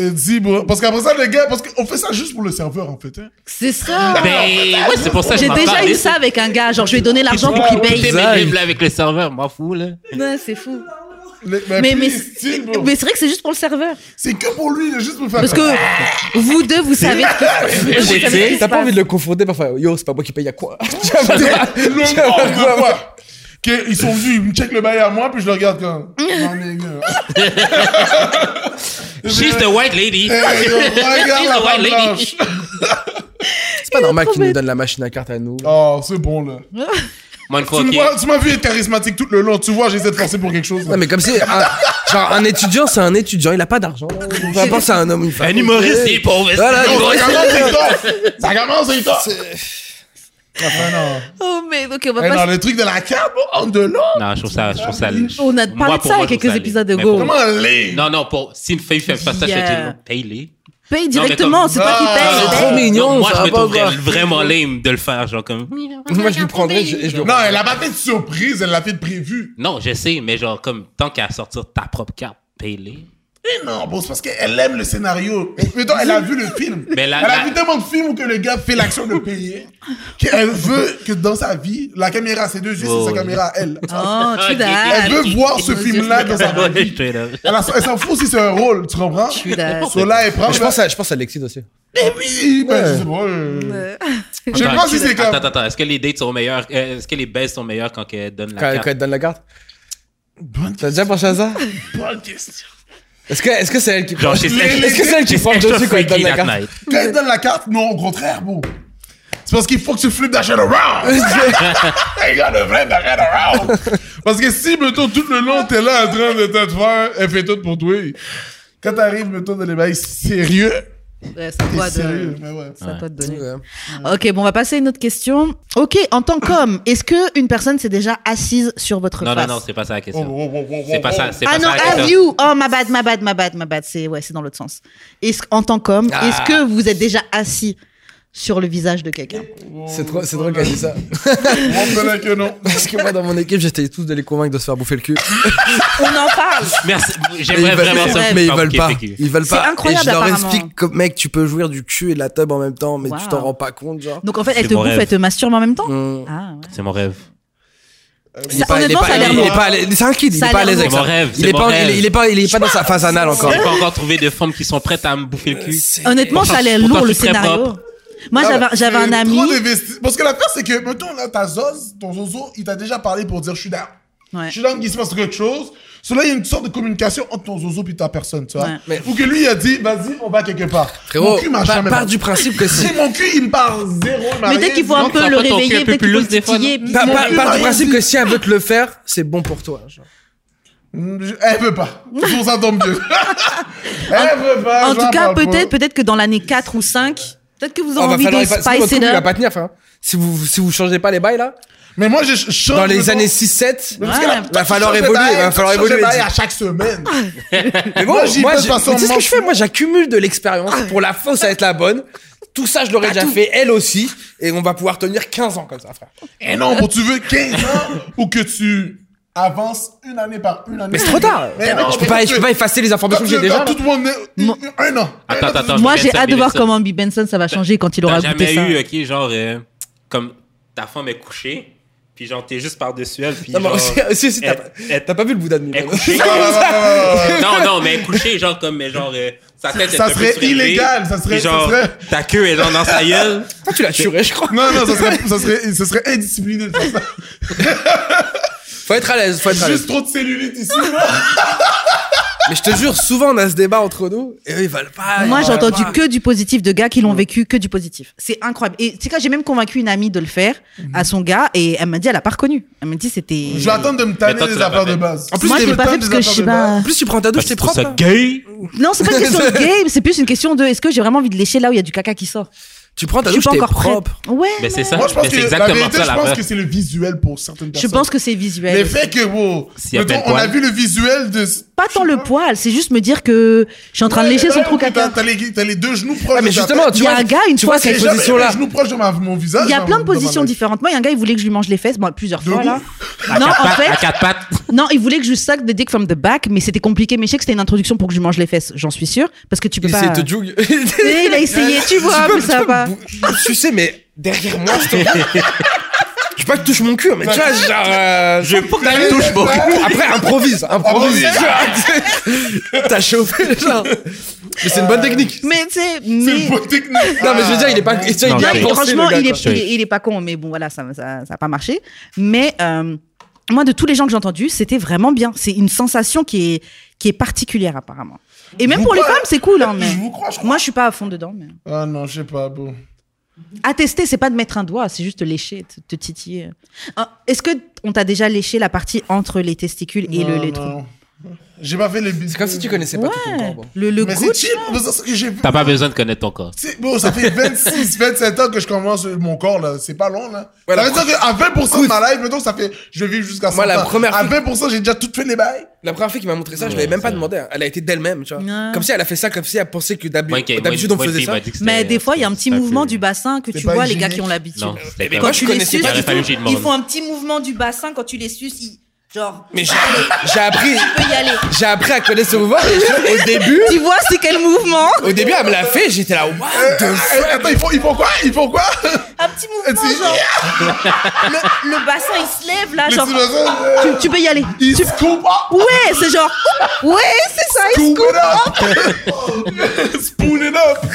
S3: te dis, bro. Parce qu'après ça, les gars, parce qu'on fait ça juste pour le serveur, en fait. hein.
S2: C'est ça.
S4: Ben, ouais, c'est pour ça que je
S2: J'ai
S4: m'en
S2: déjà
S4: parle.
S2: eu ça avec un gars. Genre, je lui ai donné l'argent pour qu'il
S4: Putain,
S2: paye.
S4: mais je vais avec le serveur, m'en fous, là.
S2: Ouais, c'est fou.
S3: Les-
S2: Mais, mais,
S3: please,
S2: c'est
S3: style, bro.
S2: mais c'est vrai que c'est juste pour le serveur.
S3: C'est que pour lui, là, juste pour faire.
S2: Parce que vous deux, vous savez ce que
S4: J'ai dit,
S1: T'as pas envie de le confronter parfois. Yo, c'est pas moi qui paye à quoi Tu vois,
S3: Le
S1: voilà. Tu vois,
S3: nombre de
S1: voilà.
S3: fois qu'ils sont venus, ils me checkent le bail à moi, puis je le regarde comme. Non, les gars.
S4: She's the white lady.
S3: Hey, yo, regarde
S4: She's
S3: la
S4: the white
S3: femme
S4: lady.
S3: blanche.
S1: C'est pas normal
S2: trop
S1: qu'il nous
S2: bête.
S1: donne la machine à carte à nous.
S3: Oh, c'est bon, là.
S4: Mon
S3: Tu me
S4: croquis.
S3: vois- Tu m'as vu être charismatique tout le long. Tu vois, j'essaie de forcer pour quelque chose. là.
S1: Non, mais comme si. un- Genre, un étudiant, c'est un étudiant, il a pas d'argent. Peu importe, c'est un homme ou une femme.
S4: Un humoriste, il est pauvre.
S1: Voilà,
S4: c'est un
S1: il-
S3: Oh,
S4: humoriste.
S3: Ça commence, c'est top. Ça commence, c'est top. Enfin, non.
S2: Oh, mais ok, on va
S3: Eh,
S2: pas.
S3: non, le truc de la carte, en de l'autre.
S4: Non, je trouve ça, je trouve ça.
S2: On a parlé
S4: moi,
S2: de ça
S4: pour moi,
S2: à
S4: je trouve
S2: quelques
S4: laid.
S2: épisodes
S4: Mais
S2: ago.
S4: pour-
S3: Comment aller?
S4: Non, non, pour, si une fille fait faire ça, je te dis,
S2: Yeah.
S4: non, paye-les.
S2: Paye
S4: Non, mais
S2: directement,
S4: comme-
S2: c'est pas qu'il
S3: Ah,
S2: paye.
S1: trop
S2: paye.
S1: mignon.
S4: moi,
S1: ça
S4: je
S1: va
S4: me
S1: pas,
S4: trouverais
S1: quoi.
S4: vraiment lame de le faire, genre comme.
S1: Moi, je lui prendrais je- et je le.
S3: Non, elle a pas fait de surprise, elle l'a fait de prévu.
S4: Non, je sais, mais genre, comme, tant qu'à sortir ta propre carte, paye-les.
S3: Eh non, bon, c'est parce qu'elle aime le scénario. Mais donc, elle a vu le film.
S4: Mais la-
S3: elle a
S4: la-
S3: vu tellement de films où que le gars fait l'action de payer qu'elle veut que dans sa vie, la caméra, ses deux yeux,
S4: Oh,
S3: c'est
S4: oui.
S3: sa caméra à elle.
S2: Oh, tu
S4: Ok,
S2: dates.
S3: Elle veut voir ce film-là dans sa
S4: Ouais,
S3: vie.
S4: straight up.
S3: Elle, a- elle s'en fout si c'est un rôle, tu comprends?
S2: suis d'accord.
S3: So là, elle prend.
S1: Je pense à, je pense à l'excite aussi.
S3: Eh oui, ben, c'est bon, euh, Je sais
S4: Attends,
S3: pas si c'est
S4: Attends,
S3: comme.
S4: attends, attends. Est-ce que les dates sont meilleures? euh, Est-ce que les baises sont meilleures quand elle donne la
S1: Quand,
S4: carte?
S1: quand elle te donne la carte.
S3: Bonne
S1: T'as déjà pensé à ça
S3: bonne question.
S1: Est-ce que est-ce que c'est elle qui prend
S4: Genre, she's extra-
S1: Est-ce que c'est elle qui
S4: she's
S1: prend le
S4: extra
S1: dessus quand elle te donne
S4: freaky
S1: la
S4: that
S1: carte
S4: night.
S3: Quand elle donne la carte, non, au contraire, bon. C'est parce qu'il faut que tu flippes d'achat around. Il y a le vrai d'achat around. Parce que si, mettons, tout le long, t'es là en train de te faire, elle fait tout pour toi. Quand t'arrives, mettons, dans les bails sérieux,
S2: Ouais, C'est à
S3: t'es
S2: toi
S3: sérieux,
S2: de.
S3: mais ouais.
S2: C'est à toi de donner.
S1: Ouais.
S2: Ok, bon, on va passer à une autre question. Ok, en tant qu'homme, est-ce que une personne s'est déjà assise sur votre
S4: Non, non,
S2: face
S4: non, c'est pas ça la
S3: Oh,
S4: question.
S3: oh, oh, oh,
S4: C'est
S3: oh,
S4: pas ça,
S3: oh.
S4: c'est
S2: Ah
S4: pas
S2: non,
S4: ça la
S2: have
S4: question.
S2: you Oh, ma bad, ma bad, ma bad, ma bad. C'est ouais, c'est dans l'autre sens. Est-ce en tant qu'homme,
S1: Ah.
S2: est-ce que vous êtes déjà assis sur le visage de quelqu'un
S3: Oh,
S1: C'est trop, c'est drôle qu'elle dise ça.
S3: On connaît que non.
S1: Parce que moi, dans mon équipe, j'essayais tous de les convaincre de se faire bouffer le cul.
S2: On en parle.
S4: Merci.
S1: Mais
S4: J'aimerais
S1: ils veulent-
S4: vraiment ça.
S1: Mais ils veulent pas.
S4: Kefeki.
S1: Ils veulent
S2: C'est
S1: pas.
S2: incroyable,
S1: Et je leur
S2: apparemment.
S1: explique que, mec, tu peux jouer du cul et de la teub en même temps, mais tu
S2: Wow.
S1: t'en rends pas compte, genre.
S2: Donc en fait, elle
S4: C'est
S2: te
S4: mon
S2: bouffe,
S4: rêve. Mm.
S2: elle te masturbe en même temps.
S1: Hum.
S2: Ah ouais.
S4: C'est mon rêve.
S1: Il est
S2: Ça-
S1: pas- il est
S2: honnêtement,
S1: pas-
S2: ça a l'air
S1: il est
S2: lourd.
S1: pas à l'aise- C'est un kid, il
S2: Ça a
S1: est pas à
S2: l'air
S1: l'aise avec
S2: lourd.
S1: ça.
S4: C'est mon rêve,
S1: Il
S4: c'est
S1: est pas,
S4: mon
S1: il est-
S4: rêve.
S1: il est pas, il est pas dans sa phase anale encore.
S4: J'ai pas encore trouvé de femmes qui sont prêtes à me bouffer le
S3: Euh,
S4: cul.
S1: C'est-
S2: Honnêtement,
S4: Pourtant,
S2: ça a l'air
S4: pourtant,
S2: lourd
S4: je
S2: le
S4: suis très
S2: scénario.
S4: propre.
S2: Moi, j'avais j'avais un
S3: C'est
S2: ami.
S3: trop investi- Parce que l'affaire, c'est que, mettons, là, ta zoz, ton zozo, il t'a déjà parlé pour dire, je suis down.
S2: Ouais.
S3: Je suis down qu'il se passe quelque chose. Cela, il y a une sorte de communication entre ton zozo et ta personne, tu vois.
S2: Ouais.
S1: Mais-
S3: Ou que lui, il a dit, vas-y, on va quelque part. mon
S1: Frérot,
S3: cul marche
S1: par-
S3: jamais.
S1: part du principe que si.
S3: Si mon cul, il me parle zéro, il m'a
S2: Mais
S3: rien
S2: dès qu'il
S3: dit.
S2: faut un
S4: non,
S2: peu
S4: ça
S2: le
S4: va pas ton cul
S2: réveiller,
S4: un peu
S2: peut-être qu'il
S4: plus
S2: faut le
S4: loose des fois,
S2: titiller. Bah,
S1: Par,
S3: Mon
S1: par-
S3: cul
S1: par
S3: m'a
S1: du principe
S3: rien
S1: que si elle veut te le faire, c'est bon pour toi. genre.
S3: Mm, je- Elle veut pas. Sinon, ça tombe mieux. Elle veut pas.
S2: En
S3: j'en
S2: tout cas,
S3: parle pas.
S2: peut-être peut-être que dans l'année 4 ou 5, peut-être que vous
S1: Oh,
S2: aurez
S1: va
S2: envie
S1: falloir-
S2: de
S1: il va- sinon, votre
S2: spice
S1: couple,
S2: it
S1: il va
S2: up.
S1: pas tenir, frère. Si vous, si vous changez pas les bails, là,
S3: Mais moi, je je change.
S1: dans les
S3: mettons-
S1: années 6-7,
S3: Parce que
S2: Ouais.
S3: là,
S1: va
S3: tu
S1: falloir
S3: changes de
S1: évoluer,
S3: bail,
S1: va
S3: tu
S1: falloir
S3: changes de
S1: évoluer,
S3: bail
S1: dis-
S3: à chaque semaine.
S2: Ah.
S1: Mais bon,
S3: Moi, j'y
S1: moi,
S3: passe
S1: je-
S3: pas sans
S1: mais tu sais ce que
S3: manche.
S1: je fais Moi, j'accumule de l'expérience.
S2: Ah
S1: Pour la fausse, ça va être la bonne. Tout ça, je l'aurais déjà fait, elle aussi. Et on va pouvoir tenir 15 ans comme ça, frère.
S3: Eh non, bon, tu veux 15 ans ou que tu avances une année par une année.
S1: Mais c'est trop tard.
S3: Mais non,
S1: je, peux
S3: mais
S1: pas,
S3: quand
S1: je
S3: tu-
S1: peux pas effacer les
S3: quand
S1: informations que
S3: tu-
S1: j'ai déjà.
S3: quand Tout le monde est-
S2: Mon-
S3: un an.
S4: Attends,
S3: Un an,
S4: attends,
S3: deux ans.
S2: Moi,
S4: Bill
S2: j'ai
S4: Benson,
S2: hâte de
S4: Bill
S2: voir
S4: Benson.
S2: comment B. Benson ça va changer quand il aura
S4: Ben T'as
S2: goûté
S4: jamais
S2: ça.
S4: eu, ok, genre, euh, comme ta femme est couchée, puis genre, t'es juste par-dessus elle, puis
S1: Non, mais
S4: genre,
S3: euh,
S1: aussi, aussi, aussi, t'as
S4: elle-
S1: pas-
S4: elle-
S1: t'as pas vu le Bouddha de
S4: elle est
S1: Milo.
S4: couchée. euh, non, non, mais elle est couchée, genre, comme, mais genre, euh, sa tête est
S3: Ça
S4: un peu
S3: serait
S4: surélevée,
S3: illégal, ça
S4: puis
S3: serait- ça
S4: genre,
S3: serait-
S4: ta queue est genre dans sa gueule.
S1: Toi, tu l'as tué, je crois.
S3: Non, non, ça serait, ça serait, ça serait indiscipliné de faire ça.
S1: Faut être à l'aise, faut être à l'aise.
S3: Juste trop de cellulite ici, là.
S1: Mais je te jure, souvent on a ce débat entre nous et eux ils veulent pas.
S3: Ah,
S1: ils
S2: Moi, j'ai
S1: veulent
S2: entendu
S1: pas.
S2: que du positif de gars qui l'ont vécu, que du positif. C'est incroyable. Et tu sais quoi, j'ai même convaincu une amie de le faire à son gars et elle m'a dit, elle a pas reconnu. Elle m'a dit, c'était.
S3: Mhm. Je vais attendre de me
S4: Mais
S3: tanner
S4: toi, tu
S3: des
S4: l'as
S3: affaires
S4: pas
S3: de
S4: fait.
S3: base.
S1: En plus,
S2: Moi,
S1: t'es
S2: je l'ai
S1: pas
S2: pas fait
S3: des
S2: parce que je
S3: affaires
S2: sais
S3: de base.
S1: En
S2: pas.
S1: plus, tu prends ta douche, t'es propre.
S4: ça
S1: hein.
S4: gay.
S2: Non, c'est pas une question de game, c'est plus une question de est-ce que j'ai vraiment envie de lécher là où il y a du caca qui sort.
S1: Tu prends ta
S2: Je suis
S1: douche,
S2: pas
S1: t'es
S2: encore prête.
S1: propre.
S2: Ouais.
S4: Mais c'est ça.
S3: Moi, je pense
S4: Mais c'est
S3: que la
S4: exactement
S3: vérité,
S4: ça,
S3: je
S4: la
S3: pense
S4: vraie.
S3: que c'est le visuel pour certaines
S2: Je
S3: personnes.
S2: pense que c'est
S3: Le
S2: visuel.
S3: fait que, wow,
S4: S'il y a
S3: mettons,
S4: pas le
S3: on a
S4: poil.
S3: vu le visuel de...
S2: Pas tant le poil, c'est juste me dire que je suis en train de lécher son
S3: Ouais,
S2: trou
S3: t'as-
S2: caca.
S3: T'as les, t'as les deux genoux proches
S1: Ah, mais
S3: de ta
S1: justement,
S3: tête.
S1: tu
S2: Il y a
S1: vois.
S2: un gars, une
S1: tu
S2: fois,
S1: vois cette
S3: J'ai jamais
S1: position
S3: les
S1: là.
S3: genoux proches de ma- mon visage.
S2: Il y a
S3: dans-
S2: plein de
S3: dans ma
S2: positions
S3: life.
S2: différentes. Moi, il y a un gars, il voulait que je lui mange les fesses, bon, plusieurs fois là.
S4: À
S2: Non,
S4: quatre
S2: en
S4: pattes-
S2: fait,
S4: À quatre pattes.
S2: non, il voulait que je suck the dick from the back, mais c'était compliqué. Mais je sais que c'était une introduction pour que je lui mange les fesses, j'en suis sûre, parce que tu peux
S1: Il
S2: pas.
S1: essaie de te jug.
S2: Eh, il a essayé, tu vois, mais ça va.
S1: Tu sais, mais derrière moi, je te. Je veux pas que tu touches mon cul, mais tu vois, genre. euh,
S4: Je veux pas que tu touches mon cul.
S1: Après, improvise, improvise. genre. T'as chauffé, genre. Mais c'est une bonne technique.
S2: Mais tu sais,
S3: C'est
S2: mais
S3: une bonne technique.
S1: Non, mais je veux dire, il est pas. tu sais, il est
S4: Non,
S1: bien
S4: mais
S1: pensé,
S2: franchement,
S1: le gars,
S2: il,
S1: quoi.
S2: est, il, est, il est pas con, mais bon, voilà, ça ça, ça a pas marché. Mais euh, moi, de tous les gens que j'ai entendus, c'était vraiment bien. C'est une sensation qui est, qui est particulière, apparemment. Et même
S3: Vous
S2: pour les
S3: crois-
S2: femmes, c'est cool. Hein, mais...
S3: Ah, Je vous crois, je crois.
S2: Moi, je suis pas à fond dedans. Mais...
S3: Ah non, je sais pas, bon.
S2: À tester, c'est pas de mettre un doigt, c'est juste te lécher, te, te titiller. Ah, Est-ce que on t'a déjà léché la partie entre les testicules et le,
S3: Non,
S2: les trous
S3: non. J'ai pas fait les
S1: C'est comme si tu connaissais pas tout ton
S2: Ouais,
S1: corps. bon.
S2: le, le
S3: Mais
S2: goût.
S3: c'est cheap, mais c'est ce que j'ai vu.
S4: T'as pas besoin de connaître ton corps.
S3: C'est- Bon, ça fait 26, 27 ans que je commence mon corps, là. C'est pas long, là.
S1: Ouais,
S3: ça
S1: la
S3: veut dire qu'à 20% de ma life, mettons, ça fait, je vais vivre jusqu'à 100
S1: Moi, la
S3: ans.
S1: première
S3: À
S1: fois-
S3: 20%, j'ai déjà tout fait les bails.
S1: La première fois qu'il m'a montré ça, je
S4: Ouais,
S1: l'avais même
S4: c'est
S1: pas
S4: vrai.
S1: demandé. hein. Elle a été d'elle-même, tu vois.
S2: Ouais.
S1: Comme si elle a fait ça, comme si elle pensait que d'habi-
S4: Moi, ok, moi,
S1: d'habitude
S4: une-
S1: on
S4: moi, une
S1: faisait
S4: fille
S1: ça.
S4: m'a dit que c'était-
S2: Mais des fois, il y a un
S4: c'était
S2: petit
S4: peu-
S2: mouvement du bassin que
S3: C'est
S2: tu
S3: pas
S2: vois les gars
S3: hygiénique.
S2: qui ont l'habitude.
S4: Non, c'était
S1: Mais
S4: pas-
S1: moi, je
S2: Quand tu les
S1: connaissais
S2: suces,
S1: pas
S4: du
S2: ils,
S4: tout.
S2: font-
S4: J'aurais pas eu le
S2: ils
S4: monde.
S2: font un petit mouvement du bassin quand tu les suces. Ils... Genre,
S1: Mais j'ai j'ai appris,
S2: tu peux y aller.
S1: j'ai appris à connaître ce mouvement. et je- au début,
S2: tu vois, c'est quel mouvement
S1: au début, elle me l'a fait. J'étais là, what
S2: Euh,
S1: the
S3: Eh, Attends, ils font, ils font quoi? Ils font quoi?
S1: Ah,
S2: Un petit
S3: C'est-
S2: mouvement, genre. le, le bassin, il se lève là,
S3: Mais
S2: genre.
S3: c'est pas ça, euh,
S2: Tu, tu peux y aller.
S3: Ils scoopent up.
S2: Ouais, c'est genre. Ouais, c'est ça, il se
S3: Scoop it up! Spoon it up!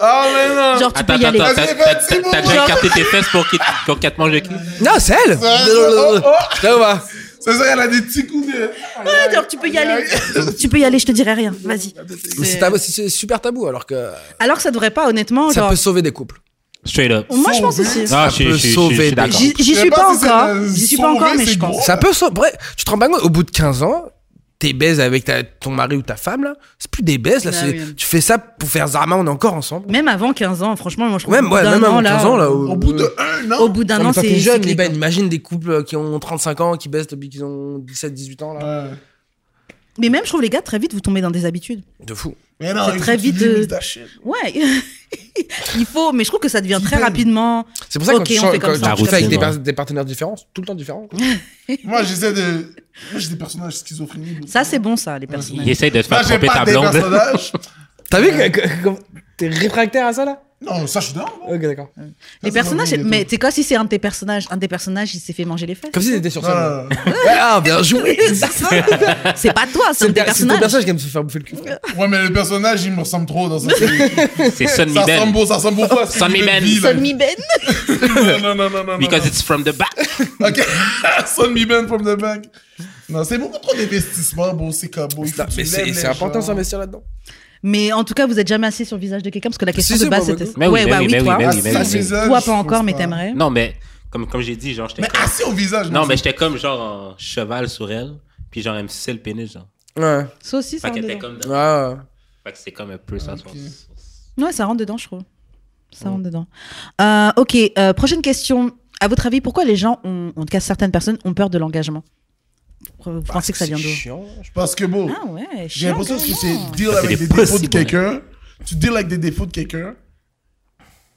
S3: Ah, mais non!
S2: Genre, tu
S4: Attends,
S2: peux y aller.
S4: attends, t'as-
S3: Vas-y,
S4: t'as-
S3: vas-y,
S4: t'as t'as
S3: mon
S4: déjà
S2: gars.
S4: écarté tes fesses pour qu'il- pour qu'elle te mange le cul?
S1: Non, c'est elle.
S3: Oh, oh.
S1: Là, on va.
S3: C'est ça, elle a des petits coups de.
S2: Ouais, genre, tu peux y aller. tu peux y aller, je te dirai rien. Vas-y.
S1: Mais c'est
S2: C'est-
S1: tabou- c'est c'est super tabou, alors que
S2: Alors que ça devrait pas, honnêtement.
S1: ça
S2: Genre...
S1: peut sauver des couples.
S4: Straight up.
S2: Moi, je pense aussi.
S4: Ah, je suis-
S1: peut
S4: je suis- je suis- je
S1: sauver
S4: suis d'accord.
S2: J'y j'y
S3: Je sais
S2: suis
S3: pas
S2: pas
S3: si c'est,
S2: encore.
S3: euh,
S2: J'y suis pas
S3: sauvé,
S2: encore, mais
S3: c'est
S2: je pense.
S3: gros.
S1: Ça peut sauver. Bref, tu te rends pas compte, au bout de 15 ans, tes baises avec ta- ton mari ou ta femme, là, c'est plus des baises, là.
S2: Ah
S1: c'est-
S2: oui.
S1: Tu fais ça pour faire Zama, on est encore ensemble.
S2: Même avant 15 ans, franchement, moi, je trouve.
S1: Même,
S2: au bout
S1: ouais,
S2: d'un
S1: même
S2: an,
S1: avant 15 ans, là.
S3: Au bout de un an.
S2: Au bout d'un an,
S1: quand
S2: c'est.
S1: t'es jeune, les
S2: cyclique, hein.
S1: ben, imagine des couples qui ont 35 ans, qui baissent depuis qu'ils ont 17, 18 ans, là.
S3: Ouais.
S2: Mais même, je trouve, les gars, très vite, vous tombez dans des habitudes.
S1: De fou.
S3: Mais non,
S2: C'est
S3: il faut
S2: très
S3: que tu
S2: vite, euh,
S3: limites ta shit.
S2: Ouais. Il faut, mais je trouve que ça devient très
S1: Hyper.
S2: rapidement.
S1: C'est pour ça que
S2: Ok,
S1: quand tu
S2: on
S1: changes-
S2: fait comme
S1: quand tu
S2: ça,
S4: on
S1: fais
S4: fait comme
S1: avec
S4: ça.
S1: des, par- des partenaires différents, c'est tout le temps différent.
S3: Moi, j'essaie de. Moi, j'ai des personnages schizophréniques.
S2: Ça, c'est bon, ça, les
S4: Il
S2: personnages.
S4: essaye de te
S3: Là,
S4: faire
S3: j'ai
S4: tromper
S3: pas
S4: ta
S3: des
S4: blonde.
S3: personnages.
S1: T'as vu que- que- que- t'es réfractaire à ça, là
S3: Non, ça, je suis dingue.
S1: Ok, d'accord.
S2: Les
S3: Ça, c'est
S2: personnages,
S3: horrible,
S2: mais c'est quoi si c'est un de tes personnages Un des personnages, il s'est fait manger les fesses.
S1: Comme si t'étais sur
S3: Non,
S1: ça.
S3: non, non.
S1: Ah, bien joué
S2: C'est pas toi, c'est
S1: C'est
S2: un de tes
S1: le
S2: personnages.
S1: personnage qui aime se faire bouffer le cul.
S3: Ouais, mais le personnage, il me ressemble trop dans sa série.
S4: C'est Son
S3: Ça ressemble
S4: Ben.
S3: beau, ça ressemble beaucoup à
S4: Son
S3: Sylvie
S4: Ben.
S3: Levy, là.
S2: Sonny Ben.
S3: Non, non, non, non, non. non.
S4: Because it's from the back.
S3: Ok, son me Ben from the bank. Non, c'est beaucoup trop d'investissement, bon, c'est comme bon. il faut
S1: Non,
S3: que tu
S1: mais
S3: lèves
S1: c'est
S3: les
S1: c'est important de
S3: gens.
S1: s'investir là-dedans.
S2: Mais en tout cas, vous êtes jamais assis sur le visage de quelqu'un parce que la question
S1: Si, si,
S2: de base
S1: moi,
S2: c'était.
S1: beaucoup.
S4: Mais oui,
S2: ouais,
S4: mais
S2: bah
S4: oui,
S2: oui,
S4: mais oui,
S2: toi.
S4: mais oui, mais
S3: Assis au
S4: oui.
S3: visage,
S2: Toi
S3: je
S2: pas encore,
S3: pense
S2: mais
S3: pas.
S2: t'aimerais.
S4: Non, mais comme, comme j'ai dit, genre, j'étais
S3: Mais
S4: comme...
S3: assis au visage.
S4: Non, mais
S3: c'est-
S4: j'étais comme, genre, en cheval sur elle. Puis, genre, elle me suçait le pénis, genre.
S1: Ouais.
S2: Ça aussi, ça
S4: Fait qu'elle
S2: rentre
S4: était
S2: dedans.
S4: comme...
S1: Ouais, ouais.
S4: Fait que c'est comme un peu ça, je pense.
S2: Ouais, ça rentre dedans, je trouve. Ça rentre dedans. Euh, ok, euh, prochaine question. À votre avis, pourquoi les gens, ont, en tout cas certaines personnes, ont peur de l'engagement Vous pensez que ça vient
S1: C'est
S2: d'où
S1: chiant. je-
S3: Parce que bon,
S2: Ah ouais,
S3: j'ai l'impression que c'est
S2: carrément.
S3: deal
S4: Ça, c'est
S3: avec des
S4: des
S3: défauts de
S4: possibles.
S3: quelqu'un. Tu deals avec des défauts de quelqu'un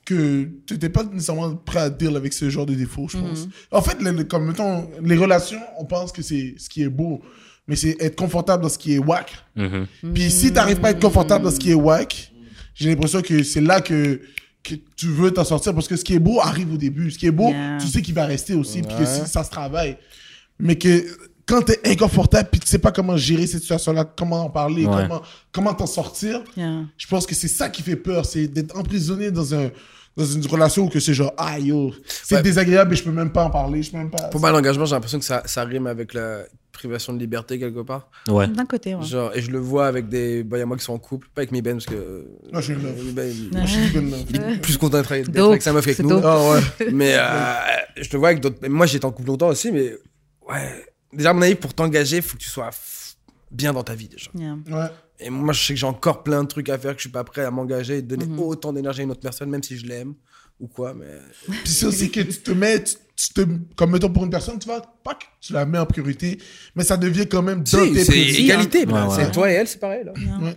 S3: que tu n'étais pas nécessairement prêt à deal avec ce genre de défauts, je pense. En fait, le- le- comme mettons, les relations, on pense que c'est ce qui est beau, mais c'est être confortable dans ce qui est whack.
S4: Mhm.
S3: Puis si t'arrives pas à être confortable dans ce qui est whack, j'ai l'impression que c'est là que, que tu veux t'en sortir parce que ce qui est beau arrive au début. Ce qui est beau,
S2: Yeah.
S3: tu sais qu'il va rester aussi, puis que si- ça se travaille. Mais que quand t'es inconfortable, puis tu sais pas comment gérer cette situation-là, comment en parler,
S4: Ouais.
S3: comment comment t'en sortir,
S2: Yeah.
S3: je pense que c'est ça qui fait peur, c'est d'être emprisonné dans un dans une relation où que c'est genre, ah yo, c'est
S1: Ouais.
S3: désagréable et je peux même pas en parler, je peux même pas.
S1: Pour moi, l'engagement, j'ai l'impression que ça, ça rime avec la privation de liberté quelque part.
S4: Ouais.
S2: D'un côté, ouais.
S1: Genre, et je le vois avec des bah, boys à moi qui sont en couple, pas avec mi Ben parce que. euh,
S3: Non, je suis une meuf.
S1: Mi Ben, il-
S3: Moi, je suis une meuf.
S1: il est plus content d'être d'être
S2: Dope,
S1: avec sa meuf qu'avec
S2: c'est
S1: nous.
S2: dope.
S3: Ah ouais.
S1: Mais euh, je le vois avec d'autres. mais Moi, j'étais en couple longtemps aussi, mais ouais. Déjà, à mon avis, pour t'engager, faut que tu sois f- bien dans ta vie déjà.
S2: Yeah.
S3: Ouais.
S1: Et moi, je sais que j'ai encore plein de trucs à faire, que je suis pas prêt à m'engager et donner autant d'énergie à une autre personne, même si je l'aime ou quoi. Mais
S3: Puis ça, c'est que tu te mets, tu, tu te, comme mettons pour une personne, tu vas, pas que tu la mets en priorité, mais ça devient quand même dans tes
S1: Si, c'est
S3: priorités.
S1: égalité,
S4: hein.
S1: man.
S4: Ouais, ouais.
S1: c'est toi et elle, c'est pareil. Là.
S3: Ouais.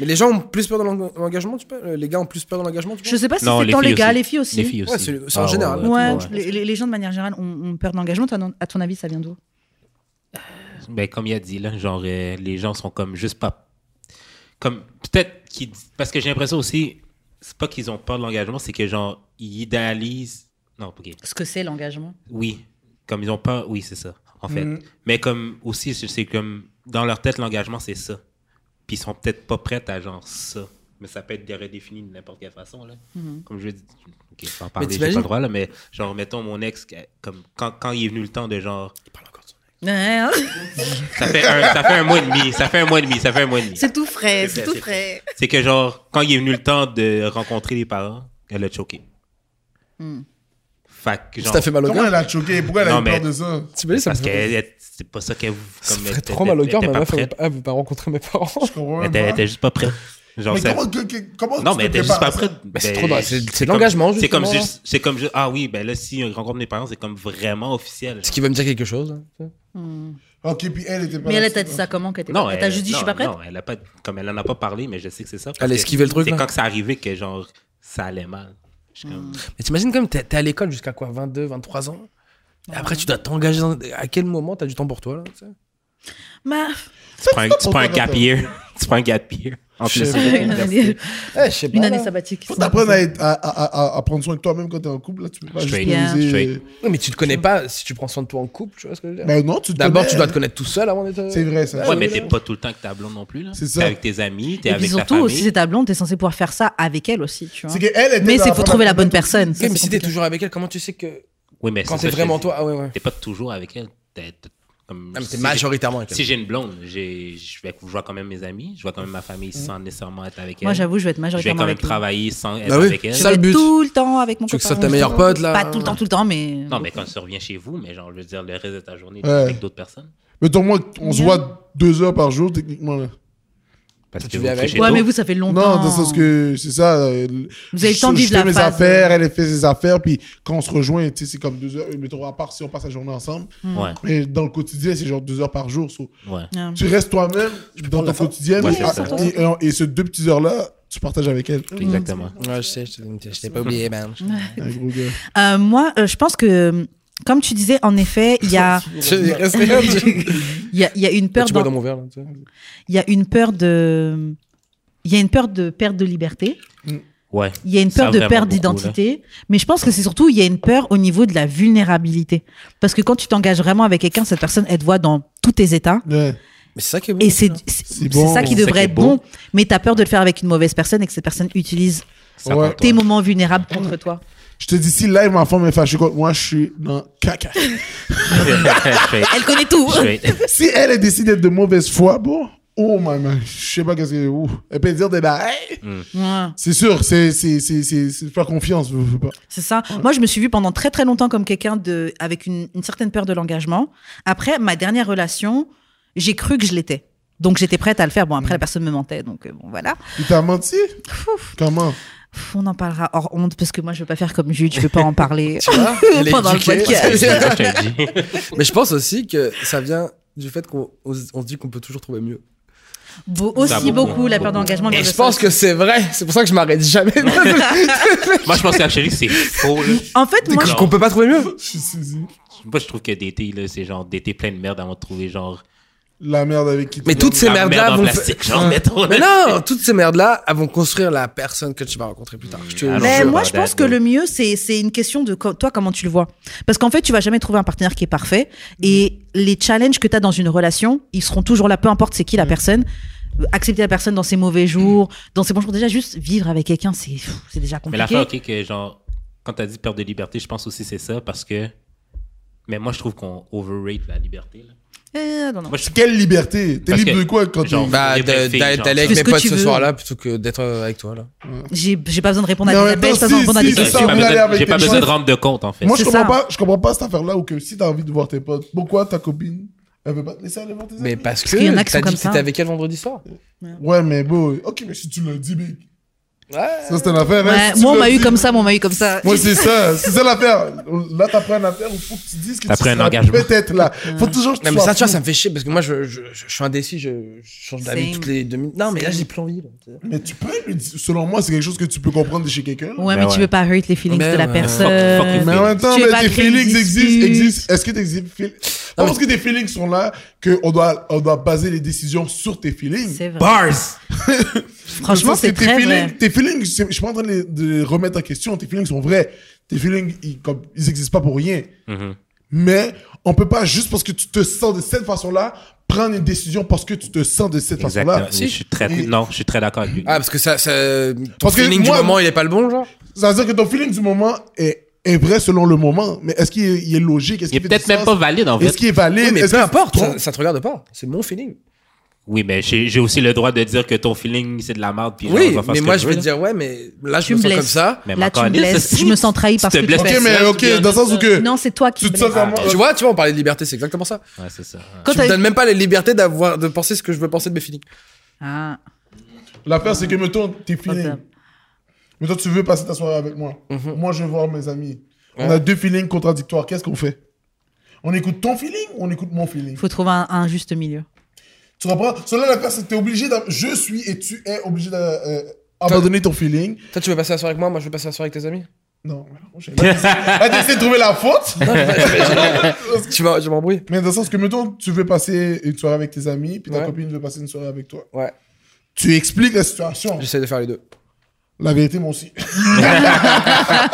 S1: Mais les gens ont plus peur de l'eng- l'engagement, tu penses Euh, Les gars ont plus peur de l'engagement, tu
S2: Je
S1: penses
S2: sais pas si
S4: Non,
S2: c'est
S4: les
S2: dans les
S4: filles
S2: gars,
S4: aussi.
S2: les filles aussi.
S4: Les filles
S1: Ouais,
S4: aussi. Ah,
S1: c'est- c'est en général,
S2: Ouais,
S1: tout le
S4: ouais.
S1: monde, je
S2: les, les- les gens de manière générale ont, ont peur d'engagement. Toi, non, À ton avis, ça vient d'où
S4: Ben, comme il a dit, là, genre, euh, les gens sont comme juste pas. Comme, peut-être qu'ils. Parce que j'ai l'impression aussi, c'est pas qu'ils ont peur de l'engagement, c'est que, genre, ils idéalisent. Non, ok.
S2: Ce que c'est l'engagement.
S4: Oui. Comme ils ont peur, oui, c'est ça, en fait.
S1: Mm.
S4: Mais comme, aussi, c'est- c'est comme, dans leur tête, l'engagement, c'est ça. Puis ils sont peut-être pas prêts à, genre, ça. Mais ça peut être redéfini de n'importe quelle façon, là. Comme je dis. Ok, sans parler, j'ai pas
S1: t'imagines-
S4: le droit, là, mais, genre, mettons mon ex, comme, quand, quand il est venu le temps de, genre.
S2: hein,
S4: Ça fait, un, ça fait un mois et demi, ça fait un mois et demi, ça fait un mois et demi.
S5: C'est tout frais,
S4: C'est
S5: c'est
S4: vrai,
S5: tout
S4: c'est
S5: frais.
S4: C'est que genre, quand il est venu le temps de rencontrer les parents, elle a choqué. Fait que genre...
S1: Ça fait mal au
S3: Comment
S1: cœur.
S3: elle a choqué? Pourquoi elle a
S4: Non,
S3: eu peur
S4: mais-
S3: de ça?
S1: Tu peux ça me
S4: Parce
S1: ferait-
S4: que c'est pas ça qu'elle...
S1: ça me
S4: elle
S1: ferait
S4: était-
S1: trop mal au
S4: elle
S1: cœur,
S4: était
S1: ma
S4: pas
S1: meuf, elle veut
S4: prête.
S1: pas- elle veut pas rencontrer mes parents.
S3: Je comprends
S4: Elle était-
S3: pas.
S4: elle était juste pas prête. Genre,
S3: Mais
S4: ça-
S3: comment, que- que- comment
S4: Non,
S3: tu
S4: mais elle
S3: te
S4: était juste pas
S3: prépares à ça?
S4: prête.
S1: Mais c'est
S4: Ben,
S1: trop drôle, c'est- c'est
S4: comme-
S1: l'engagement,
S4: C'est comme
S1: justement.
S4: juste... C'est comme juste... Ah oui, ben là, si on rencontre mes parents, c'est comme vraiment officiel.
S1: Ce qui va me dire quelque chose. hein, tu sais.
S3: Ok, puis elle était pas
S2: Mais elle
S3: là-dessus.
S2: t'a dit ça comment qu'elle était
S4: Non,
S2: pas- Elle t'a
S4: elle-
S2: juste dit, je suis
S4: non,
S2: pas prête
S4: Non, elle a pas... Comme elle en a pas parlé, mais je sais que c'est ça. parce
S1: Elle a
S4: que
S1: esquivé le truc,
S4: C'est
S1: là.
S4: quand que ça arrivait que genre, ça allait mal. Je suis comme...
S1: Mais t'imagines quand même, t'es t'es à l'école jusqu'à quoi 22, 23 ans Et après, tu dois t'engager. dans- À quel moment t'as du temps pour toi là, tu sais
S2: Bah,
S4: Tu prends un- tu prends un gap year. Tu prends un gap year. En
S1: Je
S4: plus,
S1: sais
S4: c'est-
S2: une année,
S1: Eh, je sais pas.
S2: une année
S1: là.
S2: sabbatique.
S3: Faut t'apprendre à, être- à, à, à, à prendre soin de toi-même quand t'es en couple, là, tu peux pas
S4: Straight.
S3: juste poser-
S4: Straight.
S1: Non, mais tu te connais pas si tu prends soin de toi en couple, tu vois ce que je veux
S4: Bah,
S1: dire
S3: Ben non, tu te
S1: D'abord,
S3: connais.
S1: tu dois te connaître tout seul avant d'être.
S3: C'est vrai, ça.
S4: Ouais, mais t'es pas tout le temps avec ta blonde non plus. là.
S3: C'est ça.
S4: T'es avec tes amis, t'es
S2: Et puis
S4: avec ta
S2: surtout,
S4: famille.
S2: si c'est ta blonde, t'es censé pouvoir faire ça avec elle aussi, tu vois.
S3: C'est qu'elle était
S2: Mais
S3: dans
S2: c'est faut
S3: première-
S2: trouver la bonne personne. ça,
S1: Ok, mais
S2: c'est
S1: si t'es
S2: compliqué.
S1: toujours avec elle, comment tu sais que
S4: Oui, mais
S1: quand
S4: c'est
S1: c'est
S4: ça,
S1: vraiment
S4: je-
S1: toi Ah ouais, ouais.
S4: T'es pas toujours avec elle. T'es, t'es- comme,
S1: Ah, mais t'es
S4: si
S1: majoritairement avec
S4: j'ai-
S1: elle.
S4: Si j'ai une blonde, j'ai, je, vais, je vois quand même mes amis, je vois quand même ma famille sans nécessairement être avec
S2: Mm.
S4: elle.
S2: Moi, j'avoue, je vais être
S4: je vais
S2: majoritairement
S4: quand même
S2: avec lui.
S4: travailler sans être
S1: Bah oui,
S4: avec elle.
S1: c'est ça le
S2: Je vais
S1: but.
S2: tout le temps avec mon
S1: Tu veux
S2: copain.
S1: que ce soit ta meilleure pote là
S2: Pas tout le temps, tout le temps, mais...
S4: Non, mais quand tu reviens chez vous, mais genre, je veux dire, le reste de ta journée, t'es
S3: Ouais.
S4: avec d'autres personnes.
S3: Mettons, moi, on se voit deux heures par jour, techniquement. Là.
S4: Parce
S1: Tu
S4: que
S1: vis
S4: vous
S1: avec-
S4: couchez
S2: Ouais, mais
S4: tôt.
S2: vous, ça fait longtemps.
S3: Non, dans le sens que c'est ça. euh,
S2: Vous avez le
S3: je-
S2: temps de
S3: je
S2: vivre
S3: fais
S2: la
S3: mes
S2: phase.
S3: affaires, elle fait ses affaires, puis quand on se rejoint, tu sais, c'est comme deux heures. euh, Mettons, à part si on passe la journée ensemble.
S4: Ouais,
S3: Mais dans le quotidien, c'est genre deux heures par jour. so,
S4: ouais.
S2: Yeah.
S3: Tu restes toi-même dans ton quotidien,
S4: Ouais,
S3: mais-
S4: c'est
S3: ah,
S4: ça.
S3: et, et- et ces deux petites heures-là, tu partages avec elle.
S2: Mm.
S4: Exactement.
S1: Ouais, je sais, je t'ai- je t'ai pas oublié, man.
S3: Un gros gars.
S2: Euh, Moi, euh, je pense que, comme tu disais, en effet, il y a...
S1: Je resté là. Tu
S2: Il y a, il y a une peur
S1: tu bois
S2: d'en-
S1: dans mon verre là, tu sais.
S2: il y a une peur de il y a une peur de perte de liberté,
S4: Ouais.
S2: il y a une
S4: Ça,
S2: peur de
S4: vraiment
S2: perte
S4: beaucoup,
S2: d'identité, mais je pense que c'est surtout il y a une peur au niveau de la vulnérabilité parce que quand tu t'engages vraiment avec quelqu'un, cette personne elle te voit dans tous tes états
S3: Ouais.
S1: Mais c'est ça qui est bon.
S2: et c'est
S3: C'est
S2: c'est
S3: bon.
S2: ça qui
S4: C'est ça
S2: devrait
S4: qui est
S2: être
S4: bon.
S2: bon, mais tu as peur de le faire avec une mauvaise personne et que cette personne utilise
S4: Ça
S3: Ouais.
S4: compte,
S2: tes
S4: ouais.
S2: moments vulnérables contre toi.
S3: Je te dis, si live ma femme est fâchée contre moi, je suis dans caca.
S4: Straight,
S2: Elle connaît tout.
S4: straight.
S3: si elle est décidée de mauvaise foi, bon, oh my man, je sais pas qu'est-ce que. ouh. Elle peut dire des barils.
S2: Ouais.
S3: C'est sûr, c'est c'est c'est c'est c'est faire confiance. je veux pas.
S2: C'est ça. Moi, je me suis vue pendant très très longtemps comme quelqu'un de avec une, une certaine peur de l'engagement. Après ma dernière relation, j'ai cru que je l'étais. Donc j'étais prête à le faire. Bon,
S4: Mm.
S2: après la personne me mentait, donc euh, bon voilà.
S3: Il t'a menti Comment
S2: Pff, on en parlera hors honte parce que moi, je veux pas faire comme Jude, je veux pas en parler.
S1: Tu vois Elle est
S2: Pendant le
S1: éduquée.
S2: podcast.
S4: Je te le dis.
S1: Mais je pense aussi que ça vient du fait qu'on on se on se dit qu'on peut toujours trouver mieux.
S2: Beau-
S4: Ça,
S2: aussi
S4: beaucoup,
S2: beaucoup, la peur
S4: beaucoup.
S2: d'engagement. mais
S1: Et
S2: le
S1: je pense
S2: sens-
S1: que c'est vrai. C'est pour ça que je m'arrête jamais.
S4: Moi, je pense que la chérie, c'est faux. là.
S2: En fait, moi, je-
S1: Qu'on peut pas trouver mieux.
S3: Je suis saisi.
S4: Moi, je trouve que d'été, là, c'est genre d'été plein de merde avant de trouver genre.
S3: La merde avec qui tu
S1: Mais toutes ces
S4: la merde
S1: merdes-là
S4: en
S1: vont.
S4: plastique, genre, mettons.
S1: Mais non, toutes ces merdes-là, elles vont construire la personne que tu vas rencontrer plus tard. Je te
S4: Ah non,
S1: jure.
S2: Mais
S4: je
S2: moi,
S4: vois,
S2: je pense
S4: Dad,
S2: que
S4: oui.
S2: le mieux, c'est c'est une question de co- toi, comment tu le vois. Parce qu'en fait, tu vas jamais trouver un partenaire qui est
S3: Mm. Mm.
S2: parfait. Et les challenges que tu as dans une relation, ils seront toujours là, peu importe c'est qui la personne. Euh, accepter la personne dans ses mauvais jours, dans ses bons jours. Déjà, juste vivre avec quelqu'un, c'est pff, c'est déjà
S4: Mais
S2: compliqué.
S4: l'affaire, ok, que genre, quand t'as dit perte de liberté, je pense aussi c'est ça parce que. Mais moi, je trouve qu'on overrate la liberté. Là.
S2: Euh, non, non.
S4: Moi, je...
S3: Quelle liberté T'es
S4: Parce
S3: libre
S4: que,
S3: de quoi quand tu.
S4: genre,
S1: Bah,
S4: Les
S1: de-
S4: vraies filles,
S1: d'a-
S4: genre,
S1: d'aller
S4: ça.
S1: avec
S2: Fais
S1: mes
S2: ce que
S1: potes
S2: tu
S1: ce
S2: veux.
S1: soir-là plutôt que d'être euh, avec toi, là.
S2: J'ai j'ai pas besoin de répondre à
S3: Mais en
S2: des
S3: même temps,
S2: appels, j'ai pas besoin de
S3: si,
S2: répondre à
S3: si,
S2: des
S3: c'est ça,
S4: J'ai
S2: questions.
S4: pas
S3: on
S4: besoin-
S3: allait avec
S4: j'ai pas
S3: les
S4: besoin de
S3: gens.
S4: rendre de compte, en fait.
S3: Moi,
S2: C'est
S3: je comprends
S2: ça.
S3: pas, je comprends pas cette affaire-là où que si t'as envie de voir tes potes, pourquoi ta copine, elle veut pas te laisser aller voir tes amis
S1: Mais parce que
S2: qu'il y en a qui
S1: t'as
S2: sont
S1: dit
S2: comme
S1: que
S2: ça.
S1: t'étais avec elle vendredi soir.
S3: Ouais, mais bon, ok, mais si tu l'as dit, big.
S1: Ouais.
S3: Ça, c'est l'affaire. hein,
S2: Ouais,
S3: si tu
S2: moi, on
S3: l'as
S2: m'a eu
S3: dit.
S2: comme ça, moi, on m'a eu comme ça.
S3: Moi, c'est ça, c'est ça l'affaire. Là, t'as pris une affaire où faut que tu dises que
S4: T'as
S3: tu
S4: pris un
S3: seras
S4: engagement.
S3: Peut-être là. Faut toujours que
S1: Non, mais
S3: tu sois
S1: ça, tu vois,
S3: fou.
S1: ça me fait chier parce que moi, je, je, je suis indécis, je, je change d'avis
S2: Same.
S1: toutes les deux minutes. Non, mais là,
S2: Same.
S1: j'ai plus envie. Là.
S3: Mais tu peux lui dire, selon moi, c'est quelque chose que tu peux comprendre de chez quelqu'un.
S2: Ouais, mais
S4: Ben ouais.
S2: tu veux pas hurt les feelings
S1: Ben
S2: de la
S1: ouais.
S2: personne.
S4: Fuck- fuck les
S3: Mais en même temps,
S2: Tu
S3: mais
S2: veux pas
S3: tes
S2: créer une
S3: feelings existent,
S2: dispute.
S3: existent. Est-ce que tes exi- feel- Pas parce que tes feelings sont là qu'on doit, on doit baser les décisions sur tes feelings.
S2: C'est vrai.
S4: Bah,
S3: Bars!
S2: Franchement,
S3: Parce que
S2: c'est
S3: tes
S2: très
S3: feelings,
S2: vrai.
S3: Tes feelings, c'est- je suis pas en train de les, de les remettre en question. Tes feelings sont vrais. Tes feelings, ils, comme, ils existent pas pour rien.
S4: Mhm.
S3: Mais on peut pas juste parce que tu te sens de cette façon-là prendre une décision parce que tu te sens de cette
S4: Exactement.
S3: façon-là.
S4: Je suis très,
S3: Et-
S4: non, je suis très d'accord avec lui.
S1: Ah, parce que ça, ça ton
S3: Parce que
S1: feeling
S3: moi-
S1: du moment, il est pas le bon, genre.
S3: Ça veut dire que ton feeling du moment est, est vrai selon le moment. Mais est-ce qu'il est, il est logique? Est-ce
S4: Il est
S3: qu'il fait
S4: peut-être
S3: du
S4: même
S3: sens?
S4: pas valide, en
S3: Est-ce
S4: fait.
S3: qu'il est valide?
S1: Oui, mais
S3: Est-ce
S1: peu
S3: que-
S1: importe,
S3: Ton-
S2: hein.
S1: ça, ça te regarde pas. C'est mon feeling.
S4: Oui, mais j'ai j'ai aussi le droit de dire que ton feeling, c'est de la merde. Puis genre, on
S1: oui,
S4: va faire
S1: mais
S4: ce
S1: moi,
S4: que
S1: je vais
S4: veux,
S1: te dire, ouais, mais là, je
S2: Tu
S1: me
S2: me
S1: sens
S2: blesses.
S1: comme ça.
S4: Mais
S2: Là,
S4: encore
S2: tu me
S4: une,
S2: blesses.
S4: c'est-
S2: Je me sens trahi
S4: Tu
S2: parce
S4: te
S2: que tu
S4: blesses.
S2: me
S3: Ok,
S4: Personne,
S3: mais
S4: to be
S3: ok, dans le sens où que
S2: Non, c'est toi qui
S3: tu
S2: me
S3: te sens
S2: blesses.
S3: comme
S1: Tu vois, tu vois, on parlait de liberté, c'est exactement ça.
S4: là. Ouais, c'est ça. Ouais.
S2: Quand
S1: tu me
S2: t'as-
S1: donnes même pas les libertés d'avoir, de penser ce que je veux penser de mes feelings.
S2: Ah,
S3: L'affaire, c'est que, mettons, tes feelings.
S2: fuck up.
S3: Mettons, tu veux passer ta soirée avec moi.
S1: Mhm.
S3: Moi, je veux voir mes amis. On a deux feelings contradictoires. Qu'est-ce qu'on fait On écoute ton feeling ou on écoute mon feeling
S2: faut trouver un, un juste milieu.
S3: Tu comprends Cela, l'affaire, c'est que t'es obligé d'a- Je suis et tu es obligé d'abandonner ton feeling.
S1: Toi, tu veux passer la soirée avec moi, moi, je veux passer la soirée avec tes amis.
S3: Non, mais non, j'ai- Ah, t'essaies de trouver la faute
S1: tu vas, je m'embrouille.
S3: Mais dans le sens que, mettons, tu veux passer une soirée avec tes amis, puis ta
S1: Ouais.
S3: copine veut passer une soirée avec toi.
S1: Ouais,
S3: Tu expliques la situation.
S1: j'essaie de faire les deux.
S3: La vérité, moi aussi.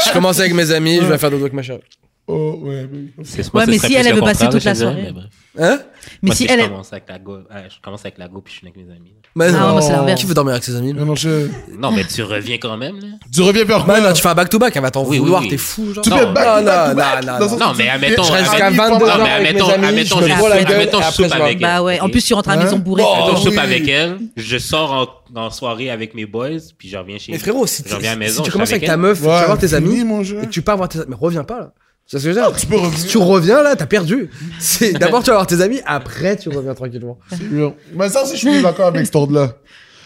S1: Je commence avec mes amis, je vais faire d'autres avec ma chérie.
S3: oh, ouais, oui.
S4: C'est- moi,
S2: Ouais,
S4: ce
S2: mais
S4: serait
S2: si
S4: plus
S2: elle, elle
S4: le
S2: veut passer
S4: contraire,
S2: toute
S4: je
S2: la
S4: dirais,
S2: soirée.
S4: mais bref.
S1: Hein
S2: Mais
S4: Moi,
S2: si
S4: c'est-
S2: elle
S4: je
S2: est.
S4: commence avec la go, ouais, je commence avec la go puis je suis avec mes amis.
S1: Mais
S2: Ah, moi, c'est l'inverse.
S1: Bah Qui veut dormir avec ses amis là
S3: Mais
S4: Bah
S3: non, je-
S4: Non, mais tu reviens quand même. Là.
S3: Tu reviens vers quoi
S1: Bah non, tu fais un back-to-back, elle va t'en
S4: Oui, oui,
S1: vouloir,
S4: oui.
S1: t'es fou, genre.
S3: Tu
S4: Non,
S3: fais back to
S1: non,
S3: back to
S1: non,
S3: back,
S1: non,
S3: dans
S1: non.
S3: le sens
S4: Non,
S3: où
S4: mais
S3: tu-
S4: admettons,
S3: Je reste
S1: admettons-
S3: qu'à 22
S1: Non,
S4: Non,
S1: avec
S4: Ah,
S3: heures.
S4: mais
S1: mes
S4: admettons,
S1: amis,
S4: admettons,
S1: je
S4: je,
S1: me vois la gueule,
S4: admettons, je
S1: après,
S4: soupe
S1: je vais-
S4: avec
S2: Bah
S4: elle,
S2: ouais, en
S4: ok?
S2: plus, tu rentres à la
S3: Hein
S2: maison bourré.
S1: Bon.
S4: Mettons, je soupe
S3: oui.
S4: avec elle, je sors en, en soirée avec mes boys, puis je reviens chez
S1: Mais frérot, si,
S4: je
S1: tu-
S4: reviens à la
S1: si
S4: maison,
S1: tu
S4: je
S1: commences
S4: suis
S1: avec
S4: avec
S1: ta
S4: elle.
S1: meuf,
S3: Ouais,
S1: tu vas voir tes
S3: fini,
S1: amis,
S3: mon jeu.
S1: et tu pars voir tes amis. Mais reviens pas là. Tu vois ce que je veux dire
S3: Ah, Tu peux
S1: Si
S3: revenir.
S1: tu reviens là, t'as perdu. C'est d'abord tu vas voir tes amis, après tu reviens tranquillement.
S3: C'est bien. Mais Bah, ça aussi, je suis d'accord avec cette ordre-là.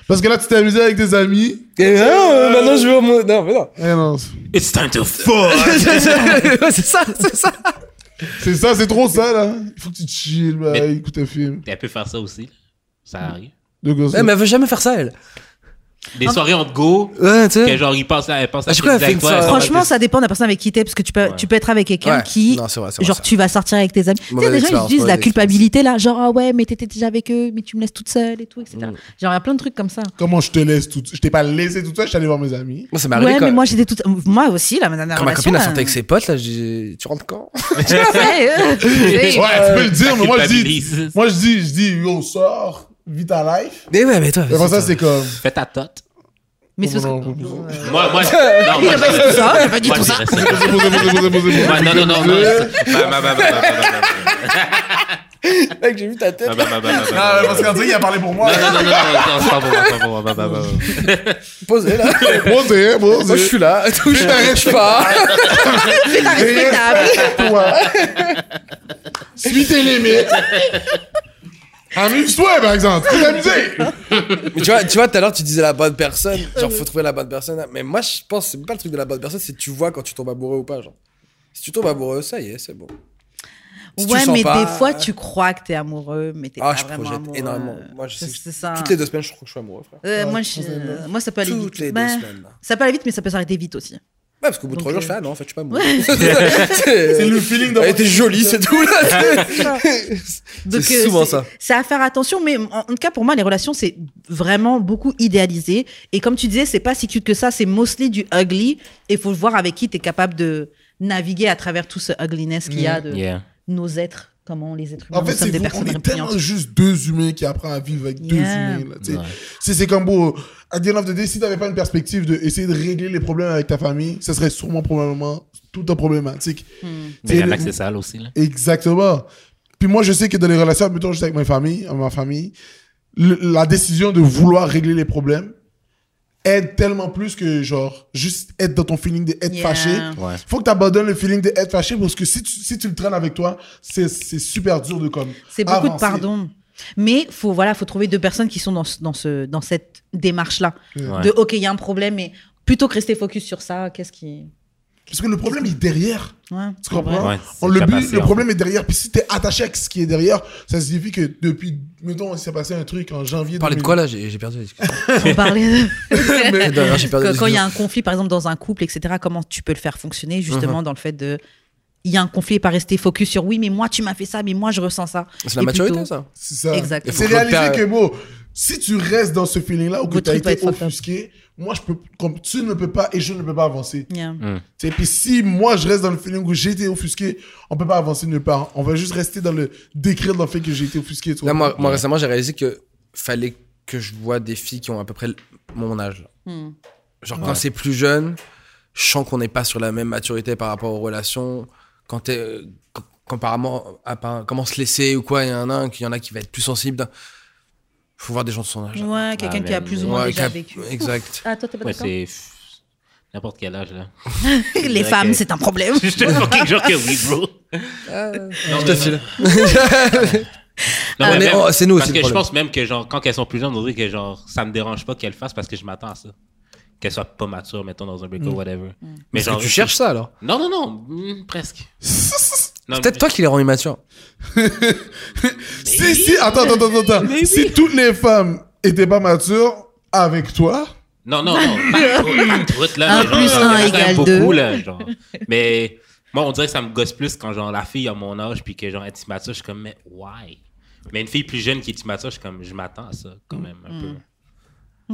S3: Parce que là, tu t'es amusé avec tes amis.
S1: Et non, euh, maintenant je vais au monde. Non, mais non.
S3: Eh non.
S4: It's time to fuck!
S1: Ouais, c'est ça, c'est ça.
S3: C'est ça, c'est trop ça, là. Il faut que tu chill, bah,
S4: Mais-
S3: écoute un film.
S4: Elle peut faire ça aussi, là. ça arrive.
S3: De gosses.
S1: Eh, mais elle veut jamais faire ça, elle.
S4: Des soirées on te go,
S1: Ouais, tu
S4: que
S1: sais.
S4: genre, ils pensent là, elle pense à
S1: Je crois qu'elle fait une soirée-
S2: Franchement, ça dépend de la personne avec qui t'es, parce que tu peux,
S4: Ouais.
S2: tu peux être avec quelqu'un
S1: Ouais.
S2: qui,
S1: Non, c'est vrai, c'est vrai,
S2: genre,
S1: c'est
S2: tu vas sortir avec tes amis. Tu sais,
S1: Mauvaise
S2: des gens, ils
S1: expérience,
S2: disent la
S1: mauvaise
S2: culpabilité, là, genre, ah ouais, mais t'étais déjà avec eux, mais tu me laisses toute seule et tout, etc.
S1: Mm.
S2: Genre, il y a plein de trucs comme ça.
S3: Comment je te laisse tout Je t'ai pas laissé tout ça, je suis allé voir mes amis.
S1: Moi, ça m'est arrivé
S2: Ouais,
S1: quand-
S2: mais moi, j'étais toute. Moi aussi, là, ma dernière
S1: Bah, quand ma
S2: relation.
S1: copine a
S2: là.
S1: sorti avec ses potes, là, j'ai dit, tu rentres quand
S2: Ouais, euh,
S3: Ouais, tu peux le dire, mais moi, je dis.
S4: culpabilise.
S3: Moi, je dis, je dis, yo, sors, vis ta life.
S1: Mais ouais, mais toi.
S3: Mais pour ça, c'est comme.
S4: Fais ta tote.
S2: Mais c'est
S3: Oh,
S2: parce que-
S3: non, non, non.
S4: Moi, moi, non, moi, je-
S2: tout ça, il a pas dit
S4: moi,
S2: tout ça.
S4: je dirais ça. Ouais, Non, non, non, non. Bah, bah, bah, bah, bah, bah, bah, bah.
S1: Mec, j'ai vu ta tête.
S4: Bah, bah, bah, bah, bah, bah,
S3: Ah,
S4: bah,
S3: parce
S4: bah.
S3: qu'André, il a parlé pour moi.
S4: Non, non, non, non, non, c'est pas pour moi, c'est pas pour moi. Bah, bah, bah, bah.
S1: Posée, là.
S3: Bon, c'est bon,
S1: Moi, je
S3: c'est
S1: suis là. Je t'arrête pas.
S2: C'est pas respectable.
S3: toi. Suis tes limites. Amuse-toi, par exemple. Tu t'es amusé.
S1: Mais tu vois, tu vois, tout à l'heure, tu disais la bonne personne. Genre, faut trouver la bonne personne. Mais moi, je pense, que c'est pas le truc de la bonne personne, c'est tu vois quand tu tombes amoureux ou pas, genre. Si tu tombes amoureux, ça y est, c'est bon. Si tu
S2: ouais,
S1: sens
S2: mais
S1: pas- euh,
S2: des fois, tu crois que t'es amoureux, mais t'es
S1: Ah,
S2: pas
S1: je
S2: vraiment
S1: projette
S2: amoureux.
S1: énormément. Moi, je sais que
S2: C'est ça.
S1: Toutes les deux semaines, je crois que je suis amoureux, frère.
S2: Euh,
S3: Ouais,
S2: moi,
S3: je
S2: je-
S3: pense que c'est-
S2: moi, ça peut Ah. aller
S1: Toutes
S2: vite.
S1: les deux
S2: Ben,
S1: semaines. là. Ouais,
S2: Ça peut aller vite, mais ça peut s'arrêter vite aussi.
S1: parce qu'au bout de
S2: Donc,
S1: trois jours, je
S2: euh,
S1: fais, ah non, en fait, je suis pas amoureux. C'est
S3: C'est le feeling
S1: Elle
S3: d'avoir.
S1: était jolie, c'est tout, là. c'est-
S2: Donc,
S1: C'est
S2: euh,
S1: souvent
S2: c'est-
S1: ça.
S2: C'est à faire attention, mais en, en tout cas, pour moi, les relations, c'est vraiment beaucoup idéalisé. Et comme tu disais, c'est pas si cute que ça, c'est mostly du
S1: Mm.
S2: ugly. Et faut voir avec qui t'es capable de naviguer à travers tout ce ugliness qu'il y a de
S4: Yeah.
S2: nos êtres, comment les êtres humains
S3: En fait,
S2: nous sommes
S3: c'est
S2: des
S3: vous, on
S2: personnes
S3: est tellement
S2: répugnantes.
S3: juste deux humains qui apprennent à vivre avec deux
S2: Yeah.
S3: humains. là, tu sais. C'est c'est comme beau. À the end of the day, si t'avais pas une perspective de essayer de régler les problèmes avec ta famille, ça serait sûrement probablement tout un problématique.
S4: Mais il y a
S3: le-
S4: l'accès sale aussi, là.
S3: Exactement. Puis moi, je sais que dans les relations, mettons juste avec ma famille, euh, ma famille, le- la décision de vouloir régler les problèmes aide tellement plus que genre juste être dans ton feeling d'être
S2: Yeah.
S3: fâché.
S4: Ouais.
S3: Faut que tu abandonnes le feeling d'être fâché parce que si tu, si tu le traînes avec toi, c'est c'est super dur de comme.
S2: C'est beaucoup de
S3: avancer.
S2: pardon. Mais faut voilà, faut trouver deux personnes qui sont dans ce- dans ce dans cette démarche là.
S4: Ouais.
S2: De ok, il y a un problème, mais plutôt que rester focus sur ça, qu'est-ce qui
S3: Parce que le problème est derrière.
S2: ouais,
S3: Tu comprends?
S4: Ouais,
S3: On-
S4: c'est
S3: le,
S4: déjà
S3: but-
S4: passé,
S3: le
S4: en
S3: problème est derrière. Puis si t'es attaché avec ce qui est derrière, ça signifie que depuis, mettons, il s'est passé un truc en janvier.
S1: Parler de
S3: 2000.
S1: quoi là J'ai j'ai perdu la discussion.
S2: On parlait de-
S1: Mais- Non, non, j'ai perdu la
S2: quand quand il y
S1: discussion.
S2: a un conflit, par exemple, dans un couple, etc., comment tu peux le faire fonctionner, justement, dans le fait de. Il y a un conflit et pas rester focus sur oui, mais moi, tu m'as fait ça, mais moi, je ressens ça.
S1: C'est la
S2: Et
S1: maturité
S2: plutôt-
S1: ça.
S3: C'est ça.
S2: Exactement.
S3: C'est
S1: Faut
S3: réaliser
S1: pas-
S3: que, bon, si tu restes dans ce feeling-là ou que
S2: Votre
S3: tu as
S2: truc va
S3: été
S2: être fucked up.
S3: offusqué, moi, je peux, comme, tu ne peux pas et je ne peux pas avancer.
S2: Yeah.
S3: Et puis si moi, je reste dans le feeling où j'ai été offusqué, on peut pas avancer nulle part. On va juste rester dans le décrire le fait que j'ai été offusqué. tu vois.
S1: Là, moi, moi, récemment, j'ai réalisé que fallait que je vois des filles qui ont à peu près l- mon âge. là.
S2: Hmm.
S1: Genre, quand c'est plus jeune, je sens qu'on n'est pas sur la même maturité par rapport aux relations. Quand t'es. euh, qu- Comparamment à par- comment se laisser ou quoi, il y en a un, qu'il y en a qui va être plus sensible. d'un- Faut voir des gens de son âge. là.
S2: Ouais, quelqu'un
S4: Ah,
S2: qui a
S4: mais-
S2: plus ou moins
S1: Ouais,
S2: déjà
S1: cap-
S2: vécu.
S1: Exact.
S2: Ah, toi, t'es pas
S4: Ouais,
S2: d'accord
S4: c'est pff, n'importe quel âge, là.
S2: Les
S4: Ok.
S2: femmes, c'est un problème.
S4: Je te fucking jure que oui, bro.
S2: Ah,
S1: je te file.
S4: Non,
S1: On
S4: mais
S1: est-
S4: même-
S1: oh, c'est nous aussi
S4: Parce
S1: le
S4: que
S1: problème.
S4: je pense même que, genre, quand elles sont plus jeunes, on dirait que, genre, ça me dérange pas qu'elles le fassent parce que je m'attends à ça. Qu'elles soient pas matures, mettons, dans un break ou whatever. Mais
S1: Est-ce que tu cherches ça alors
S4: Non, non, non, hmm, presque.
S2: Ah,
S4: Non,
S1: C'est peut-être
S4: mais-
S1: toi qui les rends immatures.
S3: Si, si, attends, attends, attends, attends. Si toutes les femmes étaient pas matures avec toi,
S4: Non, non, non. pas toutes, pas toutes, là,
S2: Un
S4: mais genre,
S2: plus
S4: il y en a
S2: un
S4: quand même
S2: égale
S4: beaucoup,
S2: deux.
S4: là, genre. Mais moi, on dirait que ça me gosse plus quand genre, la fille à mon âge puis que genre, elle est immature. Je suis comme, mais why? Mais une fille plus jeune qui est immature, je suis comme, je m'attends à ça quand même un
S2: Mm.
S4: peu.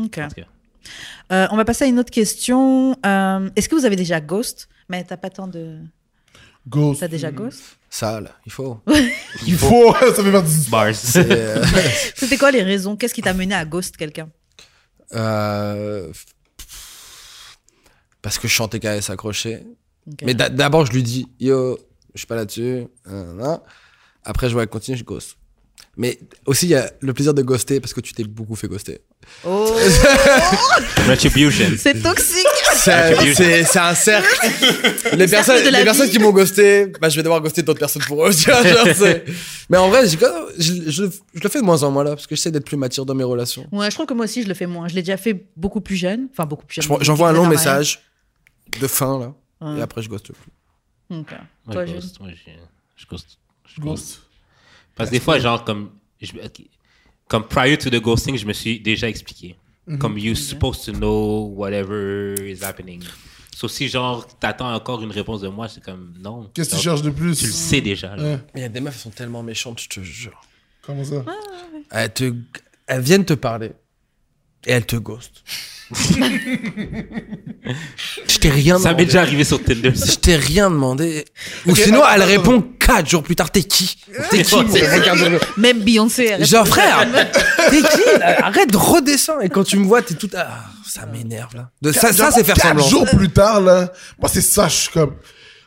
S2: Ok.
S4: Parce que-
S2: Euh, on va passer à une autre question. Euh, Est-ce que vous avez déjà ghost Mais t'as pas tant de.
S3: go.
S2: T'as déjà
S1: Hmm.
S2: ghost
S1: Ça, là, il faut.
S3: Il faut, ça fait partie du
S4: Bars.
S1: Et, euh,
S2: C'était quoi les raisons Qu'est-ce qui t'a mené à ghost quelqu'un
S1: euh, Parce que je chantais qu'à s'accrocher.
S2: Ok.
S1: Mais d'a- d'abord, je lui dis, yo, je suis pas là-dessus. nan, nan, nan. Après, je vois elle continue, je ghost. Mais aussi, il y a le plaisir de ghoster parce que tu t'es beaucoup fait ghoster.
S2: Oh,
S4: Retribution.
S2: c'est toxique
S1: C'est Euh, c'est- c'est un cercle. Les personnes,
S2: de la
S1: les personnes
S2: vie.
S1: qui m'ont ghosté, bah, je vais devoir ghoster d'autres personnes pour eux. tu vois, genre, c'est- Mais en vrai, j'ai quand- je, je- je le fais de moins en moins là parce que j'essaie d'être plus mature dans mes relations.
S2: Ouais, je trouve que moi aussi, je le fais moins. Je l'ai déjà fait beaucoup plus jeune. Enfin, beaucoup plus
S1: Je
S2: jeune.
S1: prends- J'envoie un long
S2: Ouais.
S1: message de fin là
S2: Ouais.
S1: et après, je ghoste plus.
S2: Ok.
S4: Moi,
S2: Toi,
S4: je
S2: Jules
S4: ghost. Moi, je, je ghost. Je ghost.
S3: ghost.
S4: Parce que des fois, genre, comme, je- ok. comme prior to the ghosting, je me suis déjà expliqué.
S2: Mm-hmm.
S4: Comme you're supposed to know whatever is happening. Sauf si, genre, t'attends encore une réponse de moi, c'est comme non.
S3: Qu'est-ce que tu
S4: Genre,
S3: cherches de plus
S4: Tu le sais déjà. là.
S3: Hein,
S1: Mais il y a des meufs, elles sont tellement méchantes, je te jure.
S3: Comment ça
S1: Elles, te, elles viennent te parler et elles te ghostent. je t'ai rien
S4: Ça m'est
S1: demandé.
S4: déjà arrivé sur Tinder. ça.
S1: Je t'ai rien demandé. Ou
S3: Ok,
S1: sinon,
S3: attends,
S1: elle
S3: attends,
S1: répond 4 jours plus tard, t'es qui T'es qui
S4: Ouais,
S1: mon
S4: c'est
S1: gars Regarde-le.
S2: Même Beyoncé. elle-
S1: Genre, frère, t'es qui là Arrête, redescends. Et quand tu me vois, t'es tout. Ah, ça m'énerve là. De, ça, ça, c'est faire
S3: Quatre
S1: semblant.
S3: jours plus tard, là, moi, c'est ça, je suis comme.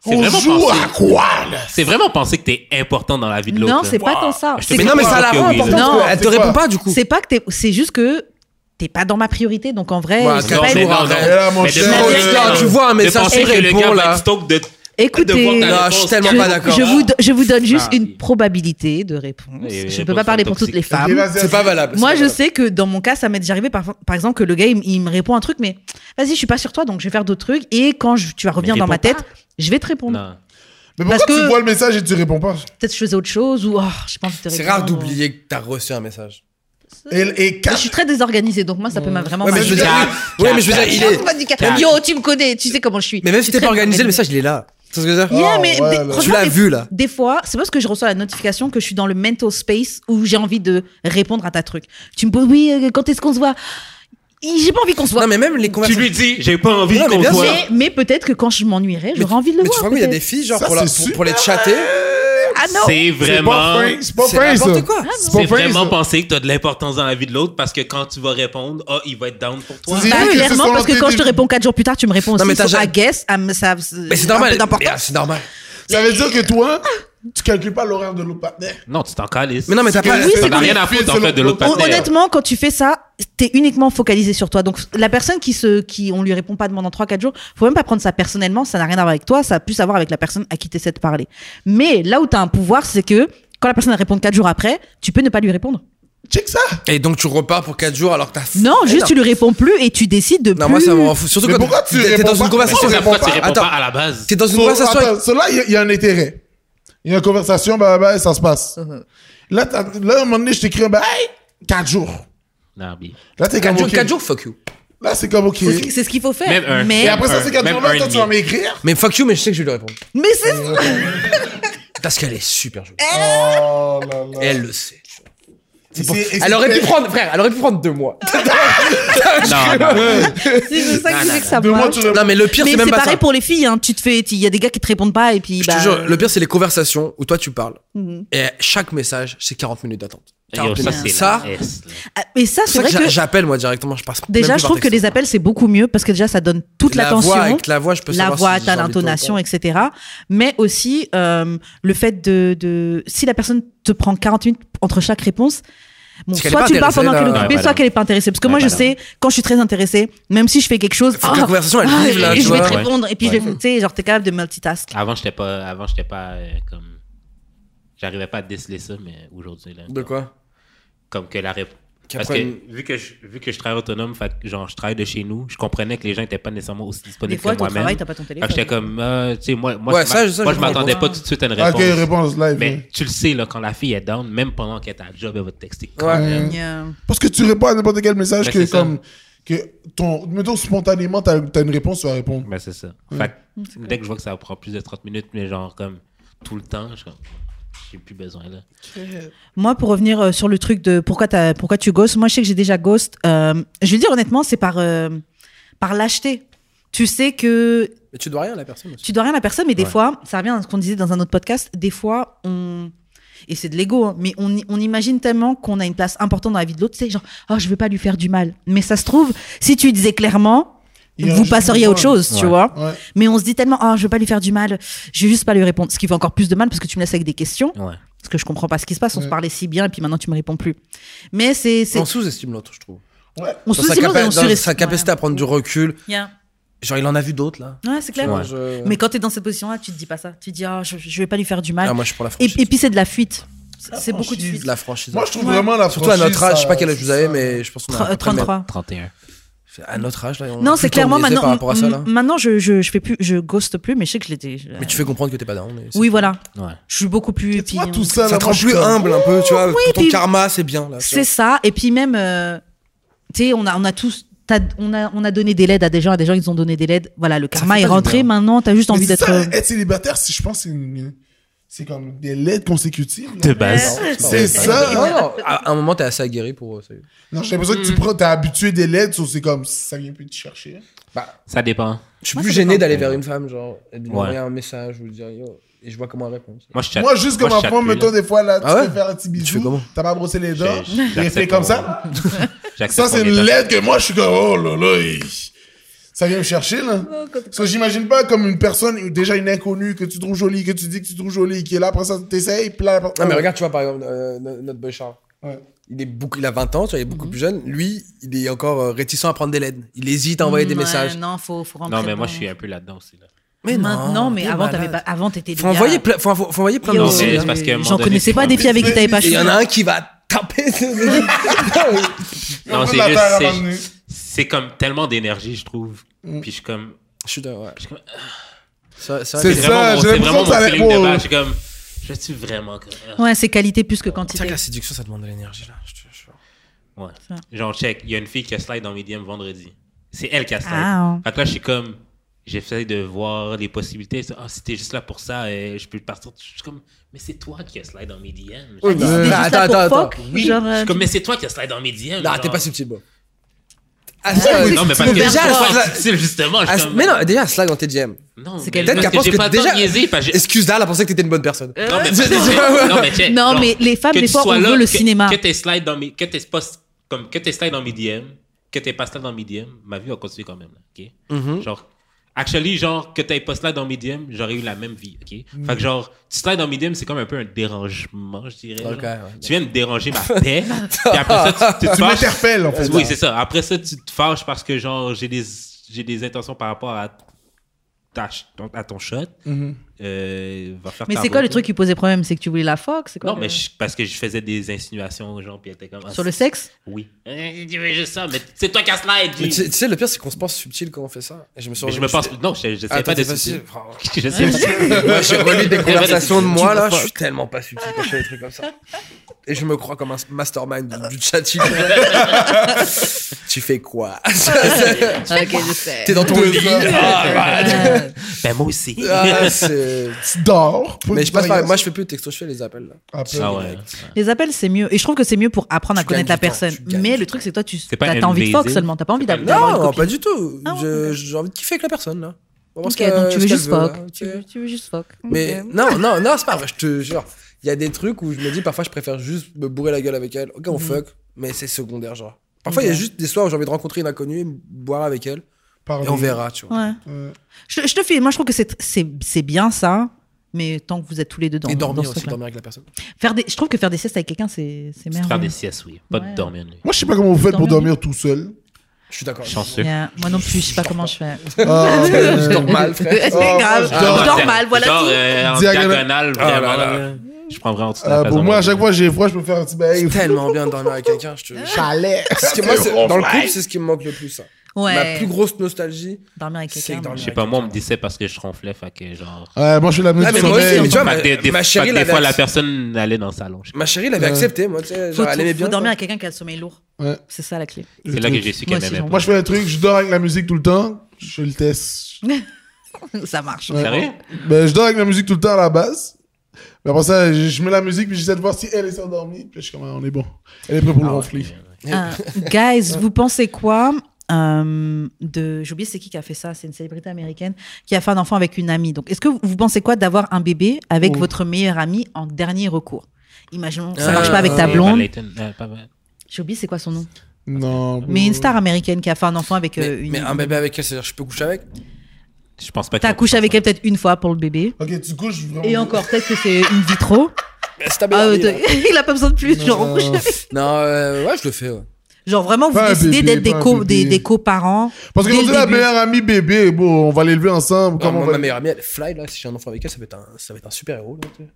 S4: C'est
S3: On
S4: vraiment
S3: joue
S4: pensé.
S3: à quoi, là
S4: C'est vraiment penser que t'es important dans la vie de l'autre.
S2: Non,
S4: là.
S2: c'est pas tant ça.
S4: Je te
S2: C'est
S1: Mais
S4: C'est
S1: non, mais ça la
S4: que
S1: rend
S4: oui, là.
S1: importante.
S2: Non.
S1: parce qu'elle te
S3: C'est quoi
S1: répond pas du coup.
S2: C'est pas que t'es. C'est juste que t'es pas dans ma priorité. Donc en vrai,
S1: Bah,
S2: je
S1: quatre
S2: vais pas
S1: jours
S2: être-
S1: avant.
S3: Et là, mon
S4: Mais de
S3: cher,
S4: penser
S3: euh,
S4: que-
S1: Là, tu vois un
S4: de
S1: message,
S4: penser
S1: tu
S4: que le
S1: réponds,
S4: gars va
S1: là.
S4: être stock de de voir
S2: écoutez.
S4: ta
S1: Non,
S4: réponse.
S1: je suis tellement
S2: Je,
S1: pas d'accord.
S2: je vous, do- je vous donne juste
S4: Ah,
S2: une
S4: oui.
S2: probabilité de réponse.
S4: Et
S2: Je
S4: les
S2: peux pas
S4: réponses
S2: parler
S4: sont
S2: pour toutes les
S4: toxiques.
S3: Ok,
S2: femmes.
S3: vas-y,
S1: C'est
S3: vas-y.
S1: pas valable.
S2: Moi,
S1: c'est
S2: je
S1: pas
S2: sais que dans mon cas, ça m'est déjà arrivé, par, par exemple, que le gars, il, il me répond un truc, mais vas-y, je suis pas sur toi, donc je vais faire d'autres trucs. Et quand je- tu vas revenir
S4: Mais
S2: dans ma
S4: réponds
S2: tête, je vais te répondre.
S4: Non.
S3: Mais
S2: Parce
S3: pourquoi tu
S2: que-
S3: vois le message et tu réponds pas
S2: Peut-être que je faisais autre chose ou oh, j'ai pas envie
S1: valable.
S2: de te répondre.
S1: C'est rare d'oublier que t'as reçu un message.
S3: Et, et
S2: Je
S3: quatre.
S2: suis très désorganisée, donc moi, ça peut m'a vraiment
S1: Ouais, mais je veux
S2: marquer.
S1: dire,
S4: Cap,
S1: ouais,
S4: cap,
S1: mais je veux dire,
S4: cap.
S1: il est.
S2: On m'a dit,
S4: Car-
S2: Yo, tu me connais, tu sais comment je suis.
S1: Mais même
S2: Je
S1: si
S2: suis
S1: t'es pas
S2: très
S1: organisé, le
S2: organisée.
S1: message, il est là. Tu sais ce que je veux dire
S2: Yeah,
S3: Oh,
S2: mais
S3: ouais,
S2: des-
S3: là.
S2: franchement,
S1: Tu l'as
S2: des-
S1: vu, Ah, là.
S2: Des fois, c'est parce que je reçois la notification que je suis dans le mental space où j'ai envie de répondre à ta truc. Tu me poses, oui, euh, quand est-ce qu'on se voit J'ai pas envie qu'on se voit.
S1: Non, mais même les
S4: Tu
S1: conversations.
S4: lui dis, j'ai pas envie
S1: Non, mais
S4: qu'on
S1: bien
S4: se voit.
S1: sûr.
S2: Mais, mais peut-être que quand je m'ennuierai, j'aurais envie de le
S1: Mais tu
S2: voir. Ah
S1: vois, il y a
S2: peut-être.
S1: des filles, genre,
S3: Ça,
S1: pour, la-
S3: c'est
S1: pour- pour les chatter.
S2: I know.
S4: c'est
S3: C'est pas
S4: vraiment.
S3: fin, c'est pas
S1: C'est
S3: fin, ça.
S1: n'importe quoi.
S3: C'est
S4: C'est
S3: pas fin,
S4: vraiment
S3: ça.
S4: penser que tu as de l'importance dans la vie de l'autre parce que quand tu vas répondre, ah, il va être down pour toi.
S3: C'est-
S2: Bah,
S3: Oui, c'est
S2: clairement,
S3: son
S2: parce que quand je te
S3: antédé-
S2: réponds 4 jours plus tard, tu me réponds aussi.
S1: Non, mais t'as
S2: so
S1: jamais-
S2: I guess, I'm- ça,
S1: Mais c'est
S2: un peu
S1: normal.
S2: d'importance.
S1: Mais, ah, C'est normal.
S3: Ça veut dire que toi, tu calcules pas l'horaire de l'autre partenaire.
S4: Non, tu t'en calisses.
S1: Mais non, mais t'as pas.
S2: Ah, Oui,
S1: t'as
S2: c'est
S4: T'en
S1: pas-
S4: as rien à foutre, en fait, de l'autre
S3: Hon-
S4: partenaire.
S2: Honnêtement, quand tu fais ça, t'es uniquement focalisé sur toi. Donc la personne qui se, qui on lui répond pas pendant 3-4 jours, faut même pas prendre ça personnellement. Ça n'a rien à voir avec toi. Ça a plus à voir avec la personne à qui t'essaies de parler. Mais là où t'as un pouvoir, c'est que quand la personne répond 4 jours après, tu peux ne pas lui répondre.
S3: Check ça.
S1: Et donc tu repars pour 4 jours alors que t'as.
S2: Non,
S1: Mais
S2: juste tu lui réponds plus et tu décides de
S1: Non,
S2: plus.
S1: moi ça m'en fout. Surtout
S3: Mais
S1: quand
S3: pourquoi tu
S1: t'es- t'es
S3: réponds
S1: dans
S3: pas
S1: une
S4: Mais
S1: conversation.
S4: c'est
S3: Pourquoi
S4: pourquoi tu réponds
S1: Attends,
S4: pas à la base.
S1: t'es dans une
S3: So,
S1: conversation. avec-
S3: attends, so là, il y a- il y, a un intérêt. Il y a une conversation, bah, bah, ça se passe.
S1: Uh-huh.
S3: Là, t'as- là, à un moment donné, je t'écris, bah, hey, 4 jours.
S4: Non, mais-
S3: Là, t'es
S1: 4
S3: comme,
S1: jours,
S3: ok.
S1: quatre jours, fuck you.
S3: Là, c'est comme, ok.
S2: C'est ce qui- C'est ce qu'il faut faire.
S4: Même un.
S2: Mais,
S3: Et après, ça, c'est 4
S4: Même
S3: jours. Là,
S4: un
S3: toi,
S4: et
S3: tu vas
S4: demi.
S3: m'écrire.
S1: Mais fuck you, mais je sais que je vais lui répondre.
S2: mais c'est
S1: Parce qu'elle est super jolie.
S3: Oh là là.
S1: Et elle le sait.
S3: C'est-
S1: Bon,
S3: et
S1: elle aurait
S3: c'est-
S1: pu prendre, frère, elle aurait pu prendre deux mois.
S3: Ah
S4: Non,
S3: bah
S4: non.
S2: c'est ça
S4: Non,
S2: qui
S4: non,
S2: fait que ça
S3: Deux mois,
S2: marche.
S3: tu réponds.
S1: Non, mais le pire,
S2: Mais
S1: c'est
S2: c'est
S1: même pas
S2: pareil
S1: ça.
S2: pour les filles. Hein. Tu te fais, il y a des gars qui te répondent pas et puis.
S1: Je
S2: bah,
S1: te jure, le pire, c'est les conversations où toi tu parles.
S2: Mhm.
S1: Et chaque message, c'est 40 minutes d'attente.
S4: Yo,
S1: 40
S4: oh, ça,
S1: minutes.
S4: c'est
S1: Ça,
S4: la S, là.
S2: Ah, Et ça,
S1: c'est
S2: c'est
S1: pour
S2: vrai
S1: ça que,
S2: que.
S1: j'a- j'appelle moi directement, je passe. même
S2: Déjà,
S1: plus
S2: je
S1: par
S2: trouve que
S1: texto.
S2: les appels, c'est beaucoup mieux parce que déjà, ça donne toute
S1: La
S2: l'attention,
S1: voix, avec la voix, je peux
S2: la
S1: savoir
S2: voix,
S1: si j'ai
S2: t'as
S1: envie de
S2: l'intonation,
S1: l'entendre.
S2: etc. Mais aussi euh, le fait de, de- Si la personne te prend 40 minutes entre chaque réponse, bon,
S1: Parce qu'elle
S2: soit
S1: est pas
S2: tu parles pendant qu'elle est
S1: intéressée, là.
S2: occupée,
S4: Ouais,
S2: soit
S4: madame.
S2: qu'elle est pas intéressée. Parce que
S4: Ouais,
S2: moi, je
S4: madame.
S2: sais, quand je suis très intéressée, même si je fais quelque chose.
S1: Faut que la conversation, elle
S2: ah,
S1: vive, là,
S2: et
S1: tu
S2: je vais
S1: vois.
S2: te répondre. Et puis, je vais- tu sais, genre, t'es capable de multitask.
S4: Avant, j'étais pas, avant, j'étais pas euh, comme. J'arrivais pas à déceler ça, mais aujourd'hui. là,
S1: De quoi
S4: Comme que la réponse. Parce
S1: Qu'après
S4: que, vu que, je, vu que je travaille autonome, fait, que, genre, je travaille de chez nous, je comprenais que les gens n'étaient pas nécessairement aussi
S2: Des
S4: disponibles
S2: fois,
S4: que
S2: ton
S4: moi-même.
S2: travail, t'as pas ton
S4: Fait que j'étais
S2: téléphone.
S4: comme, euh, tu sais, moi, moi,
S1: Ouais,
S4: je
S1: ça,
S4: m'a-
S1: ça,
S4: moi,
S1: je
S4: je m'attendais
S1: comprends.
S4: pas tout de suite à une
S3: Ah,
S4: réponse.
S3: Ok, réponse live. hein.
S4: Mais tu le sais, là, quand la fille est down, même pendant qu'elle est à job, elle va te texter.
S1: Ouais.
S4: même.
S2: Yeah.
S3: Parce que tu réponds à n'importe quel message
S4: Ben,
S3: que,
S4: c'est ça.
S3: comme, que ton, mettons, spontanément, t'as as une réponse, tu vas répondre.
S4: Ben, c'est ça. Fait
S2: Mm,
S4: que dès que je vois que ça prend plus de 30 minutes, mais genre, comme, tout le temps, je suis comme, j'ai plus besoin, là.
S2: Moi, pour revenir euh, sur le truc de pourquoi, t'as- pourquoi tu ghostes, moi, je sais que j'ai déjà ghost. Euh, je vais dire honnêtement, c'est par, euh, par lâcheté. Tu sais que
S1: Mais tu dois rien à la personne aussi.
S2: tu dois rien à la personne, mais des
S4: Ouais.
S2: fois, ça revient à ce qu'on disait dans un autre podcast, des fois, on. Et c'est de l'ego, hein, mais on, i- on imagine tellement qu'on a une place importante dans la vie de l'autre. C'est genre, oh, je veux pas lui faire du mal. Mais ça se trouve, si tu lui disais clairement,
S3: Il y a
S2: vous
S3: juste
S2: passeriez à autre
S3: besoin.
S2: chose, tu
S4: Ouais.
S2: vois.
S3: Ouais.
S2: Mais on se dit tellement, oh, je veux pas lui faire du mal, je vais juste pas lui répondre. Ce qui fait encore plus de mal parce que tu me laisses avec des questions
S4: Ouais.
S2: parce que je comprends pas ce qui se passe, on se
S3: Ouais.
S2: parlait si bien et puis maintenant tu me réponds plus. Mais c'est c'est
S1: On sous-estime l'autre, je trouve.
S3: Ouais.
S2: on
S1: Dans
S2: se
S1: sa,
S2: sous-estime,
S1: capa-
S2: on
S1: dans
S2: surestime.
S1: sa capacité à prendre du recul.
S2: Ouais, Yeah.
S1: Genre, il en a vu d'autres, là.
S2: Ouais, c'est clair.
S4: Ouais.
S1: Je-
S2: Mais quand tu es dans cette position là, tu te dis pas ça, tu te dis ah je, je vais pas lui faire du mal.
S1: Ah, moi, je suis pour la
S2: et,
S1: franchise.
S2: et puis c'est de la fuite. C'est beaucoup de
S3: franchise,
S2: fuite.
S1: La Ah, franchise.
S3: Moi, je trouve
S2: Ouais.
S3: vraiment la
S1: Surtout à notre
S3: franchise, euh,
S1: âge, je
S3: ça-
S1: sais pas quel âge vous avez, mais je pense qu'on a.
S2: Tr-
S1: à peu près le même-
S2: 33.
S4: 31.
S1: À notre âge, là. on a
S2: Non,
S1: plus
S2: c'est
S1: le temps de
S2: clairement
S1: niaiser
S2: maintenant
S1: Par rapport à ça, là.
S2: m- maintenant je, je je fais plus je ghoste plus mais je sais que je l'étais. je-
S1: Mais tu fais comprendre que t'es pas down. mais c'est-
S2: Oui, voilà.
S4: Ouais.
S2: Je suis beaucoup plus
S3: Et
S2: puis,
S3: toi,
S2: euh,
S3: tout ça,
S1: Ça
S3: là,
S1: te
S3: moi,
S1: rend
S3: je suis
S1: plus
S3: comme-
S1: humble un peu, tu vois. pour ton
S2: puis-
S1: karma, c'est bien, là. tu
S2: C'est ça. Et puis même, euh, tu sais, on a, on a tous. t'as- on, a, on a donné des LED à des gens, à des gens, ils ont donné des LED. Voilà, le karma
S1: fait
S2: est
S1: pas du
S2: rentré.
S1: bien.
S2: Maintenant, t'as juste
S3: Mais
S2: envie
S3: c'est
S2: d'être.
S3: ça,
S2: euh,
S3: Être célibataire, si je pense, que c'est une- c'est comme des lettres consécutives. là.
S4: De base.
S1: vois.
S3: C'est ça,
S1: Non,
S3: hein.
S1: non. À à un moment, t'es assez aguerri pour. euh, ça.
S3: Non, j'ai l'impression que
S2: Mm.
S3: tu prends, t'es habitué des lettres, so c'est comme ça vient plus te chercher.
S1: Bah,
S4: Ça dépend.
S1: je suis
S2: Moi,
S1: plus
S2: ça
S1: gêné
S2: dépend.
S1: d'aller vers une femme, genre, et de lui
S4: Ouais.
S1: envoyer un message ou de dire yo, et je vois comment elle répond.
S4: Moi, je chatte-
S3: Moi, juste comme
S4: moi, je
S3: enfant,
S4: chatte plus,
S3: mettons
S4: là.
S3: des fois là, tu
S1: Ah ouais
S3: veux faire un petit
S1: Tu fais
S3: bisou,
S1: comment
S3: t'as pas brossé les dents,
S4: J'ai-
S3: il
S4: j'accepte
S3: fait comme
S4: mon-
S3: ça.
S4: J'accepte
S3: Ça, c'est
S4: mon
S3: une
S4: état.
S3: lettre que moi, je suis comme oh là là, il- ça vient me chercher là.
S2: Oh,
S3: Parce que j'imagine pas comme une personne déjà une inconnue que tu trouves jolie, que tu dis que tu trouves jolie, qui est là après ça, t'essayes, puis là.
S1: Non, Ah, mais regarde, tu vois, par exemple, euh, no- notre boy Charles.
S3: Ouais.
S1: Il, est beaucoup, il a 20 ans, tu vois, il est
S2: Mm-hmm.
S1: beaucoup plus jeune. Lui, il est encore euh, réticent à prendre des LED. Il hésite à envoyer des
S2: Ouais,
S1: messages.
S2: Non, faut, faut rentrer
S4: Non, mais moi,
S2: dans-
S4: je suis un peu là-dedans aussi. Là.
S1: Mais non,
S2: Maintenant, mais
S1: t'es
S2: avant,
S1: malade.
S2: t'avais pas, avant, t'étais le
S1: Faut
S2: gars.
S1: envoyer, plein- faut, faut- faut envoyer plein
S2: Yo,
S1: de
S4: Non,
S1: messages.
S4: mais
S1: hein.
S4: c'est parce qu'à un moment
S2: J'en
S4: donné,
S2: connaissais
S4: c'est
S2: pas
S4: pas
S2: des
S4: un
S2: filles avec qui t'avais pas
S1: Et il y en
S2: choué.
S1: a un qui va taper.
S4: Non,
S3: Un peu
S4: c'est
S3: de la terre à
S4: juste.
S3: ramener.
S4: c'est- C'est comme tellement d'énergie, je trouve. Puis je suis comme.
S1: Je suis d'accord, ouais.
S4: je suis comme-
S1: Ça- ça-
S3: C'est
S4: C'est
S3: ça,
S4: vraiment mon-
S3: j'ai
S4: c'est
S3: l'impression
S4: vraiment
S3: que
S4: mon
S3: ça allait-
S4: feeling de
S3: wow.
S4: base. Je suis comme. Je suis vraiment comme. ah.
S2: Ouais, c'est qualité plus que
S1: C'est vrai que
S2: quantité.
S1: la séduction, ça demande de l'énergie, là. Je te jure.
S4: Ouais.
S2: Ça.
S4: Genre, check, il y a une fille qui a slide dans mes DM vendredi. C'est elle qui a slide.
S2: Ah, ouais.
S4: Fait que là, je suis comme, j'essaie de voir les possibilités. Ah, si t'es juste là pour ça, euh, je peux partir. Je suis comme, mais c'est toi qui a slide dans mes DM.
S1: Oui,
S2: C'était juste là
S1: Bah, attends,
S2: pour
S1: attends,
S2: fuck,
S4: Oui,
S2: genre,
S4: je
S2: euh,
S4: suis comme, mais c'est toi qui a slide dans mes DM.
S1: Non,
S4: genre.
S1: t'es pas subtil, Bob. À
S2: Ah,
S1: Slag,
S2: oui,
S4: Non, mais
S1: tu
S4: parce
S1: peux
S4: que
S1: déjà, à
S4: pourquoi
S1: Slag-
S4: difficile, justement. je
S1: à-
S4: suis comme-
S1: mais non, déjà, à Slag dans tes GM.
S4: non,
S2: c'est
S4: mais
S2: quelqu'un
S4: parce
S1: qui
S4: que
S1: pense
S4: j'ai
S1: que
S4: pas le temps
S1: déjà-
S4: de niaiser, parce que j'ai- Euh,
S1: Excuse-la, elle a pensé que t'étais une bonne personne.
S4: Non, mais,
S1: Je-
S4: non, mais, non, mais check,
S2: Non,
S4: genre,
S2: mais les femmes,
S4: que
S2: des
S4: tu
S2: fois,
S4: sois
S2: on
S4: là,
S2: veut le
S4: que-
S2: cinéma.
S4: Que tes slides dans mes, que tes posts, comme, que tes slides dans mes DM, que tes pas slides dans mes DM, ma vie va continuer quand même, là, ok? Genre, actually, genre, que t'aies pas slides dans mes DM, j'aurais eu la même vie, ok? Fait que genre, tu slides dans mes DM, c'est comme un peu un dérangement, je dirais.
S1: Ok,
S4: genre.
S1: ouais.
S4: Tu viens me déranger ma paix, puis après ça, tu, tu te
S3: Tu
S4: fâches.
S3: m'interpelles, en fait.
S4: Oui, c'est ça. Après ça, tu te fâches parce que genre j'ai des j'ai des intentions par rapport à ta ch- ton- à ton shot. Euh, va faire
S2: Mais
S4: ta
S2: c'est quoi le
S4: route.
S2: truc qui posait problème C'est que tu voulais la fox c'est quoi
S4: Non,
S2: le-
S4: mais je- parce que je faisais des insinuations aux gens puis elle était comme ah,
S2: euh, Sur le sexe
S4: Oui. Euh, Tu veux juste ça, mais c'est toi qui as slide.
S1: Mais
S4: G.
S1: tu, tu sais, le pire, c'est qu'on se pense subtil quand on fait ça. Et je me suis
S4: Mais je me pense non, je je sais
S1: Attends,
S4: pas de
S1: c'est
S4: subtil.
S1: facile.
S4: Je sais pas.
S1: Moi, j'ai relu des
S4: Ouais,
S1: conversations
S4: ouais,
S1: de
S4: tu-
S1: moi,
S4: tu
S1: là.
S4: vois
S1: Je
S4: pas.
S1: suis tellement pas subtil quand je fais des trucs comme ça. Et je me crois comme un mastermind du, du chat. tu fais quoi Ah,
S2: Ok, je sais.
S1: T'es dans ton
S3: Deux
S1: lit.
S3: heures.
S1: Ah,
S4: Ben moi aussi.
S1: ah, c'est-
S3: Tu dors.
S1: Mais je passe par- Moi, je fais plus de texto, je fais les appels. Là.
S3: Après,
S4: Ah ouais.
S2: Les appels, c'est mieux. Et je trouve que c'est mieux pour apprendre à
S1: Tu gagnes
S2: connaître la
S1: du temps,
S2: personne.
S1: tu gagnes
S2: Mais
S1: du
S2: le truc, c'est toi, tu
S4: C'est pas
S2: t'as t'as envie de fox
S4: NBD.
S2: seulement. T'as pas envie
S4: C'est pas
S2: d'avoir d'avoir une
S1: Non,
S2: copine.
S1: pas du tout.
S2: Ah,
S1: Je- J'ai envie de kiffer avec la personne. Là. On va voir ce
S2: Ok,
S1: qu'elle-
S2: donc tu
S1: ce
S2: veux
S1: qu'elle
S2: juste
S1: veut, là,
S2: fuck.
S1: tu
S2: Tu
S1: sais.
S2: veux- tu veux juste fuck.
S1: Mais
S2: Ok.
S1: non, non, non, c'est pas vrai, je te jure. Il y a des trucs où je me dis parfois je préfère juste me bourrer la gueule avec elle. Ok, on fuck, mais c'est secondaire, genre. Parfois, il y a
S2: Mhm. Ok.
S1: juste des soirs où j'ai envie de rencontrer une inconnue, boire avec elle,
S3: pardon.
S1: et on verra, tu vois.
S2: Ouais.
S3: Ouais.
S2: Je, je te file. Moi, je trouve que c'est- c'est c'est bien ça. Mais tant que vous êtes tous les deux dans
S1: et dormir
S2: dans ce
S1: aussi,
S2: truc-là.
S1: dormir avec la personne.
S2: Faire des, je trouve que faire des siestes avec quelqu'un, c'est c'est
S4: Faire des
S2: merveilleux.
S4: siestes, oui. Pas de
S2: Ouais.
S4: dormir de nuit.
S3: Moi, je sais pas comment vous faites pour
S2: Dormir.
S3: dormir tout seul.
S1: Je suis d'accord.
S4: Chanceux.
S2: Yeah. Moi non plus, je sais pas comment je fais.
S3: Ah, ouais.
S1: Je dors mal, frère. Oh,
S2: C'est grave.
S3: moi, je dors.
S2: Je dors mal, voilà
S4: Je dors,
S2: tout.
S4: Ah, euh, en
S3: Diagonale.
S4: diagonale,
S1: Ah là
S4: vraiment,
S1: là.
S4: là. Je prends vraiment toute la
S3: Euh,
S4: place
S3: pour
S4: dans
S3: moi,
S4: mon
S3: à chaque
S4: lit.
S3: fois, j'ai froid, je me fais un petit bail.
S1: C'est tellement bien de dormir avec quelqu'un, je te jure.
S3: Chalet.
S1: Parce que moi, c'est- dans le couple, c'est ce qui me manque le plus. ça. Ma
S2: Ouais.
S1: plus grosse nostalgie.
S2: Dormir avec
S1: C'est
S2: quelqu'un.
S1: dormir.
S4: Je sais pas, moi, on me disait parce que je ronflais, fait que genre.
S3: Ouais, moi, je fais la musique
S1: Ah, mais
S3: du
S1: moi aussi,
S3: sommeil.
S1: mais tu vois,
S4: Fait que des, des-
S1: ma
S4: fait que
S1: chérie
S4: des fois,
S1: l'avait
S4: la
S1: accepté.
S4: personne allait dans le salon. je sais pas.
S1: Ma chérie l'avait
S3: Ouais.
S1: accepté, moi, tu sais.
S2: Euh, Faut,
S1: Genre, elle aimait
S2: faut
S1: bien.
S2: dormir
S1: ça.
S2: avec quelqu'un qui a le sommeil lourd.
S3: Ouais.
S2: C'est ça la clé.
S4: C'est là que j'ai su qu'elle
S2: Moi aussi,
S4: m'aimait
S2: j'en-
S4: pas.
S3: Moi, je fais un truc, je dors avec la musique tout le temps. Je le teste.
S2: ça marche.
S3: Ouais.
S4: Sérieux?
S3: Ben, je dors avec la musique tout le temps à la base. Mais après ça, je, je mets la musique, puis j'essaie de voir si elle est endormie. Puis je suis comme, ah, on est bon. Elle est prête pour le ronfler.
S2: Euh, guys, vous pensez quoi euh, de j'ai oublié c'est qui qui a fait ça c'est une célébrité américaine qui a fait un enfant avec une amie donc est-ce que vous pensez quoi d'avoir un bébé avec
S3: Oh.
S2: votre meilleur ami en dernier recours imaginons ça
S1: Ah,
S2: marche pas avec ta
S1: ah,
S4: Et
S2: blonde
S4: Valentine, euh, pas mal.
S2: j'ai oublié c'est quoi son nom
S3: Non.
S2: mais une star américaine qui a fait un enfant avec euh,
S1: Mais,
S2: une
S1: mais un bébé avec elle, c'est-à-dire, je peux coucher avec
S4: Je pense pas que.
S2: t'as couché avec elle peut-être une fois pour le bébé
S3: Ok, tu couches vraiment.
S2: et encore peut-être que c'est une vitro
S1: Mais C'est ta meilleure
S2: Ah, euh,
S1: amie, là.
S2: il a pas besoin de plus genre on couche
S3: Non.
S2: avec-
S1: Non, euh, ouais, je le fais, ouais.
S2: genre vraiment vous
S3: Pas un
S2: décidez
S3: bébé,
S2: d'être des,
S3: pas un
S2: co des,
S3: bébé.
S2: des coparents
S3: Parce que
S2: dès
S3: quand
S2: le
S3: tu es la
S2: début.
S3: meilleure amie bébé, bon, on va l'élever ensemble.
S1: Ah,
S3: Comment
S1: moi,
S3: on va...
S1: ma meilleure amie, elle est fly là. Si j'ai un enfant avec elle, ça va être un, ça va être un super héros. Là, tu sais.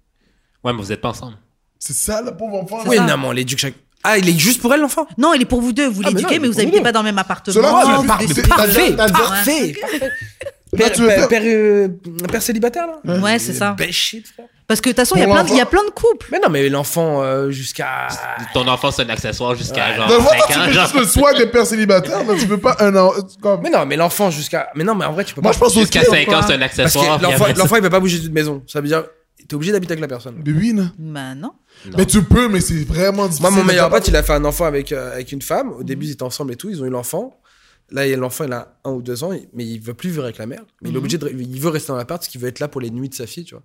S4: Ouais, mais vous êtes pas ensemble.
S3: C'est ça, le pauvre enfant.
S1: oui,
S2: ça.
S1: non, mais on l'éduque chaque. Ah, il est juste pour elle l'enfant
S2: Non, il est pour vous deux, vous
S1: Ah, mais non,
S2: l'éduquez,
S1: il est
S2: mais, vous
S1: pour nous
S2: habitez
S1: deux.
S2: pas dans le même appartement. Ah,
S3: Cela, tu l'as
S2: Vous
S3: vu,
S2: êtes-
S3: c'est-
S2: par-
S3: Ah, t'as déjà-
S1: Parfait,
S3: t'as déjà-
S1: parfait.
S3: Toi,
S1: Père,
S3: tu veux
S1: père-
S3: faire-
S1: père, euh, père célibataire là
S2: Ouais, c'est ça.
S1: Belle shit, frère.
S2: Parce que de toute façon, il y a
S3: Pour
S2: plein de- il y a
S3: l'enfant.
S2: plein de couples.
S1: Mais non, mais l'enfant euh, jusqu'à.
S4: Ton enfant, c'est un accessoire jusqu'à genre.
S3: Dans le fond, toi,
S4: 5
S3: tu
S4: Ah, ans,
S3: fais
S4: genre.
S3: juste le soin des pères célibataires. là, tu veux pas un an. comme-
S1: Mais non, mais l'enfant jusqu'à. Mais non, mais en vrai, tu peux
S3: Moi,
S1: pas.
S3: je pense au
S4: Jusqu'à
S3: clé,
S4: 5 ans,
S2: quoi.
S4: c'est un
S1: Parce que
S4: accessoire. puis
S1: l'enfant,
S4: après ça-
S1: l'enfant, il peut pas bouger d'une maison. Ça veut dire. T'es obligé d'habiter avec la personne.
S3: Mais oui, non.
S2: Bah non.
S3: Mais tu peux, mais c'est vraiment difficile.
S1: Moi, mon meilleur
S3: de-
S1: pote, il a fait un enfant avec, euh, avec une femme.
S3: Mhm.
S1: Au début, ils étaient ensemble et tout. Ils ont eu l'enfant. Là, il y a l'enfant, il a un ou deux ans, il- mais il veut plus vivre avec la mère. Mais
S3: Mhm.
S1: il est obligé de, il veut rester dans l'appart parce qu'il veut être là pour les nuits de sa fille, tu vois.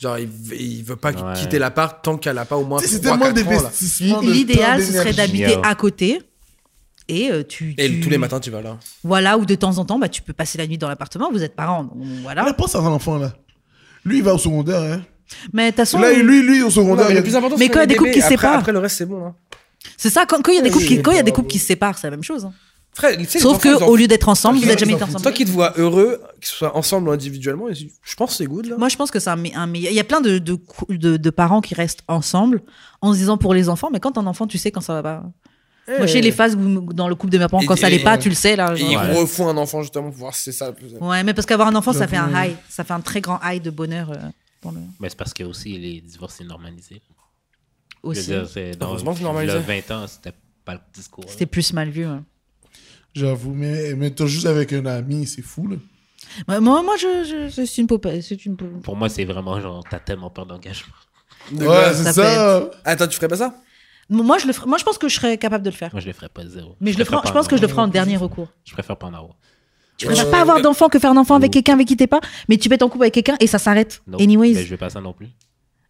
S1: Genre, il, veut- il veut pas
S4: Ouais.
S1: quitter l'appart tant qu'elle a pas au moins
S3: Tu sais, C'est
S1: 3,
S3: tellement
S1: 4 ans, là.
S3: d'investissement. de
S2: L'idéal,
S3: temps,
S2: ce serait
S3: d'énergie.
S2: d'habiter
S4: Yo.
S2: à côté. Et euh, tu,
S1: Et
S2: tu-
S1: tous les matins, tu vas là.
S2: Voilà, ou de temps en temps, bah, tu peux passer la nuit dans l'appartement, vous êtes parents. donc
S3: Ah,
S2: Voilà.
S3: pense à l'enfant, là. Lui, il va au secondaire, hein.
S2: Mais de toute façon,
S3: Là, lui, lui, au secondaire, il y a plus
S1: important,
S2: Mais
S1: c'est
S2: quand il y a
S1: le
S2: des couples
S1: bébé.
S2: qui se
S1: Après-
S2: séparent.
S1: Après, le reste, c'est bon. Hein.
S2: c'est ça, quand quand il y a des couples qui-
S3: Oui,
S2: quand il y a des
S3: bravo.
S2: couples qui se séparent, c'est la même chose. hein.
S1: Frère, tu sais, les
S2: Sauf
S1: enfants, ils en
S2: qu'au
S1: foutent.
S2: lieu d'être ensemble, vous
S3: Ils
S2: n'êtes jamais
S3: en
S2: été
S3: foutent.
S1: Toi
S2: ensemble.
S1: qui te vois heureux, qu'ils soient ensemble ou individuellement, ils- je pense que c'est good, là.
S2: Moi, je pense que c'est un, me- un meilleur. Il y a plein de, de, cou- de- de parents qui restent ensemble en se disant pour les enfants, mais quand t'as un enfant, tu sais quand ça va pas. Moi, je sais les phases où, dans le couple de mes parents,
S1: Et-
S2: quand ça allait
S1: et-
S2: pas, tu le sais, là.
S1: Eh. Et
S2: genre. euh,
S1: ils
S4: Ouais.
S1: refont un enfant, justement, pour voir si c'est ça le plus.
S2: Ouais, mais parce qu'avoir un enfant, ça fait un
S3: J'avoue.
S2: high. Ça fait un très grand high de bonheur. euh, pour le...
S4: Mais c'est parce que aussi, les divorces, c'est normalisé. Je
S2: Aussi.
S4: veux dire, c'est. dans-
S1: Heureusement que c'est normalisé.
S4: le 20 ans, c'était pas le discours.
S2: C'était plus mal vu. hein. ouais.
S3: J'avoue, mais, mais t'es juste avec un ami, c'est fou, là.
S2: Ouais, Moi, moi je, je- c'est une popa- C'est une popa-
S4: Pour moi, c'est vraiment genre, t'as tellement peur d'engagement.
S3: Ouais, c'est
S2: Ça
S3: ça.
S1: Attends, tu ferais pas ça
S2: Moi, je, le ferais- moi, je pense que je serais capable de le faire.
S4: Moi, je le ferais pas zéro.
S2: Mais je, le ferais-
S4: ferais
S2: je
S4: pas
S2: pense que je le ferai en
S4: avoir.
S2: dernier recours.
S4: Je préfère pas en avoir.
S2: Tu préfères pas avoir d'enfant que faire un enfant avec quelqu'un avec qui t'es pas, mais tu mets en couple avec quelqu'un et ça s'arrête.
S4: Non.
S2: Anyways.
S4: Mais je veux pas ça non plus.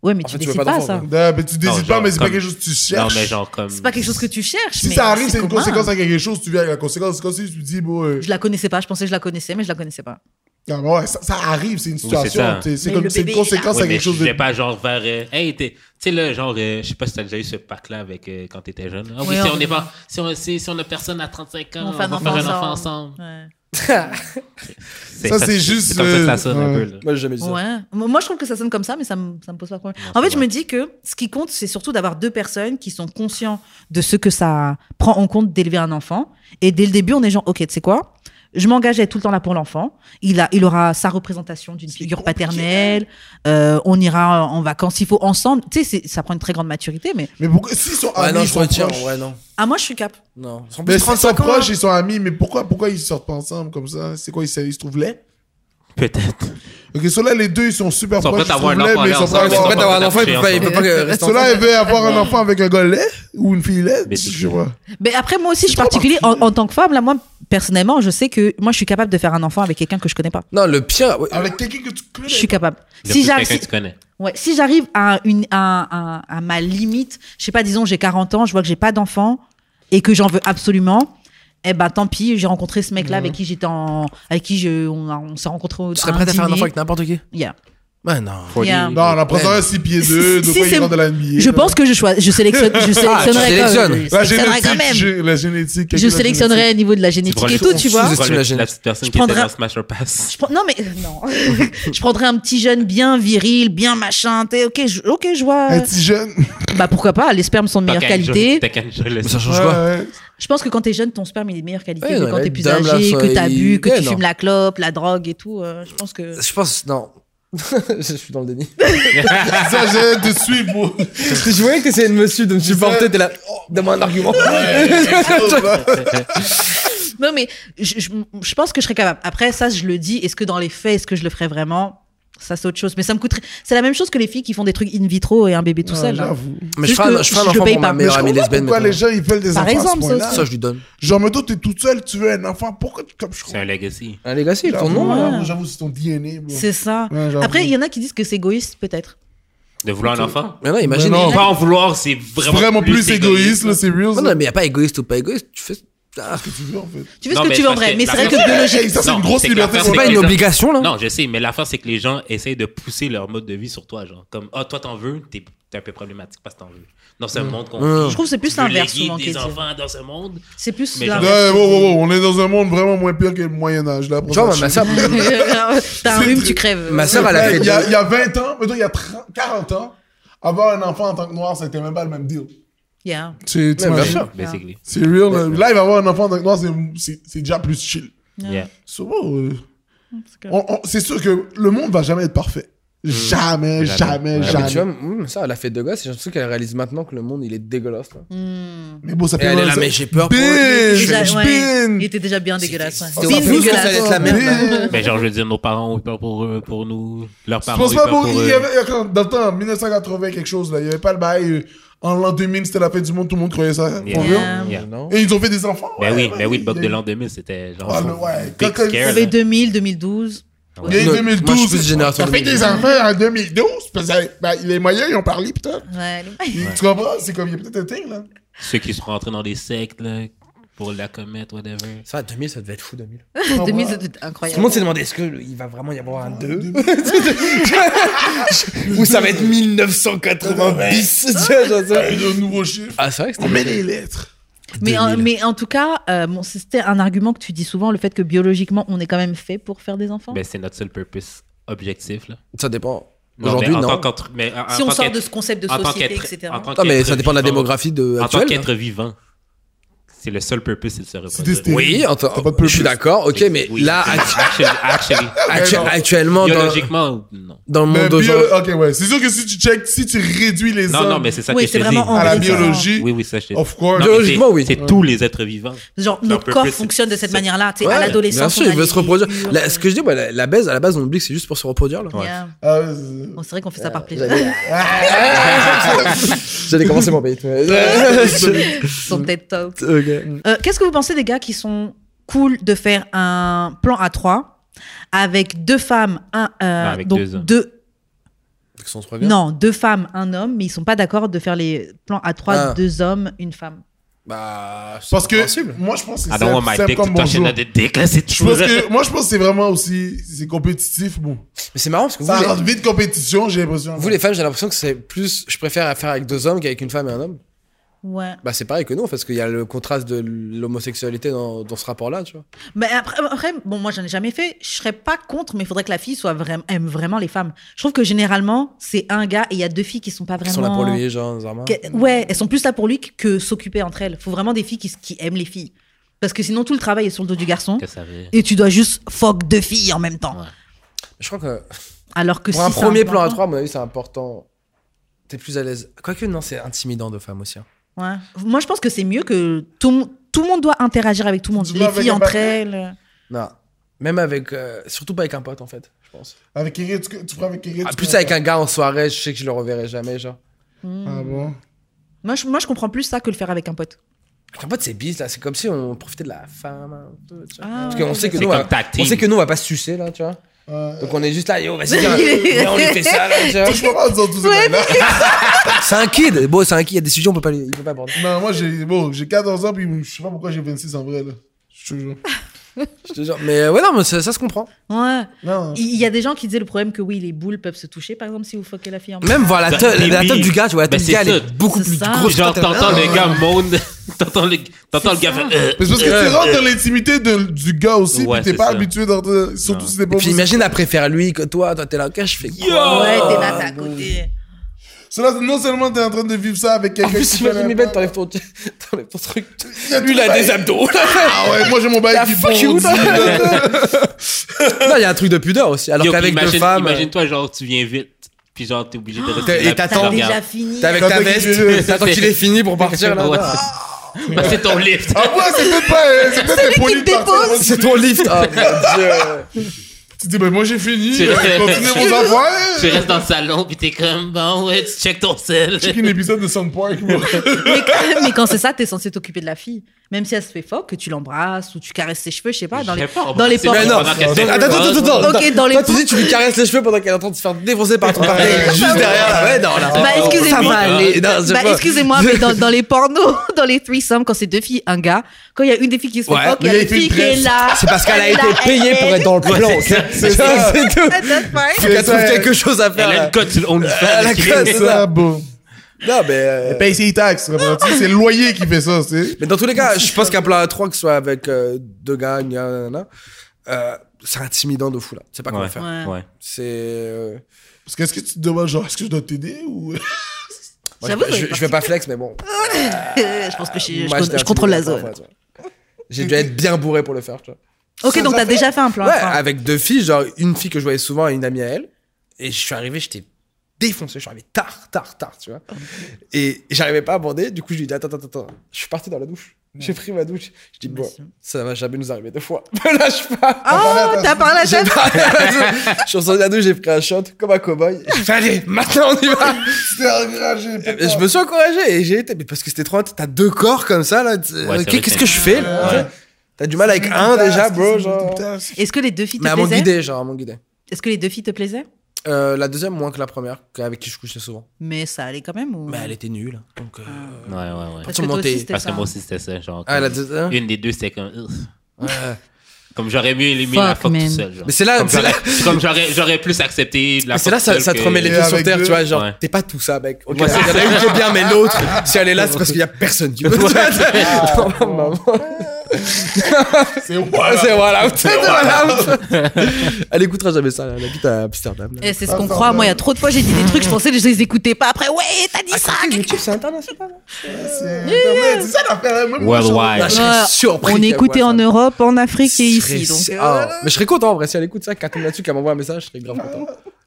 S2: Ouais, mais
S1: En
S2: tu
S1: fait, tu veux
S2: décides
S1: pas
S2: pas,
S1: d'enfant,
S2: ça.
S1: quoi.
S3: Non, mais tu décides pas,
S4: genre,
S3: mais c'est pas
S4: comme-
S3: quelque chose que tu
S4: Non,
S3: cherches.
S4: mais genre comme.
S2: C'est pas quelque chose que tu cherches.
S3: Si
S2: mais
S3: ça arrive, c'est une
S2: commun.
S3: conséquence à quelque chose, tu vis avec la conséquence. C'est comme si tu dis, bon, euh,
S2: Je la connaissais pas, je pensais que je la connaissais, mais je la connaissais pas.
S3: non, mais ouais, ça, ça arrive, c'est une situation.
S4: ça.
S3: t'sais, C'est
S2: Mais
S3: comme
S2: le
S3: c'est une
S2: bébé est là.
S3: conséquence à
S4: Ouais, mais
S3: quelque chose.
S4: je
S3: de-
S4: vais pas genre vers. euh, hey, t'es- tu sais, là, genre, euh, je sais pas si t'as déjà eu ce pack-là avec euh, quand t'étais jeune. Ah oui,
S2: Ouais,
S4: si,
S2: on-
S4: on est pas, si, on, si, si on a personne à 35 ans,
S2: On
S4: on,
S2: fait un
S4: va
S2: enfant
S4: faire un enfant
S2: ensemble.
S4: ensemble.
S2: Ouais.
S3: Ça, c'est juste
S4: C'est comme ça que
S3: le-
S4: ça sonne un
S3: ouais.
S4: peu. là.
S1: Moi, j'ai jamais dit ça.
S2: Ouais. Moi, moi, je trouve que ça sonne comme ça, mais ça me, ça me pose pas de problème.
S4: Non,
S2: en
S4: c'est
S2: fait, je
S4: vrai.
S2: me dis que ce qui compte, c'est surtout d'avoir deux personnes qui sont conscients de ce que ça prend en compte d'élever un enfant. Et dès le début, on est genre, OK, tu sais quoi Je m'engage à être tout le temps là pour l'enfant. Il, a, il aura sa représentation d'une figure paternelle.
S3: hein.
S2: Euh, on ira en vacances s'il faut ensemble. Tu sais, c'est- ça prend une très grande maturité, mais.
S3: Mais pourquoi S'ils sont
S1: Ouais,
S3: amis,
S1: non,
S3: ils
S1: je
S3: sont
S1: retire.
S3: proches.
S1: Ouais, non.
S2: Ah, moi, je suis cap.
S1: Non. En
S3: Mais
S1: plus,
S3: s'ils sont
S1: 35 ans,
S3: proches,
S2: hein.
S3: ils sont amis, mais pourquoi, pourquoi ils sortent pas ensemble comme ça C'est quoi, ils se, ils se trouvent laids
S4: Peut-être.
S3: Ok, ceux-là, les deux, ils sont super
S4: Ils sont
S3: proches.
S4: prêts à avoir
S3: se
S4: un
S3: trouvent laids,
S4: enfant,
S3: mais ils
S4: là,
S3: sont
S4: ensemble,
S1: Ouais,
S3: pas
S4: mais ils
S1: quand
S4: sont
S1: t'as
S4: pas
S1: un enfant, il peut pas, il peut pas rester
S3: Ceux-là,
S1: ensemble.
S3: ils veulent avoir un enfant avec un gars laid ou une fille laide.
S4: Mais
S3: Je vois.
S2: Mais après, moi aussi, je suis
S3: trop
S2: particulier. En, en tant que femme, là, moi, personnellement, je sais que moi, je suis capable de faire un enfun avec quelqu'un que je connais pas.
S1: Non, le pire. ouais,
S3: Avec quelqu'un que tu connais.
S2: Je suis capable.
S4: Le
S2: Si
S4: plus
S2: j'arrive,
S4: quelqu'un que tu connais.
S2: Ouais, si j'arrive à, une, à, à- à ma limite, je sais pas, disons, j'ai 40 ans, je vois que j'ai pas d'enfant et que j'en veux absolument, eh ben tant pis, j'ai rencontré ce mec-là avec qui j'étais en. avec qui je, on, a- on s'est rencontrés au.
S1: Tu serais
S2: à
S1: prête à faire un
S2: dîner.
S1: enfant avec n'importe qui
S2: Yeah.
S1: Ouais, non.
S4: Faut
S2: Yeah.
S4: lui-
S3: Non, on a
S1: Ouais.
S3: pris un 6 pieds 2, de
S2: Si
S3: quoi
S2: c'est-
S3: il rentre de la NBA.
S2: Je pense que je, choisis, je sélectionne,
S4: Ah,
S2: je sélectionnerais quand-
S1: sélectionnes.
S2: je
S3: La
S4: Bah,
S2: sélectionnerais
S3: génétique,
S2: quand même.
S3: je- la génétique.
S2: Je
S3: calcule la
S2: sélectionnerais au niveau de la génétique et
S4: prends
S2: tout,
S4: les-
S2: tu vois.
S1: sous-
S4: Prends
S1: J'imagine.
S4: le- La petite personne
S2: Je
S4: qui était
S2: prendrais-
S4: dans Smash or Pass.
S2: Je prends- non, mais euh, non. je prendrais un petit jeune bien viril, bien machin. t'es- Ok, je, ok, je vois.
S1: Ah,
S3: génétique. Un petit jeune.
S2: Bah pourquoi pas, les spermes sont de meilleure
S4: T'as qu'à le jouer-
S2: qualité.
S4: T'as qu'à le jouer, le-
S1: Mais ça change quoi
S3: Ouais, ouais.
S2: Je pense que quand t'es jeune, ton sperme il est de meilleure qualité
S1: Ouais,
S2: que
S1: ouais,
S2: quand
S1: ouais,
S2: t'es plus
S1: dame, là,
S2: âgé,
S1: ça,
S2: que t'as
S1: il-
S2: bu, que
S1: ouais,
S2: tu
S1: non.
S2: fumes la clope, la drogue et tout. euh, je pense que.
S1: Je pense. Non. je suis dans le déni.
S3: Ça, j'ai hâte de suivre, moi.
S1: Je voyais que t'essayais de me suivre, de me supporter, t'es là. oh, Donne-moi un argument.
S2: Non mais je, je- je pense que je serais capable. Après ça, je le dis. Est-ce que dans les faits, est-ce que je le ferais vraiment Ça c'est autre chose. Mais ça me coûterait. C'est la même chose que les filles qui font des trucs in vitro et un bébé tout
S3: Ouais,
S2: seul. hein. là.
S3: Ah, J'avoue.
S1: Mais je
S2: Juste
S1: ferai un,
S2: que
S1: je ferai un
S2: je
S1: enfant
S2: paye
S1: pour
S2: pas.
S1: ma meilleure
S3: je
S1: amie
S3: comprends pas
S1: lesbienne.
S3: pourquoi les
S1: mettons.
S3: gens ils veulent des
S2: Par
S3: enfants
S2: exemple,
S3: à ce point-là.
S2: gens-
S1: Ça, je lui donne.
S3: Genre, mais toi, t'es toute seule, tu veux un enfant, pourquoi tu comme je
S4: C'est un legacy.
S1: Un legacy,
S3: J'avoue,
S1: ton nom.
S2: ouais.
S1: hein.
S3: j'avoue, J'avoue, c'est ton DNA. bro.
S2: C'est ça.
S3: Ouais, j'avoue.
S2: Après, il y en a qui disent que c'est égoïste peut-être.
S4: De vouloir un enfant.
S1: Mais non, imagine.
S3: Mais non.
S1: Non,
S4: Pas en vouloir, c'est
S3: C'est
S4: vraiment.
S3: vraiment plus égoïste, là, c'est real. ça.
S1: non, mais y a pas égoïste ou pas égoïste. Tu fais. Ah,
S3: Tu veux, en fait.
S2: Tu fais
S4: Non,
S2: ce que
S4: mais
S2: tu veux en
S4: parce
S2: vrai.
S4: que
S2: Mais
S4: la
S2: c'est vrai que
S4: personne-
S2: biologique.
S3: Hey, ça, c'est
S4: Non,
S3: une grosse
S4: c'est que
S3: liberté.
S4: l'affaire,
S1: c'est
S3: qu'on
S4: que
S1: pas
S3: a.
S4: les
S1: une
S4: gens-
S1: obligation là.
S4: Non, je sais, mais l'affaire, c'est que les gens essayent de pousser leur mode de vie sur toi. Genre, comme, ah, toi, t'en veux, t'es t'es un peu problématique parce que t'en veux. Dans ce monde qu'on
S1: Mmh.
S4: vit,
S1: Je
S2: trouve que c'est plus
S4: tu veux
S2: Mm. l'inverse
S4: léguer
S2: souvent qui est
S4: des
S2: dit.
S4: enfants dans ce monde.
S2: C'est plus.
S4: Mais
S2: la-
S4: genre-
S3: Ouais, wow, wow, wow, on est dans un monde vraiment moins pire que le Moyen-Âge. là.
S1: Tu vois, moi, ma soeur.
S2: T'as un rhume, tu crèves.
S1: Ma sœur, elle a fait.
S3: Il y a, il y a 20 ans, mettons, il y a 30, 40 ans, avoir un enfant en tant que noir, c'était même pas le même deal.
S2: Yeah.
S3: C'est
S1: Ouais, bien
S3: t'imagines?
S1: sûr.
S4: Basically.
S3: C'est real. Là, Là, il va avoir un enfant en tant que noir, c'est- c'est c'est déjà plus chill.
S4: Yeah.
S3: So, wow, euh, on- on- C'est sûr que le monde va jamais être parfait. Jamais, jamais,
S4: Jamais.
S1: Ah, mais tu
S3: jamais.
S1: vois, hum, ça, elle a fait deux gosses, et j'ai l'impression qu'elle réalise maintenant que le monde, il est dégueulasse. là.
S3: Mais bon, ça
S1: Et
S3: fait
S1: elle est
S3: mal,
S1: là,
S3: ça-
S1: mais j'ai peur pour eux.
S3: Bin,
S1: Déjà,
S3: je
S2: ouais.
S3: bin.
S2: Il était déjà bien dégueulasse. ouais.
S1: C'était au
S2: Bin
S1: plus que ça
S2: dégueulasse.
S1: allait être la
S3: Bin.
S1: merde. là.
S4: Mais Ben, genre, je veux dire, nos parents ont eu peur pour, eux- pour nous. Leurs
S3: euh, Je
S4: parents ont
S3: pense
S4: eu
S3: pas
S4: peur
S3: pour.
S4: pour euh,
S3: Il y
S4: eux.
S3: avait, quand- dans le temps, en 1980, quelque chose, là, il y avait pas le bail. euh, En l'an 2000, c'était la fête du monde, tout le monde croyait ça. pour
S4: Yeah.
S3: real.
S2: Yeah.
S4: Yeah.
S1: Non.
S3: Et ils ont fait des enfants.
S4: Ben
S3: ouais,
S4: oui,
S3: ouais,
S4: ben oui, le bug
S3: il y
S4: de
S3: a-
S4: l'an 2000, c'était genre.
S3: Ah, le-
S4: son
S3: ouais,
S4: Big
S3: quand- quand-
S4: scare,
S2: Il y
S4: là.
S2: avait 2000, 2012.
S3: Il y a eu
S1: Non, moi,
S3: 2012.
S1: je suis plus génération
S3: T'as fait
S1: 2012.
S3: des enfants en 2012 parce que, ben, les moyens, ils ont parlé, putain.
S2: Ouais.
S3: Tu comprends? C'est comme, il y a peut-être un thing, là.
S4: Ceux qui sont rentrés dans des sectes, là, pour la comète, whatever.
S1: Ça, 2000, ça devait être fou, 2000. Tout
S3: Oh,
S2: 2000, c'était
S1: le
S2: incroyable.
S1: monde s'est demandé, est-ce qu'il va vraiment y avoir un 2 Ou ça va être 1990 tu vois, genre ça.
S3: Et de nouveaux chiffres.
S1: Ah, c'est vrai que
S3: On
S1: c'était.
S3: met les lettres.
S2: Mais en,
S1: 2000.
S2: mais en tout cas, euh, bon, c'était un argument que tu dis souvent, le fait que biologiquement, on est quand même fait pour faire des enfants.
S4: Ben, c'est notre seul purpose objectif, là.
S1: Ça dépend.
S4: Non,
S1: Aujourd'hui,
S4: mais en
S1: non.
S4: tant qu'entre- mais en- en
S2: si on
S4: tant
S2: sort
S4: qu'être-
S2: de ce concept de
S4: en tant
S2: société,
S4: qu'être-
S2: etc.
S4: en tant
S1: Non, mais ça
S4: qu'être
S1: dépend de la
S4: vivant.
S1: démographie de,
S4: En tant
S1: actuelle.
S4: qu'être vivant, C'est le seul purpose, c'est de se reproduire.
S3: des
S1: Oui, en tant-
S3: T'as pas de purpose.
S1: je suis d'accord, ok, mais
S4: Oui.
S1: là, actu-
S4: actually, actually,
S1: actu- actuellement, dans,
S4: biologiquement, non.
S1: dans le
S3: Mais
S1: monde d'aujourd'hui,
S3: bio- Ben, euh, ok, ouais. C'est sûr que si tu check, si tu réduis les
S4: Non,
S3: hommes
S4: non, mais c'est ça
S2: Oui,
S4: que je
S2: c'est
S4: te
S2: vraiment
S4: dis.
S2: en-
S3: à la
S2: c'est ça.
S3: biologie,
S4: Oui, oui, ça je te dis.
S3: of course.
S4: Non, mais c'est-
S1: Biologiquement, oui.
S4: C'est tous les êtres vivants.
S2: Genre,
S4: Non,
S2: notre
S4: mais
S2: corps
S4: c'est-
S2: fonctionne de cette
S4: c'est-
S2: manière-là. Tu sais,
S1: Ouais,
S2: à
S1: bien
S2: l'adolescence,
S1: sûr,
S2: on a
S1: il veut
S2: les euh.
S1: se reproduire.
S2: figures,
S1: La- ce que je dis, moi, la, la baise, à la base, on oublie que c'est juste pour se reproduire. Là.
S2: Yeah.
S3: Ah, euh,
S2: Bon, c'est vrai qu'on fait ça par plaisir.
S1: J'avais-
S2: Ah,
S1: J'allais commencer mon bait. mais-
S2: Sur TED Talk.
S1: Ok.
S2: Euh, Qu'est-ce que vous pensez des gars qui sont cool de faire un plan à 3 avec deux femmes, un euh,
S4: Non, avec
S2: donc
S4: deux hommes.
S1: Son trois gars.
S2: non deux femmes, un homme, mais ils sont pas d'accord de faire les plans à 3
S1: Ah.
S2: deux hommes, une femme.
S1: Bah, c'est
S3: Parce que
S1: compréhensible.
S3: moi, je pense que
S4: I
S3: c'est
S4: don't want
S3: simple,
S4: my dick to
S3: comme
S4: touch
S3: bonjour.
S4: another dick, là, c'est tout.
S3: Je pense que, moi, je pense que c'est vraiment aussi, c'est compétitif, bon.
S1: Mais c'est marrant parce que vous,
S3: Ça
S1: les-
S3: rentre vite compétition, j'ai l'impression.
S1: vous, les femmes, j'ai l'impression que c'est plus. Je préfère faire avec deux hommes qu'avec une femme et un homme.
S2: Ouais.
S1: Bah, c'est pareil que nous, parce qu'il y a le contraste de l'homosexualité dans, dans ce rapport-là, tu vois.
S2: Mais après, après, bon, moi, j'en ai jamais fait. Je serais pas contre, mais il faudrait que la fille soit vraiment, aime vraiment les femmes. Je trouve que généralement, c'est un gars et il y a deux filles qui sont pas
S1: Ils
S2: vraiment.
S1: sont là pour lui, genre, Zarma.
S2: Que- ouais, elles sont plus là pour lui que s'occuper entre elles. Faut vraiment des filles qui, s- qui aiment les filles. Parce que sinon, tout le travail est sur le dos du garçon.
S4: Que ça veut-
S2: Et tu dois juste fuck deux filles en même temps.
S4: Ouais.
S1: Je crois que
S2: Alors que
S1: pour
S2: si
S1: un
S2: c'est
S1: premier plan à
S2: enfant-
S1: trois, à mon avis, c'est important. T'es plus à l'aise. Quoique, non, c'est intimidant de femmes aussi. hein.
S2: Ouais. Moi, je pense que c'est mieux que tout, le monde- tout le monde doit interagir avec tout le monde.
S3: Tu vas
S2: Les
S3: avec
S2: filles
S3: un
S2: entre
S3: paquet.
S2: elles. euh.
S1: Non. Même avec. euh, surtout pas avec un pote, en fait, je pense.
S3: Avec Kiri, tu, tu prends avec Kiri.
S1: Ah,
S3: tu
S1: plus
S3: prends-
S1: avec un gars en soirée, je sais que je le reverrai jamais, genre.
S3: Ah bon?
S2: Moi je, moi, je comprends plus ça que le faire avec un pote.
S1: Avec un pote, c'est bis, là. C'est comme si on profitait de la femme. un peu, tu vois.
S2: Ah,
S1: Parce qu'on sait que
S4: C'est
S1: nous,
S4: comme
S1: on-
S4: tag team.
S1: on sait que nous, on va pas se sucer, là, tu vois.
S3: Euh,
S1: Donc on est juste là, yo, vas-y, viens, viens, on lui fait ça, là, tu vois.
S3: je peux pas dire tout ça maintenant.
S1: C'est un kid. Bon, c'est un kid, il y a des sujets, on peut pas, les- il peut pas aborder.
S3: Non, moi, j'ai, bon, j'ai 14 ans, puis je sais pas pourquoi j'ai 26 en vrai, là. Je te jure.
S1: Je te jure. Mais euh, ouais, non, mais ça, ça se comprend.
S2: Ouais.
S3: Non.
S2: Il il y a des gens qui disaient le problème que oui, les boules peuvent se toucher, par exemple, si vous fuckez la fille en
S1: Même voir la
S4: Bah,
S1: tête
S4: mais
S1: la
S4: oui.
S1: teub du gars, tu vois, la
S4: Bah,
S1: teub du
S4: c'est
S1: gars, elle
S4: ça.
S1: est beaucoup
S2: C'est
S1: plus
S2: ça. Ah.
S1: grosse.
S4: Genre,
S1: que la teub.
S4: t'entends le gars monde, t'entends le, t'entends le gars
S2: C'est
S4: faire, euh,
S3: Mais c'est parce que
S1: Euh,
S3: tu rentres dans l'intimité de- du gars aussi,
S4: Ouais,
S3: puis t'es
S4: c'est
S3: pas
S4: ça.
S3: habitué dans te- surtout
S4: Non.
S3: si t'es pas
S1: Et puis imagine, elle préfère lui que toi, toi t'es là, ok, je fais
S4: Yo.
S1: quoi
S2: Ouais, t'es là, t'es à côté.
S3: Cela, non seulement t'es en train de vivre ça avec
S1: En
S3: quelqu'un
S1: plus,
S3: tu connais
S1: imagine, mes
S3: pas.
S1: bêtes, t'enlèves ton, t'enlèves ton truc. Lui, il a des abdos.
S3: Ah ouais, moi j'ai mon bail
S1: La
S3: qui
S1: fuck
S3: bondit.
S1: you, toi.
S3: là.
S1: Non, il y a un truc de pudeur aussi. Alors
S4: Yo,
S1: qu'avec
S4: imagine,
S1: deux femmes, euh,
S4: Imagine-toi, genre, tu viens vite, puis genre, t'es obligé de
S1: t'as-
S4: rester. là,
S1: et t'attends.
S2: T'as
S4: puis tu
S2: Ah. déjà
S4: regardes.
S2: fini.
S1: t'es avec ta
S3: T'attends qu'il
S1: veste,
S3: finisse.
S1: t'attends qu'il est fini pour partir, là.
S4: Ouais.
S1: Ah,
S4: Bah, c'est ton lift.
S3: Ah ouais, c'est peut-être pas. euh, C'est peut-être les poignées
S2: qui me
S3: de partir. Moi,
S1: C'est ton lift. Oh mon dieu.
S3: Tu dis, ben moi j'ai fini.
S4: Tu
S3: euh,
S4: restes-
S3: Continuez
S4: tu-
S3: vos affaires.
S4: tu restes dans le salon, puis t'es comme, bon, ouais, tu check ton sel.
S3: Check un épisode de Sound Park. moi.
S2: mais, quand- mais quand c'est ça, t'es censé t'occuper de la fille. Même si elle se fait fuck, que tu l'embrasses ou tu caresses ses cheveux, je sais pas, dans les,
S4: Je sais pas,
S2: dans les
S4: c'est bien,
S1: Mais non,
S2: portes.
S4: Pendant qu'elle
S1: Donc,
S4: fait-
S1: attends, attends, attends, attends.
S2: Ok,
S1: attends.
S2: dans les
S1: Toi, tu dis, tu lui caresses les cheveux pendant qu'elle est en train de se faire défoncer par ton partenaire
S3: Ouais.
S1: juste derrière. là. Ouais, non, là.
S2: Bah, excusez-moi.
S1: Oh, Ça va aller. Non, je sais
S2: Bah,
S1: pas.
S2: excusez-moi, mais dans, dans les pornos, dans les threesomes, quand c'est deux filles, un gars, quand il y a une des filles qui se fait
S1: Ouais,
S2: fuck, il y
S3: mais
S2: a une
S3: il y a une
S2: fille qui est
S3: presse.
S2: là.
S1: C'est parce qu'elle a
S2: Elle
S1: été
S2: est là,
S1: payée
S2: elle
S1: pour
S2: est-
S1: être dans le plan. C'est c'est ça, c'est tout.
S2: Ah, that's fine.
S1: Faut qu'elle trouve
S3: ça.
S1: quelque chose à
S4: Elle a
S1: faire.
S4: une cote sur le OnlyFans.
S1: Elle a
S4: qui
S1: une cote.
S4: est-
S1: C'est
S3: C'est
S1: ça.
S3: ça, bon.
S1: Non, mais. euh,
S3: Elle paye ses taxes, comprends-tu? C'est le loyer qui fait ça, tu sais.
S1: Mais dans tous les cas, je pense qu'un plat à trois, que ce soit avec euh, deux gars, gna, gna, gna, euh, c'est intimidant de fou là. C'est pas comment faire.
S2: Ouais.
S4: Ouais.
S1: C'est. euh,
S3: Parce que est-ce que tu te demandes, genre, est-ce que je dois t'aider ou.
S1: moi,
S2: J'avoue,
S1: je,
S2: j'aurais
S1: je, je vais pas flex, mais bon.
S2: Euh, Je pense que je, je-
S1: moi,
S2: je-
S1: j'étais
S2: je contrôle la
S1: intimidé
S2: zone.
S1: parfois, tu vois. J'ai dû être bien bourré pour le faire, tu vois.
S2: Ok, donc t'as déjà fait un plan.
S1: Ouais,
S2: enfin.
S1: avec deux filles, genre une fille que je voyais souvent et une amie à elle. Et je suis arrivé, j'étais défoncé, je suis arrivé tard, tard, tard, tu vois. Et j'arrivais pas à aborder, du coup je lui ai dit attends, attends, attends, je suis parti dans la douche. J'ai pris ma douche. Je dis bon,
S2: Merci.
S1: ça va jamais nous arriver deux fois. Me lâche pas.
S2: Oh, t'as parlé à
S1: J'ai
S2: ta
S1: parlé à la douche. Je suis ressorti de la douche, j'ai pris un shot comme un cowboy. J'ai fait allez, maintenant on y va.
S3: C'était enragé.
S1: Et Eh, je me suis encouragé et j'ai été, mais parce que c'était trop, intense. t'as deux corps comme ça là. tu-
S4: Ouais,
S1: Qu'est-
S4: c'est vrai,
S1: Qu'est-ce
S4: c'est-
S1: que je fais là
S4: Ouais.
S1: T'as du mal avec un déjà, bro, genre.
S2: Est-ce que les deux filles
S1: Mais
S2: te
S1: à mon
S2: plaisaient
S1: guidé, genre à mon guidé.
S2: Est-ce que les deux filles te plaisaient
S1: Euh, la deuxième moins que la première, avec qui je couchais souvent.
S2: Mais ça allait quand même ou
S1: Mais elle était nulle. Donc, euh,
S4: Ouais, ouais, ouais.
S2: Parce
S1: Faut
S2: que toi
S1: monter.
S2: aussi, c'était
S4: Parce que
S2: ça.
S4: moi aussi, c'était ça. Genre,
S1: Ah, la
S4: comme-
S1: deuxième
S4: Une des deux, c'était comme. Ugh.
S1: Ouais.
S4: Comme j'aurais mieux éliminer la
S2: Fuck,
S4: fuck
S2: man.
S4: tout seul. Genre.
S1: Mais c'est là-
S4: Comme
S1: c'est là-
S4: j'aurais- comme j'aurais j'aurais plus accepté la
S1: Mais c'est là,
S4: fuck
S1: ça,
S4: seule
S1: ça te
S4: que-
S1: remet les
S3: Et
S1: pieds sur
S3: avec
S1: terre,
S3: deux.
S1: tu vois. Genre,
S4: Ouais.
S1: t'es pas tout ça, mec. Ok,
S4: Ouais,
S1: Il
S4: c'est
S1: y en a
S4: ça.
S1: une qui est bien, mais l'autre, si elle est là, c'est parce qu'il y a personne qui veut.
S3: C'est voilà.
S1: C'est voilà. C'est
S3: voilà.
S1: Elle écoutera jamais ça. Elle habite à Amsterdam. là.
S2: Et Eh, c'est ce qu'on croit. Moi, il y a trop de fois, j'ai dit des trucs, je pensais que je les écoutais pas. Après, ouais, t'as dit ça.
S1: Ah, YouTube, c'est international.
S3: C'est Internet, c'est ça l'affaire. Même moi, je-
S1: Ah, je
S4: Worldwide.
S1: serais
S2: Ouais,
S1: surpris
S2: on
S1: qu'elle
S2: écoutait
S1: voit
S2: en
S1: ça.
S2: Europe, en Afrique et
S1: Je serais-
S2: ici. donc.
S1: Ah, mais je serais content en vrai. Si elle écoute ça, qu'elle tombe là-dessus, qu'elle m'envoie un message, je serais grave content.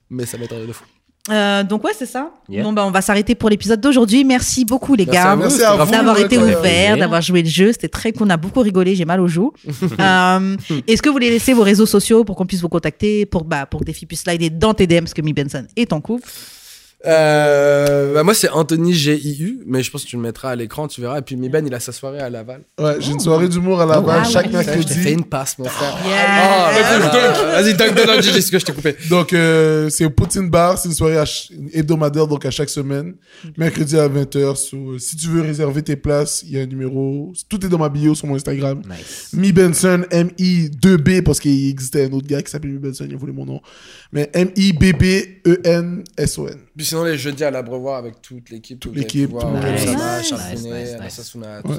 S1: Mais ça m'étonnerait de fou.
S2: Euh, donc ouais, c'est ça.
S4: Yeah.
S2: Bon, bah, on va s'arrêter pour l'épisode d'aujourd'hui. Merci beaucoup, les
S1: Merci
S2: gars.
S1: à vous,
S3: Merci
S1: c'était
S3: à
S1: grave
S3: vous.
S1: cool.
S2: D'avoir été
S3: Ça fait
S2: ouvert,
S4: plaisir.
S2: d'avoir joué le jeu, c'était très cool. On a beaucoup rigolé, j'ai mal aux joues. Euh, Est-ce que vous voulez laisser vos réseaux sociaux pour qu'on puisse vous contacter, pour, bah, pour que des filles puissent slider dans tes DM, parce que Mi Benson est en couple
S1: Euh, bah, moi, c'est Anthony GIU, mais je pense que tu le mettras à l'écran, tu verras. Et puis Miben, il a sa soirée à Laval.
S3: Ouais, j'ai une soirée d'humour à la
S2: Ah
S3: base
S2: ouais.
S3: chaque
S2: Ça,
S1: Oh, Je t'ai fait
S3: mercredi.
S1: une passe, mon frère.
S4: bah,
S2: Yeah.
S1: Ah, Vas-y, dunk, dunk, dunk, GG, ce que je t'ai coupé.
S3: Donc, euh, c'est au Poutine Bar. C'est une soirée à ch- hebdomadaire, donc à chaque semaine. Mercredi à 20h. euh, si tu veux réserver tes places, il y a un numéro. Tout est dans ma bio sur mon Instagram.
S4: Nice.
S3: Mi Benson, M-I-2-B, parce qu'il existait un autre gars qui s'appelait Mi Benson, il a voulu mon nom. Mais E M-I-B-B-E-N-S-O-N.
S1: Puis sinon, les jeudis à l'Abreuvoir avec toute l'équipe.
S3: Toute
S1: vous allez
S3: l'équipe,
S1: pouvoir
S3: tout le monde.
S1: voir
S2: Nice.
S1: Sama,
S2: Nice,
S1: Charpounet,
S4: nice, nice.
S1: Anastasuna,
S3: Ouais.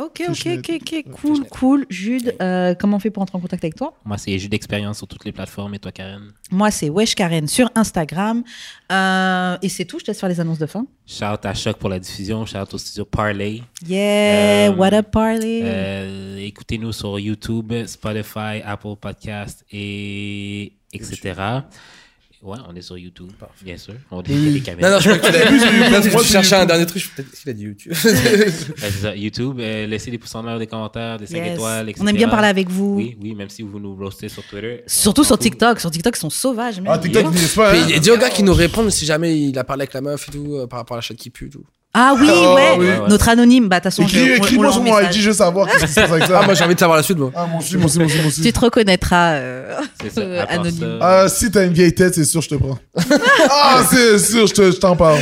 S2: Ok,
S3: Tout
S2: ok,
S3: chouette.
S2: ok, ok, cool, cool. Jude, euh, comment on fait pour entrer en contact avec toi
S4: Moi, c'est juste d'expérience sur toutes les plateformes. Et toi, Karen?
S2: Moi, c'est Wesh Karen sur Instagram. Euh, et c'est tout, je te laisse faire les annonces de fin.
S4: Shout à Choc pour la diffusion. Shout au studio Parlay.
S2: Yeah,
S4: Euh,
S2: what up, party
S4: Euh, Écoutez-nous sur YouTube, Spotify, Apple Podcast et etc. Ouais, on est sur YouTube, bien sûr. On est
S2: Mm.
S4: sur les
S1: Non,
S4: caméras.
S1: non, je crois que tu l'as
S3: Moi,
S1: vu.
S3: c'est
S1: Moi, je cherchais un
S3: YouTube.
S1: dernier truc. je- Peut-être qu'il a dit YouTube.
S4: Ouais, c'est ça, YouTube, euh, laissez des pouces en l'air, des commentaires, des 5
S2: Yes.
S4: étoiles, etc.
S2: On aime bien parler avec vous.
S4: Oui, oui, même si vous nous roastez sur Twitter.
S2: Surtout
S4: on s'en
S2: sur
S4: fout.
S2: TikTok. Sur TikTok, ils sont sauvages. même.
S3: Ah, TikTok, n'y est pas. hein.
S1: Puis, dis aux gars qui nous répondent si jamais il a parlé avec la meuf et tout euh, par rapport à la chatte qui pue et tout.
S2: Ah oui,
S3: Oh,
S2: ouais.
S3: oui.
S2: Notre anonyme, bah, de toute façon, je- on-
S3: Écris-
S2: on
S3: Écris-moi
S2: l'a
S3: sur
S2: en
S3: mon
S2: message.
S3: ID, je veux savoir qu'est-ce qui se passe avec ça.
S1: Ah, moi j'ai envie de savoir la suite, moi.
S3: Ah, moi aussi, moi aussi, moi aussi, moi aussi.
S2: Tu te reconnaîtras euh,
S4: C'est ça,
S2: euh,
S4: à part
S2: anonyme.
S4: ça,
S3: Ah, si t'as une vieille tête, c'est sûr, je te prends. ah, c'est sûr, je te- je t'en parle.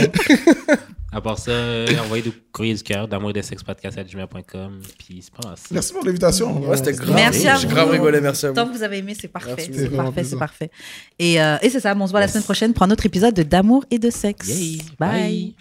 S4: À part ça, euh, envoyez du courrier du cœur d'amour de sexpodcast.gmail.com. Puis c'est pas ça.
S3: Merci pour l'invitation.
S1: Ouais, c'était grave.
S2: Merci à
S1: J'ai
S2: vous.
S1: grave rigolé, merci à
S2: Tant
S1: vous.
S2: que vous avez aimé, c'est parfait.
S1: Merci,
S2: C'est
S3: c'est
S2: parfait,
S3: vraiment
S2: c'est
S3: plaisir.
S2: parfait. Et, euh, et c'est ça, bon, on se voit la semaine prochaine pour un autre épisode de D'amour et de sexe.
S4: Yay.
S2: Bye.
S4: Bye.